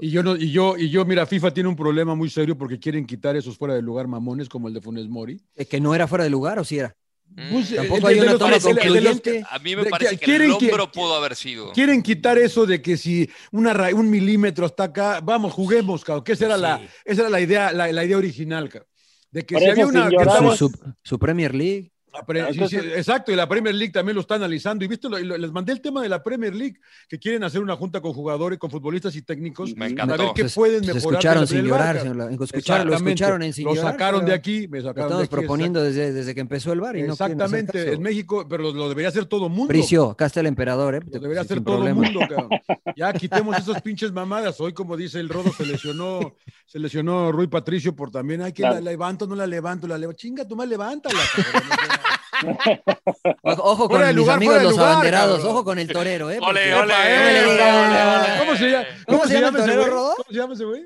S9: Y yo, no, y, yo, y yo, mira, FIFA tiene un problema muy serio porque quieren quitar esos fuera de lugar mamones como el de Funes Mori.
S2: Eh, Que no era fuera de lugar, ¿o si era?
S9: Pues,
S8: Mm.
S9: eh,
S2: Tampoco
S9: el
S2: hay
S9: de
S2: una
S9: los-
S2: toma
S9: el de los-
S2: concluyente.
S8: A mí me
S9: de-
S8: parece que el
S9: quieren que-
S8: hombro pudo haber sido.
S9: Quieren quitar eso de que si una ra- un milímetro hasta acá, vamos, juguemos, cabrón. Que esa era, la, esa era la idea, la, la idea original, cabrón. De que
S7: Por
S9: si
S7: eso
S9: había una.
S7: sin
S9: que
S7: llorar,
S9: estaba-
S7: Bravo.
S2: Su, su- su Premier League.
S9: La pre- Ah, sí,
S7: Entonces-
S9: sí, exacto, y la Premier League también lo está analizando. Y viste, lo- lo- les mandé el tema de la Premier League, que quieren hacer una junta con jugadores, con futbolistas y técnicos. para
S7: Me
S8: encantó.
S9: ver qué
S2: Pues,
S9: pueden
S2: pues,
S9: mejorar.
S2: escucharon
S9: del-
S2: sin
S9: del
S2: llorar,
S9: Barca.
S2: señor Laguna. Escucharon, lo
S9: Exactamente.
S2: escucharon en sin
S9: Lo
S2: llorar,
S9: sacaron
S2: pero
S9: de aquí, me
S2: Lo
S9: sacaron de
S2: estamos
S9: aquí,
S2: proponiendo desde, desde que empezó el bar y
S9: exact-
S2: no quieren hacer
S9: Exactamente,
S2: caso.
S9: en México, pero lo, lo debería hacer todo mundo.
S2: Bricio, acá está el emperador, ¿eh?
S9: Lo debería
S2: Sin
S9: hacer todo el
S2: problema.
S9: mundo, cabrón. Ya quitemos esas pinches mamadas. Hoy, como dice el Rodo, se lesionó, se lesionó Rui Patricio por también. Ay, que
S7: Claro.
S9: la, levanto, no la levanto, la levanto. Chinga, tú más levántala. cabrón.
S2: Ojo ojo con
S9: Fuera de
S2: mis
S9: lugar,
S2: amigos
S9: fuera de
S2: los
S9: lugar,
S2: abanderados,
S9: cabrón.
S2: ojo con el torero, ¿eh?
S8: Ole,
S2: Porque-
S8: ole,
S2: No me le
S8: ole,
S2: digas.
S8: ole, ole.
S9: ¿Cómo se llama?
S2: ¿Cómo se llama el
S9: ese
S2: torero,
S9: güey?
S2: Rodo?
S9: ¿Cómo se llama ese güey?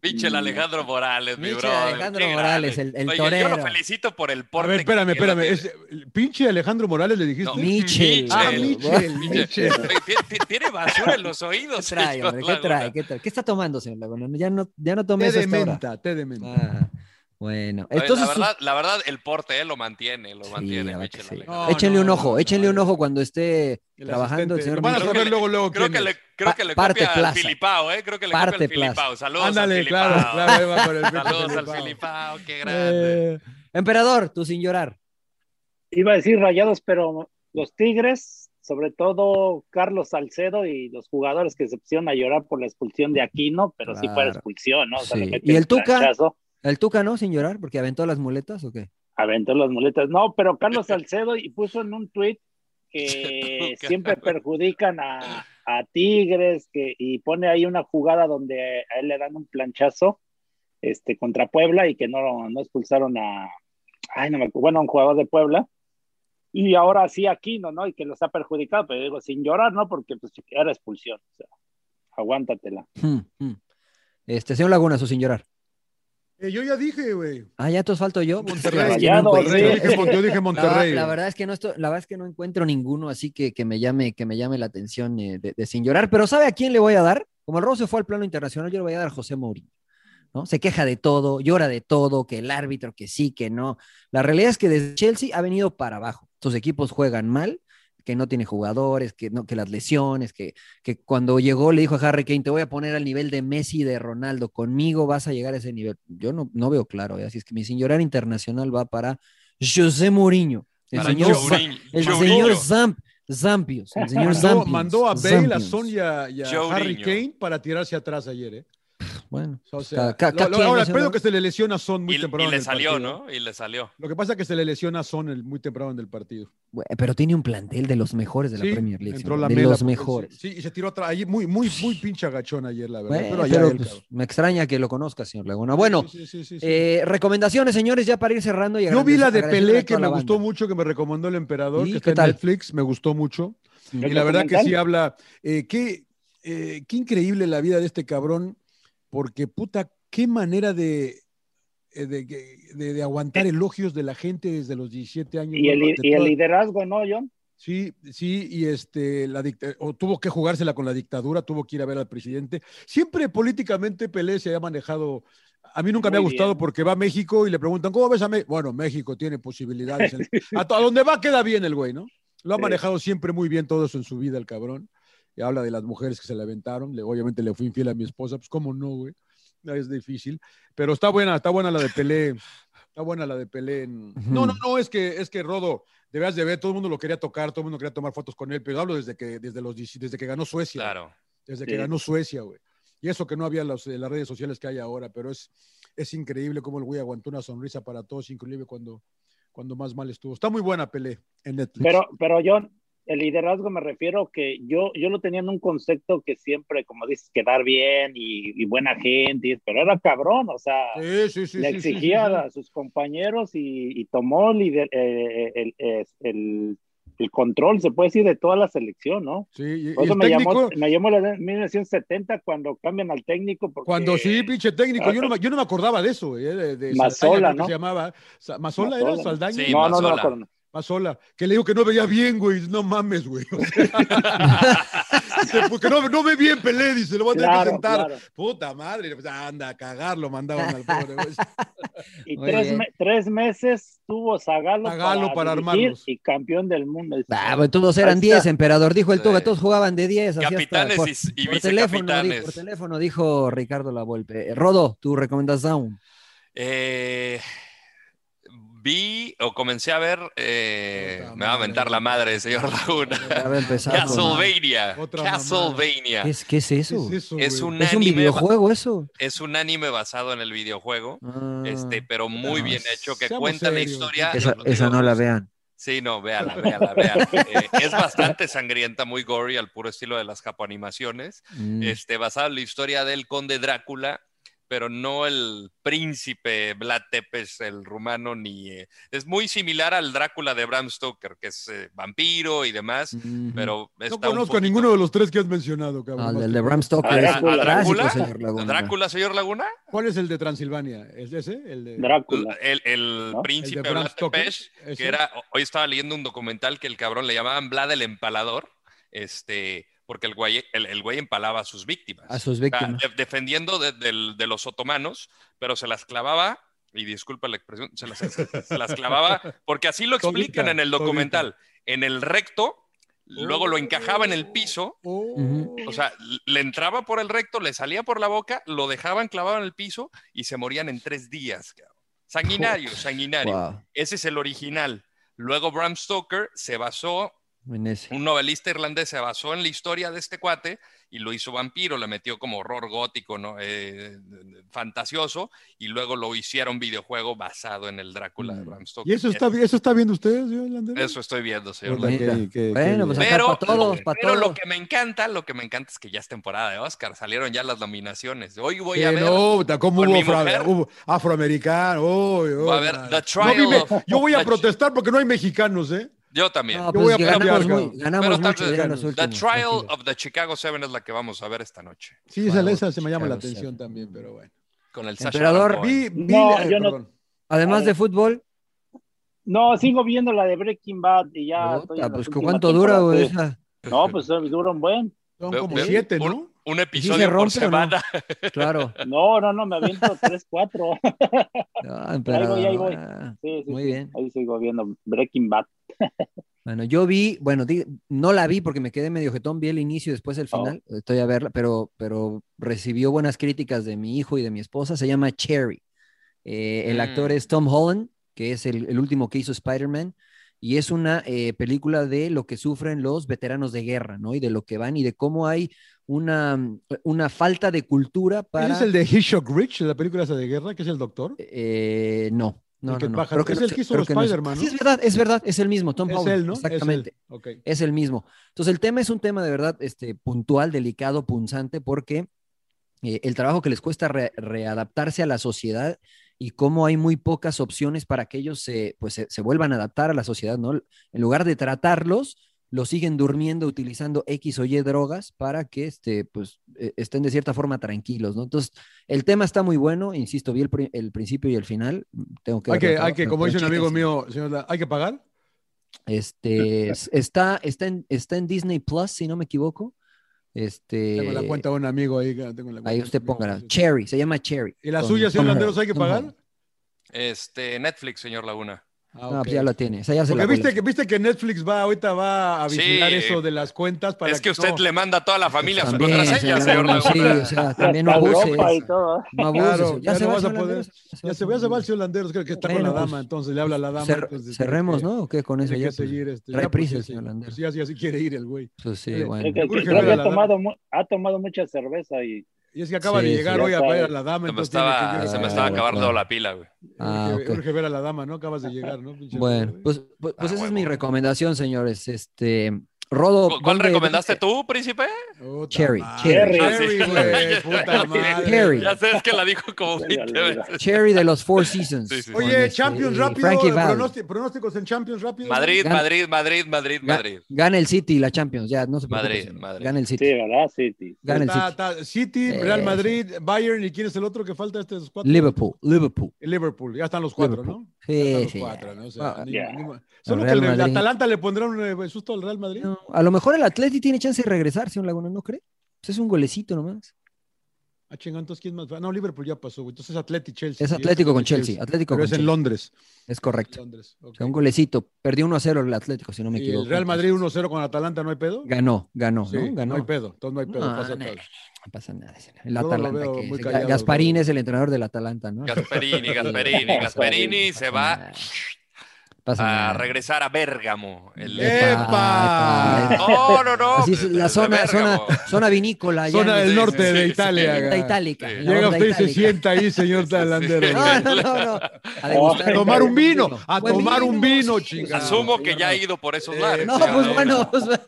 S8: Pinche el Alejandro Morales, mi
S2: Pinche
S8: bro.
S2: Alejandro Morales, el- el
S8: Yo
S2: torero.
S8: lo felicito por el
S9: A
S8: porte.
S9: ver, espérame,
S8: que- que lo
S9: espérame.
S8: tiene.
S9: Ese- el pinche Alejandro Morales le dijiste.
S8: No,
S2: Michel.
S9: Ah,
S8: Michel.
S9: Michel,
S8: Pinche-
S9: Michel.
S8: Oye, ti- ti- Tiene basura en los
S2: ¿Qué
S8: oídos.
S2: trae,
S8: señor
S2: hombre? ¿Qué
S8: Laguna.
S2: trae? ¿Qué trae? ¿Qué está tomando, señor Laguna? Ya no, ya no tomé
S9: Té
S2: eso
S9: de
S2: hasta ahora.
S9: menta, té de menta.
S2: Ah, bueno,
S8: Oye,
S2: entonces...
S8: la, verdad, la verdad, el porte eh, lo mantiene, lo
S2: Sí,
S8: mantiene.
S2: la verdad
S8: Michel
S2: que sí.
S8: Alejandro.
S9: No,
S2: échenle un
S9: no,
S2: ojo,
S9: no,
S2: échenle un
S9: no.
S2: ojo cuando esté
S9: El
S2: trabajando el
S9: asistente.
S2: señor
S9: Lo van a
S2: Michel.
S8: Creo
S9: saber
S8: que
S9: luego, luego
S8: Creo
S9: quién
S8: que,
S9: es.
S8: le, creo
S2: Pa-
S8: que le
S2: parte
S8: copia
S2: plaza.
S8: al Filipao, ¿eh? Creo que le
S2: Parte
S8: copia al
S2: plaza.
S8: Filipao. Saludos al
S9: Ándale,
S8: Filipao.
S9: claro, claro, ahí va con el pinche
S8: Saludos al
S9: Filipao.
S8: Filipao, qué grande.
S9: Eh,
S2: Emperador, tú sin llorar.
S7: Iba a decir rayados, pero los Tigres, sobre todo Carlos Salcedo y los jugadores que se pusieron a llorar por la expulsión de Aquino, pero sí fue
S2: Claro.
S7: expulsión, ¿no? O sea,
S2: Sí.
S7: le meten
S2: ¿Y el Tuca?
S7: planchazo,
S2: ¿El Tuca no, sin llorar? ¿Porque aventó las muletas o qué?
S7: Aventó las muletas. No, pero Carlos Salcedo y puso en un tuit que
S8: Tuca.
S7: siempre perjudican a, a Tigres que, y pone ahí una jugada donde a él le dan un planchazo este, contra Puebla y que no, no expulsaron a, ay, no me acuerdo, bueno, a un jugador de Puebla. Y ahora sí Aquino, ¿no? Y que los ha perjudicado, pero digo, sin llorar, ¿no? Porque pues, era expulsión. o sea, aguántatela.
S2: Hmm, hmm. Este, señor Laguna, su sin llorar.
S9: Eh, yo ya dije, güey.
S2: Ah, ya te falto yo.
S9: Monterrey.
S2: Es que no
S9: Yo
S2: encuentro.
S9: dije, Mon- yo dije Monterrey.
S2: No, la
S9: güey.
S2: verdad es que no esto- la verdad es que no encuentro ninguno así que, que me llame que me llame la atención eh, de, de sin llorar. Pero ¿sabe a quién le voy a dar? Como el Robo se fue al plano internacional, yo le voy a dar a José Mourinho. ¿no? Se queja de todo, llora de todo, que el árbitro, que sí, que no. La realidad es que desde Chelsea ha venido para abajo. Sus equipos juegan mal, que no tiene jugadores, que, no, que las lesiones, que, que cuando llegó le dijo a Harry Kane, te voy a poner al nivel de Messi y de Ronaldo, conmigo vas a llegar a ese nivel. Yo no, no veo claro, ¿eh? así es que mi sin llorar internacional va para José Mourinho. El
S8: Para
S2: señor,
S8: Mourinho,
S2: Za- el
S8: Mourinho.
S2: señor Zamp, Zampios, el señor
S9: Mandó,
S2: Zampios,
S9: mandó a Bale, a
S2: Zampios.
S9: Son y a, y a
S8: Jorginho.
S9: Harry Kane para tirarse atrás ayer, ¿eh?
S2: Bueno,
S9: O sea,
S2: Ca- ca-
S9: lo-
S2: ca-
S9: lo-
S2: quien,
S9: ahora
S2: no sé,
S9: espero
S2: ¿no?
S9: que se le lesiona a Son muy
S8: Y,
S9: temprano.
S8: y
S9: en
S8: le
S9: el
S8: salió,
S9: partido.
S8: ¿no? Y le salió.
S9: Lo que pasa es que se le lesiona a Son el- muy temprano en el partido.
S2: Güey, Pero tiene un plantel de los mejores de la
S9: Sí,
S2: Premier League.
S9: entró
S2: ¿no?
S9: la
S2: de
S9: mela,
S2: los
S9: porque-
S2: mejores.
S9: Sí, y se tiró atrás. Ayer muy, muy, muy pinche agachón ayer, la verdad.
S2: Bueno,
S9: pero allá
S2: pero,
S9: él,
S2: pues,
S9: cabrón.
S2: me extraña que lo conozca, señor Laguna. Bueno,
S9: Sí, sí, sí, sí, sí.
S2: eh, recomendaciones, señores, ya para ir cerrando. Y
S9: Yo vi la de
S2: agradecerle a
S9: Pelé que
S2: toda
S9: me
S2: la
S9: gustó
S2: banda.
S9: mucho, que me recomendó el emperador,
S2: ¿Y
S9: que
S2: qué
S9: está en
S2: tal?
S9: Netflix, me gustó mucho. Y
S7: ¿El
S9: la verdad que
S7: documental?
S9: sí habla. eh, qué, eh, qué increíble la vida de este cabrón, porque puta, qué manera de, eh, de, de- de aguantar elogios de la gente desde los 17 años.
S7: Eh. Y
S9: ¿no?
S7: el,
S9: De
S7: y el
S9: toda-
S7: liderazgo, ¿no, John?
S9: Sí, sí, y este, la dicta- o tuvo que jugársela con la dictadura, tuvo que ir a ver al presidente. Siempre políticamente Pelé se ha manejado. A mí nunca me ha
S7: Muy
S9: gustado
S7: bien.
S9: porque va a México y le preguntan, ¿cómo ves a México? Bueno, México tiene posibilidades. en- a, to- a donde va queda bien el güey, ¿no? Lo ha
S7: Sí.
S9: manejado siempre muy bien todo eso en su vida, el cabrón. Y habla de las mujeres que se le aventaron. Le, obviamente le fui infiel a mi esposa, pues cómo no, güey. No, Es difícil. Pero está buena, está buena la de Pelé. Está buena la de Pelé. en- No, no, no, es que, es que Rodo, debías de ver, todo el mundo lo quería tocar, todo el mundo quería tomar fotos con él, pero hablo desde que, desde los, 10 desde que ganó Suecia.
S8: Claro.
S9: Desde que
S7: Sí.
S9: ganó Suecia, güey. Y eso que no había las, eh, las redes sociales que hay ahora, pero es, es increíble cómo el güey aguantó una sonrisa para todos, inclusive cuando, cuando más mal estuvo. Está muy buena Pelé en Netflix.
S7: Pero, pero John, el liderazgo me refiero que yo, yo lo tenía en un concepto que siempre, como dices, quedar bien y, y buena gente, y- pero era cabrón, o sea,
S9: sí, sí, sí,
S7: le
S9: sí, sí, sí,
S7: exigía
S9: sí.
S7: a sus compañeros y, y tomó lider- eh, el, el- el- el control, se puede decir, de toda la selección, ¿no?
S9: Sí, y, y
S7: Por eso
S9: el
S7: me llamó,
S9: técnico,
S7: me llamó la de 1970 cuando cambian al técnico. Porque,
S9: cuando sí, pinche técnico, yo no, me- yo no me acordaba de eso, güey, de, de
S7: Mazola,
S9: Saldaña, creo que
S7: ¿no?
S9: se llamaba. Sa- ¿Mazola, era?
S7: Mazola.
S9: ¿Saldaña?
S8: Sí,
S7: no, no, no,
S8: Mazola.
S7: no, no.
S9: Mazola, que le digo que no veía bien, güey. No mames, güey. O sea, porque no, no ve bien Pelé, dice, lo voy a tener que
S7: Claro,
S9: sentar.
S7: claro.
S9: Puta madre, pues, anda a cagar, lo mandaban al pobre, güey.
S7: Y
S2: Muy
S7: tres,
S2: bien.
S7: me- tres meses tuvo Zagalo,
S9: Zagallo para
S7: dirigir
S9: armarlos.
S7: y campeón del mundo.
S2: Ah, pues todos eran
S7: Ahí
S2: 10,
S7: está.
S2: emperador, dijo el
S8: Sí.
S2: Tuga, todos jugaban de 10. así hasta
S8: Capitanes
S2: por-
S8: y- y,
S2: por teléfono, di-
S8: vicecapitanes.
S2: por teléfono dijo Ricardo Lavolpe. Eh, Rodo, tu recomendación.
S8: Eh, vi o comencé a ver. eh,
S9: Puta
S8: me va a aventar
S9: madre.
S8: la madre, señor Laguna.
S2: Ya va empezando.
S8: Castlevania.
S9: Otra mamada.
S8: Castlevania.
S2: ¿Qué es, qué es eso?
S9: ¿Qué
S2: Es,
S9: eso,
S8: Es
S9: güey?
S8: un,
S2: un
S8: anime, ba-
S2: videojuego eso?
S8: es un anime basado en el videojuego,
S2: Ah.
S8: este, pero muy
S9: Ah,
S8: bien hecho, que
S9: seamos
S8: cuenta la
S9: serios.
S8: historia.
S2: esa,
S8: digo,
S2: esa no la vean.
S8: Sí, no, véala, véala, véala. Eh, es bastante sangrienta, muy gory, al puro estilo de las japoanimaciones.
S2: Mm.
S8: Este, basada en la historia del conde Drácula, pero no el príncipe Vlad Tepes, el rumano, ni... eh, es muy similar al Drácula de Bram Stoker, que es eh, vampiro y demás,
S2: Ujú.
S8: pero está
S9: No
S8: un
S9: conozco a
S8: poquito-
S9: ninguno de los tres que has mencionado,
S2: Ah,
S9: cabrón.
S2: el Mm. del de Bram Stoker.
S7: ¿A
S2: es
S7: Drácula?
S2: un
S7: ¿A
S2: clásico,
S8: Drácula?
S2: señor Laguna.
S8: ¿Drácula, señor Laguna?
S9: ¿Cuál es el de Transilvania? ¿Es ese? El
S2: eh,
S9: de,
S7: Drácula.
S8: El, el
S7: ¿No?
S8: príncipe
S9: El de Bram
S8: Vlad
S9: Stoker,
S8: Tepes,
S9: ese.
S8: que era, hoy estaba leyendo un documental que el cabrón le llamaban Vlad el empalador, este, porque el güey, el, el güey empalaba a sus víctimas.
S2: A sus
S8: O sea,
S2: víctimas.
S8: de- defendiendo de, del- de los otomanos, pero se las clavaba, y disculpa la expresión, se las, se las clavaba, porque así lo explican
S9: Todita,
S8: en el
S9: todita.
S8: documental, en el recto, luego lo encajaba en el piso.
S9: Oh.
S2: Ujú.
S8: O sea, le entraba por el recto, le salía por la boca, lo dejaban clavado en el piso y se morían en tres días. cabrón. Sanguinario, sanguinario.
S2: Wow,
S8: Ese es el original. Luego Bram Stoker se basó,
S2: en ese.
S8: un novelista irlandés se basó en la historia de este cuate y lo hizo vampiro, le metió como horror gótico, ¿no? Eh, fantasioso, y luego lo hicieron videojuego basado en el Drácula
S2: Mm.
S8: de Bram Stoker.
S9: ¿Y eso está, vi- eso está viendo ustedes, señor Landero?
S8: Eso estoy viendo, señor.
S9: Puta,
S2: Mira.
S9: qué- qué-
S2: Bueno,
S9: qué-
S2: pues acá
S8: Pero,
S2: para todos,
S8: lo,
S2: para
S8: pero lo
S2: todos.
S8: que me encanta, lo que me encanta es que ya es temporada de Oscar, salieron ya las nominaciones. Hoy voy
S9: Sí,
S8: a ver,
S9: no, puta, ¿cómo
S8: con
S9: hubo,
S8: mi
S9: afro-
S8: mujer.
S9: hubo afroamericano? Uy, uy,
S8: Voy a ver
S9: madre.
S8: The
S9: No,
S8: Trial
S9: dime,
S8: of-
S9: yo voy a
S8: The-
S9: protestar porque no hay mexicanos, ¿eh?
S8: yo también.
S2: No,
S9: Yo voy
S2: pues
S9: a
S2: que ganamos,
S9: cambiar,
S2: muy-
S9: cabrón.
S2: ganamos
S8: Pero
S2: mucho
S8: tarde,
S2: ya en los
S9: The
S8: The
S2: últimos.
S8: Trial
S2: tranquilos.
S8: of the Chicago Seven es la que vamos a ver esta noche.
S9: Sí, esa,
S2: Wow,
S9: esa se me llama la
S2: Chicago
S9: atención
S2: Seven.
S9: también, pero bueno.
S8: Con el Sacha
S2: Emperador,
S8: Baron
S9: Vi,
S8: Cohen.
S9: vi-
S7: No,
S9: eh,
S7: yo no-
S9: perdón.
S2: Además
S7: Ah,
S2: de fútbol,
S7: No, sigo viendo la de Breaking Bad y ya. estoy en
S2: puta,
S7: las
S2: pues
S7: últimas
S2: ¿cuánto dura, güey?
S7: temporadas.
S2: Esa?
S7: No, pues dura un buen.
S9: Son
S8: Ve-
S9: como
S8: ve-
S9: siete,
S8: un-
S9: ¿no?
S8: Un
S2: ¿Y si
S8: episodio
S2: se
S8: por
S2: rompe o no?
S8: semana.
S2: Claro.
S7: No, no, no, me aviento tres, cuatro.
S2: Ah, emperador,
S7: ahí voy.
S2: ah.
S7: Sí, sí,
S2: Muy
S7: sí.
S2: bien.
S7: Ahí sigo viendo Breaking Bad.
S2: Bueno, yo vi, bueno, di- no la vi porque me quedé medio jetón, vi el inicio y después el final,
S7: Oh.
S2: estoy a verla, pero, pero recibió buenas críticas de mi hijo y de mi esposa, se llama Cherry. Eh, el actor
S8: Mm.
S2: es Tom Holland, que es el, el último que hizo Spider-Man, y es una eh, película de lo que sufren los veteranos de guerra, ¿no? Y de lo que van y de cómo hay una, una falta de cultura
S9: ¿Ese
S2: para...
S9: es el de Hitchcock Rich, la película esa de guerra, que es el doctor?
S2: Eh, no, no,
S9: El que
S2: no, no.
S9: baja-
S2: Creo que
S9: es
S2: no-
S9: el que hizo
S2: creo
S9: los
S2: que no es-
S9: Spider-Man,
S2: Sí,
S9: ¿no?
S2: es verdad, es verdad, es el mismo, Tom
S9: Es
S2: Holland.
S9: él, ¿no? Es él.
S2: Exactamente
S9: Ok.
S2: es el mismo. Entonces, el tema es un tema de verdad este, puntual, delicado, punzante, porque eh, el trabajo que les cuesta re- readaptarse a la sociedad y cómo hay muy pocas opciones para que ellos se, pues, se, se vuelvan a adaptar a la sociedad, ¿no? En lugar de tratarlos, los siguen durmiendo utilizando X o Y drogas para que este, pues, eh, estén de cierta forma tranquilos, ¿no? Entonces, el tema está muy bueno, insisto, vi el, pri- el principio y el final. Tengo que
S9: Hay que,
S2: verlo
S9: hay
S2: todo,
S9: que,
S2: pero-
S9: como
S2: pero
S9: dice un amigo
S2: chéquense.
S9: mío, señor, la- hay que pagar.
S2: Este, es- está, está, en, está en Disney Plus, si no me equivoco. Este,
S9: Tengo la cuenta de un amigo ahí. que Tengo la cuenta
S2: ahí
S9: de un
S2: usted
S9: amigo.
S2: póngala. Cherry, se llama Cherry.
S9: ¿Y la
S2: Con
S9: suya, señor
S2: Tom
S9: Landeros, hay que
S2: Holland.
S9: pagar?
S8: Este, Netflix, señor Laguna.
S9: Ah,
S2: No,
S9: ok.
S2: pues ya la tiene. esa ya se la
S9: Porque viste
S2: boleto.
S9: que, viste que Netflix va ahorita va a
S8: Sí.
S9: vigilar eso de las cuentas para
S8: es que usted
S9: no-
S8: le manda a toda la familia su
S2: También,
S8: contraseña, señor
S2: señor Laguna, sí,
S8: Laguna.
S2: o sea, Ah, también no
S7: Hasta
S2: abuses.
S7: Europa y todo.
S2: No abuses.
S9: Claro,
S2: ya,
S9: ya
S2: se
S9: no
S2: va,
S9: vas a
S2: señor
S9: poder-
S2: Landeros,
S9: Ya se, ya se va el señor Landeros, creo que está
S2: Bueno,
S9: con la
S2: pues,
S9: dama, entonces le habla la dama. pues,
S2: Cer-
S9: entonces, tiene
S2: cerremos,
S9: que-
S2: ¿no? ¿O qué con eso?
S9: tiene
S2: ya,
S9: que
S2: pues,
S9: seguir, este,
S2: trae
S9: ya, pues,
S2: prisa,
S9: sí,
S2: señor
S9: sí,
S2: Landeros.
S9: pues, ya, ya sí quiere ir el güey.
S2: Pues sí,
S9: Dale.
S2: bueno.
S7: Es que-
S9: Urge
S7: creo
S9: ver
S7: que
S9: a
S7: ha
S9: la
S7: tomado, mu- ha tomado mucha cerveza y
S9: Y es que acaba de
S2: Sí,
S9: llegar
S7: sí.
S9: hoy a
S7: Ya
S9: ver a
S7: sabe.
S9: la dama,
S8: Se me
S9: entonces tiene que
S8: estaba,
S9: ir a-
S8: se me
S2: Ah,
S8: estaba
S2: bueno,
S8: acabando
S2: claro.
S8: la pila, güey.
S2: Ah,
S9: urge,
S2: ok. Ah,
S9: urge ver a la dama, ¿no? Acabas de llegar, ¿no? Pinche
S2: Bueno,
S9: güey.
S2: pues, pues, pues
S8: Ah,
S2: esa es
S8: huevo.
S2: mi recomendación, señores. Este, Rodo.
S8: ¿Cu- ¿Cuál
S2: ¿dónde-
S8: recomendaste
S2: dónde-
S8: tú, príncipe?
S9: ¿eh? Puta
S2: Cherry,
S9: madre.
S2: Cherry.
S7: Cherry,
S9: Cherry, güey, puta madre.
S2: Cherry.
S8: Ya sé, es que la dijo como
S7: Ya
S8: 20
S7: le olvidó.
S8: veces.
S2: Cherry de los Four Seasons.
S8: Sí, sí, sí.
S2: con
S9: Oye,
S2: este,
S9: Champions
S2: eh,
S9: rápido,
S2: Frankie
S9: eh,
S2: Valli.
S9: pronóstico- pronósticos en Champions rápido.
S8: Madrid,
S2: Gan-
S8: Madrid, Madrid, Madrid,
S2: Ga-
S8: Madrid.
S2: Gana el City, la Champions, ya, no se preocupe,
S8: Madrid,
S2: señor.
S8: Madrid.
S2: Gana el City.
S7: sí, ¿verdad? Sí, sí.
S2: Gana el
S9: Está-
S2: City.
S9: está City,
S2: Sí,
S9: Real
S2: sí.
S9: Madrid, Bayern, ¿y quién es el otro que falta este de estos cuatro?
S2: Liverpool, Liverpool.
S9: El Liverpool, ya están los cuatro,
S2: Liverpool.
S9: ¿no?
S2: Sí,
S9: Ya están los
S2: sí,
S9: cuatro,
S2: ya.
S9: ¿no? O sea,
S2: Ah,
S9: ni-
S7: ya.
S9: ni- Solo
S2: Al
S9: que el,
S2: Real
S9: el
S2: Madrid.
S9: Atalanta le pondrá un eh, susto al Real Madrid.
S2: No, a lo mejor el Atleti tiene chance de regresar, señor Laguna, ¿no cree? Pues es un golecito nomás.
S9: Ah, chingón, entonces ¿quién más va? No, Liverpool ya pasó, güey. Entonces Atleti Chelsea.
S2: Es
S9: sí,
S2: Atlético con
S9: Atleti,
S2: Chelsea, Atlético
S9: Pero
S2: con
S9: es en
S2: Chelsea.
S9: Londres.
S2: Es correcto.
S9: Londres. ok.
S2: O sea, un golecito. Perdió 1 a 0 el Atlético, si no me
S9: Y
S2: equivoco.
S9: el Real Madrid 1-0 con Atalanta, ¿no hay pedo?
S2: Ganó, ganó,
S9: Sí,
S2: ¿no? Ganó.
S9: hay pedo, entonces no hay pedo.
S2: No,
S9: pasa
S2: no,
S9: todo.
S2: No pasa nada. señor. El
S9: Yo lo
S2: Atalanta.
S9: veo
S2: que
S9: muy
S2: es-
S9: callado,
S2: Gasparini
S9: bro.
S2: es el entrenador del Atalanta, ¿no?
S8: Gasperini,
S2: Sí,
S8: Gasperini,
S2: pasa
S8: Gasperini
S2: nada,
S8: se
S2: pasa
S8: va
S2: nada. Pasa
S8: a
S2: nada.
S8: regresar a Bérgamo. El-
S9: ¡Eh! ¡Epa!
S2: epa.
S8: No, no, no.
S2: Así es la
S8: de
S2: zona, zona,
S8: Bérgamo.
S2: Oh. zona vinícola. allá
S9: Zona
S2: en-
S9: del
S8: sí,
S9: norte
S8: sí,
S9: de
S8: sí,
S9: Italia.
S2: Horta
S9: acá.
S2: itálica. en la
S9: Llega
S2: horta
S9: usted y se
S2: itálica.
S9: sienta ahí, señor Talandero.
S8: sí.
S2: No, no, no, no. A degustar
S9: Oh. tomar
S2: buen
S9: un vino, a
S2: Buen
S9: tomar un vino,
S2: sí,
S9: chingada.
S8: Asumo que ya ha ido por esos
S9: Eh,
S8: lares.
S2: No,
S8: señor
S2: pues
S8: Laguna.
S2: bueno. pues,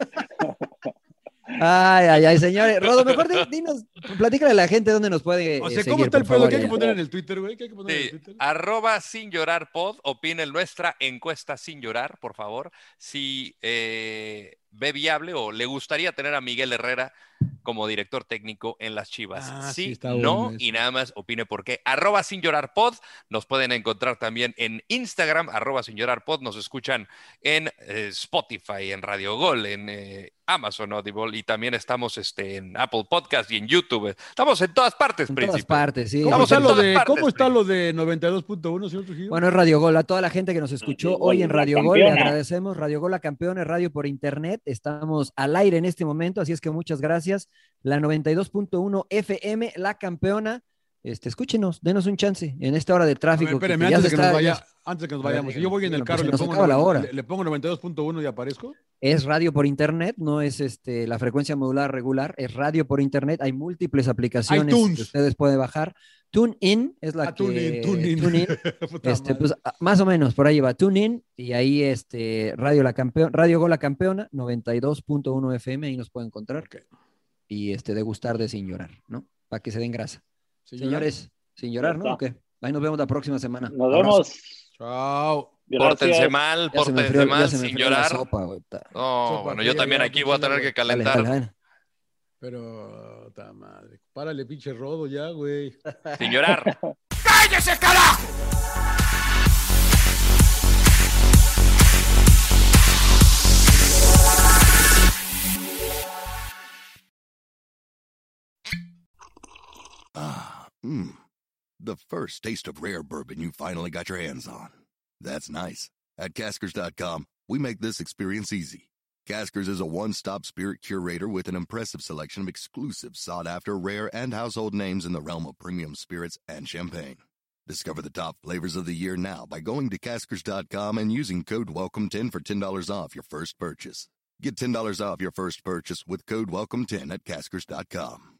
S2: Ay, ay, ay, señores. Rodo, mejor di- dinos, platícale a la gente dónde nos puede.
S9: O
S2: eh,
S9: sea,
S2: seguir,
S9: ¿cómo está el
S2: por favor,
S9: pedo? ¿Qué hay que
S2: ya.
S9: poner en el Twitter, güey? ¿Qué hay que poner en el
S8: Sí,
S9: Twitter?
S8: arroba sin llorar pod, opinen nuestra encuesta sin llorar, por favor, si eh, ve viable o le gustaría tener a Miguel Herrera como director técnico en las Chivas.
S9: Ah, sí,
S8: sí,
S9: está
S8: no,
S9: bueno eso.
S8: y nada más opine por qué. Arroba sin llorar pod, nos pueden encontrar también en Instagram, arroba sin llorar pod, nos escuchan en eh, Spotify, en Radio Gol, en eh, Amazon Audible y también estamos este, en Apple Podcast y en YouTube. Estamos en todas partes,
S2: En todas
S8: príncipe.
S2: partes, sí.
S9: ¿Cómo
S8: Vamos
S9: está
S8: en
S9: lo
S8: todas
S9: de,
S8: partes,
S9: ¿cómo está
S8: primo.
S9: lo de 92.1, señor Trujillo?
S2: Bueno, es Radio Gol. A toda la gente que nos escuchó
S7: Radio Gol,
S2: hoy en
S7: la
S2: Radio Gol, le
S7: campeona.
S2: agradecemos. Radio Gol, la campeona, radio por internet. Estamos al aire en este momento, así es que muchas gracias. La 92.1 FM, la campeona. Este, escúchenos, denos un chance en esta hora de
S9: A ver,
S2: tráfico. que
S9: espéreme,
S2: ya
S9: antes de
S2: se
S9: que nos
S2: está-
S9: vaya, antes de que nos
S2: A ver,
S9: vayamos, si yo
S2: dígame,
S9: voy en el
S2: dígame,
S9: carro,
S2: pues,
S9: le
S2: se nos
S9: pongo,
S2: acaba la hora.
S9: le- le pongo 92.1 y aparezco.
S2: Es radio por internet, no es este, la frecuencia modular regular, es radio por internet. Hay múltiples aplicaciones
S9: iTunes.
S2: que ustedes pueden bajar. TuneIn es la que
S9: Ah, TuneIn, TuneIn.
S2: TuneIn.
S9: Puta
S2: Este,
S9: madre.
S2: pues, a- más o menos por ahí va TuneIn y ahí este Radio La Campeona, Radio Gola Campeona 92.1 FM ahí nos pueden encontrar
S9: Ok.
S2: y este degustar de sin llorar, ¿no? Para que se den grasa.
S9: Señora.
S2: Señores, sin llorar, ¿no?
S7: Ya
S2: ¿O qué? Ahí nos vemos la próxima semana.
S7: Nos
S2: Abrazo.
S7: vemos.
S9: Chao.
S8: Pórtense
S7: Gracias.
S8: mal,
S2: Ya se me
S8: pórtense
S2: enfrió- ya
S8: mal,
S2: se me
S8: sin
S2: enfrió la
S8: llorar.
S2: sopa, güey. Ta-
S8: No,
S9: Sopa
S8: bueno,
S9: fría,
S8: yo también
S9: ya,
S8: aquí voy a
S9: pinche
S8: tener
S9: agua.
S8: que
S2: dale,
S8: calentar.
S2: dale, dale.
S9: Pero Puta madre. Párale, pinche rodo ya, güey.
S8: Sin llorar.
S5: ¡Cállese, carajo!
S10: Ah, mmm. The first taste of rare bourbon you finally got your hands on. That's nice. At caskers.com, we make this experience easy. Caskers is a one stop spirit curator with an impressive selection of exclusive, sought after, rare, and household names in the realm of premium spirits and champagne. Discover the top flavors of the year now by going to caskers.com and using code WELCOME10 for $10 off your first purchase. Get $10 off your first purchase with code WELCOME10 at caskers.com.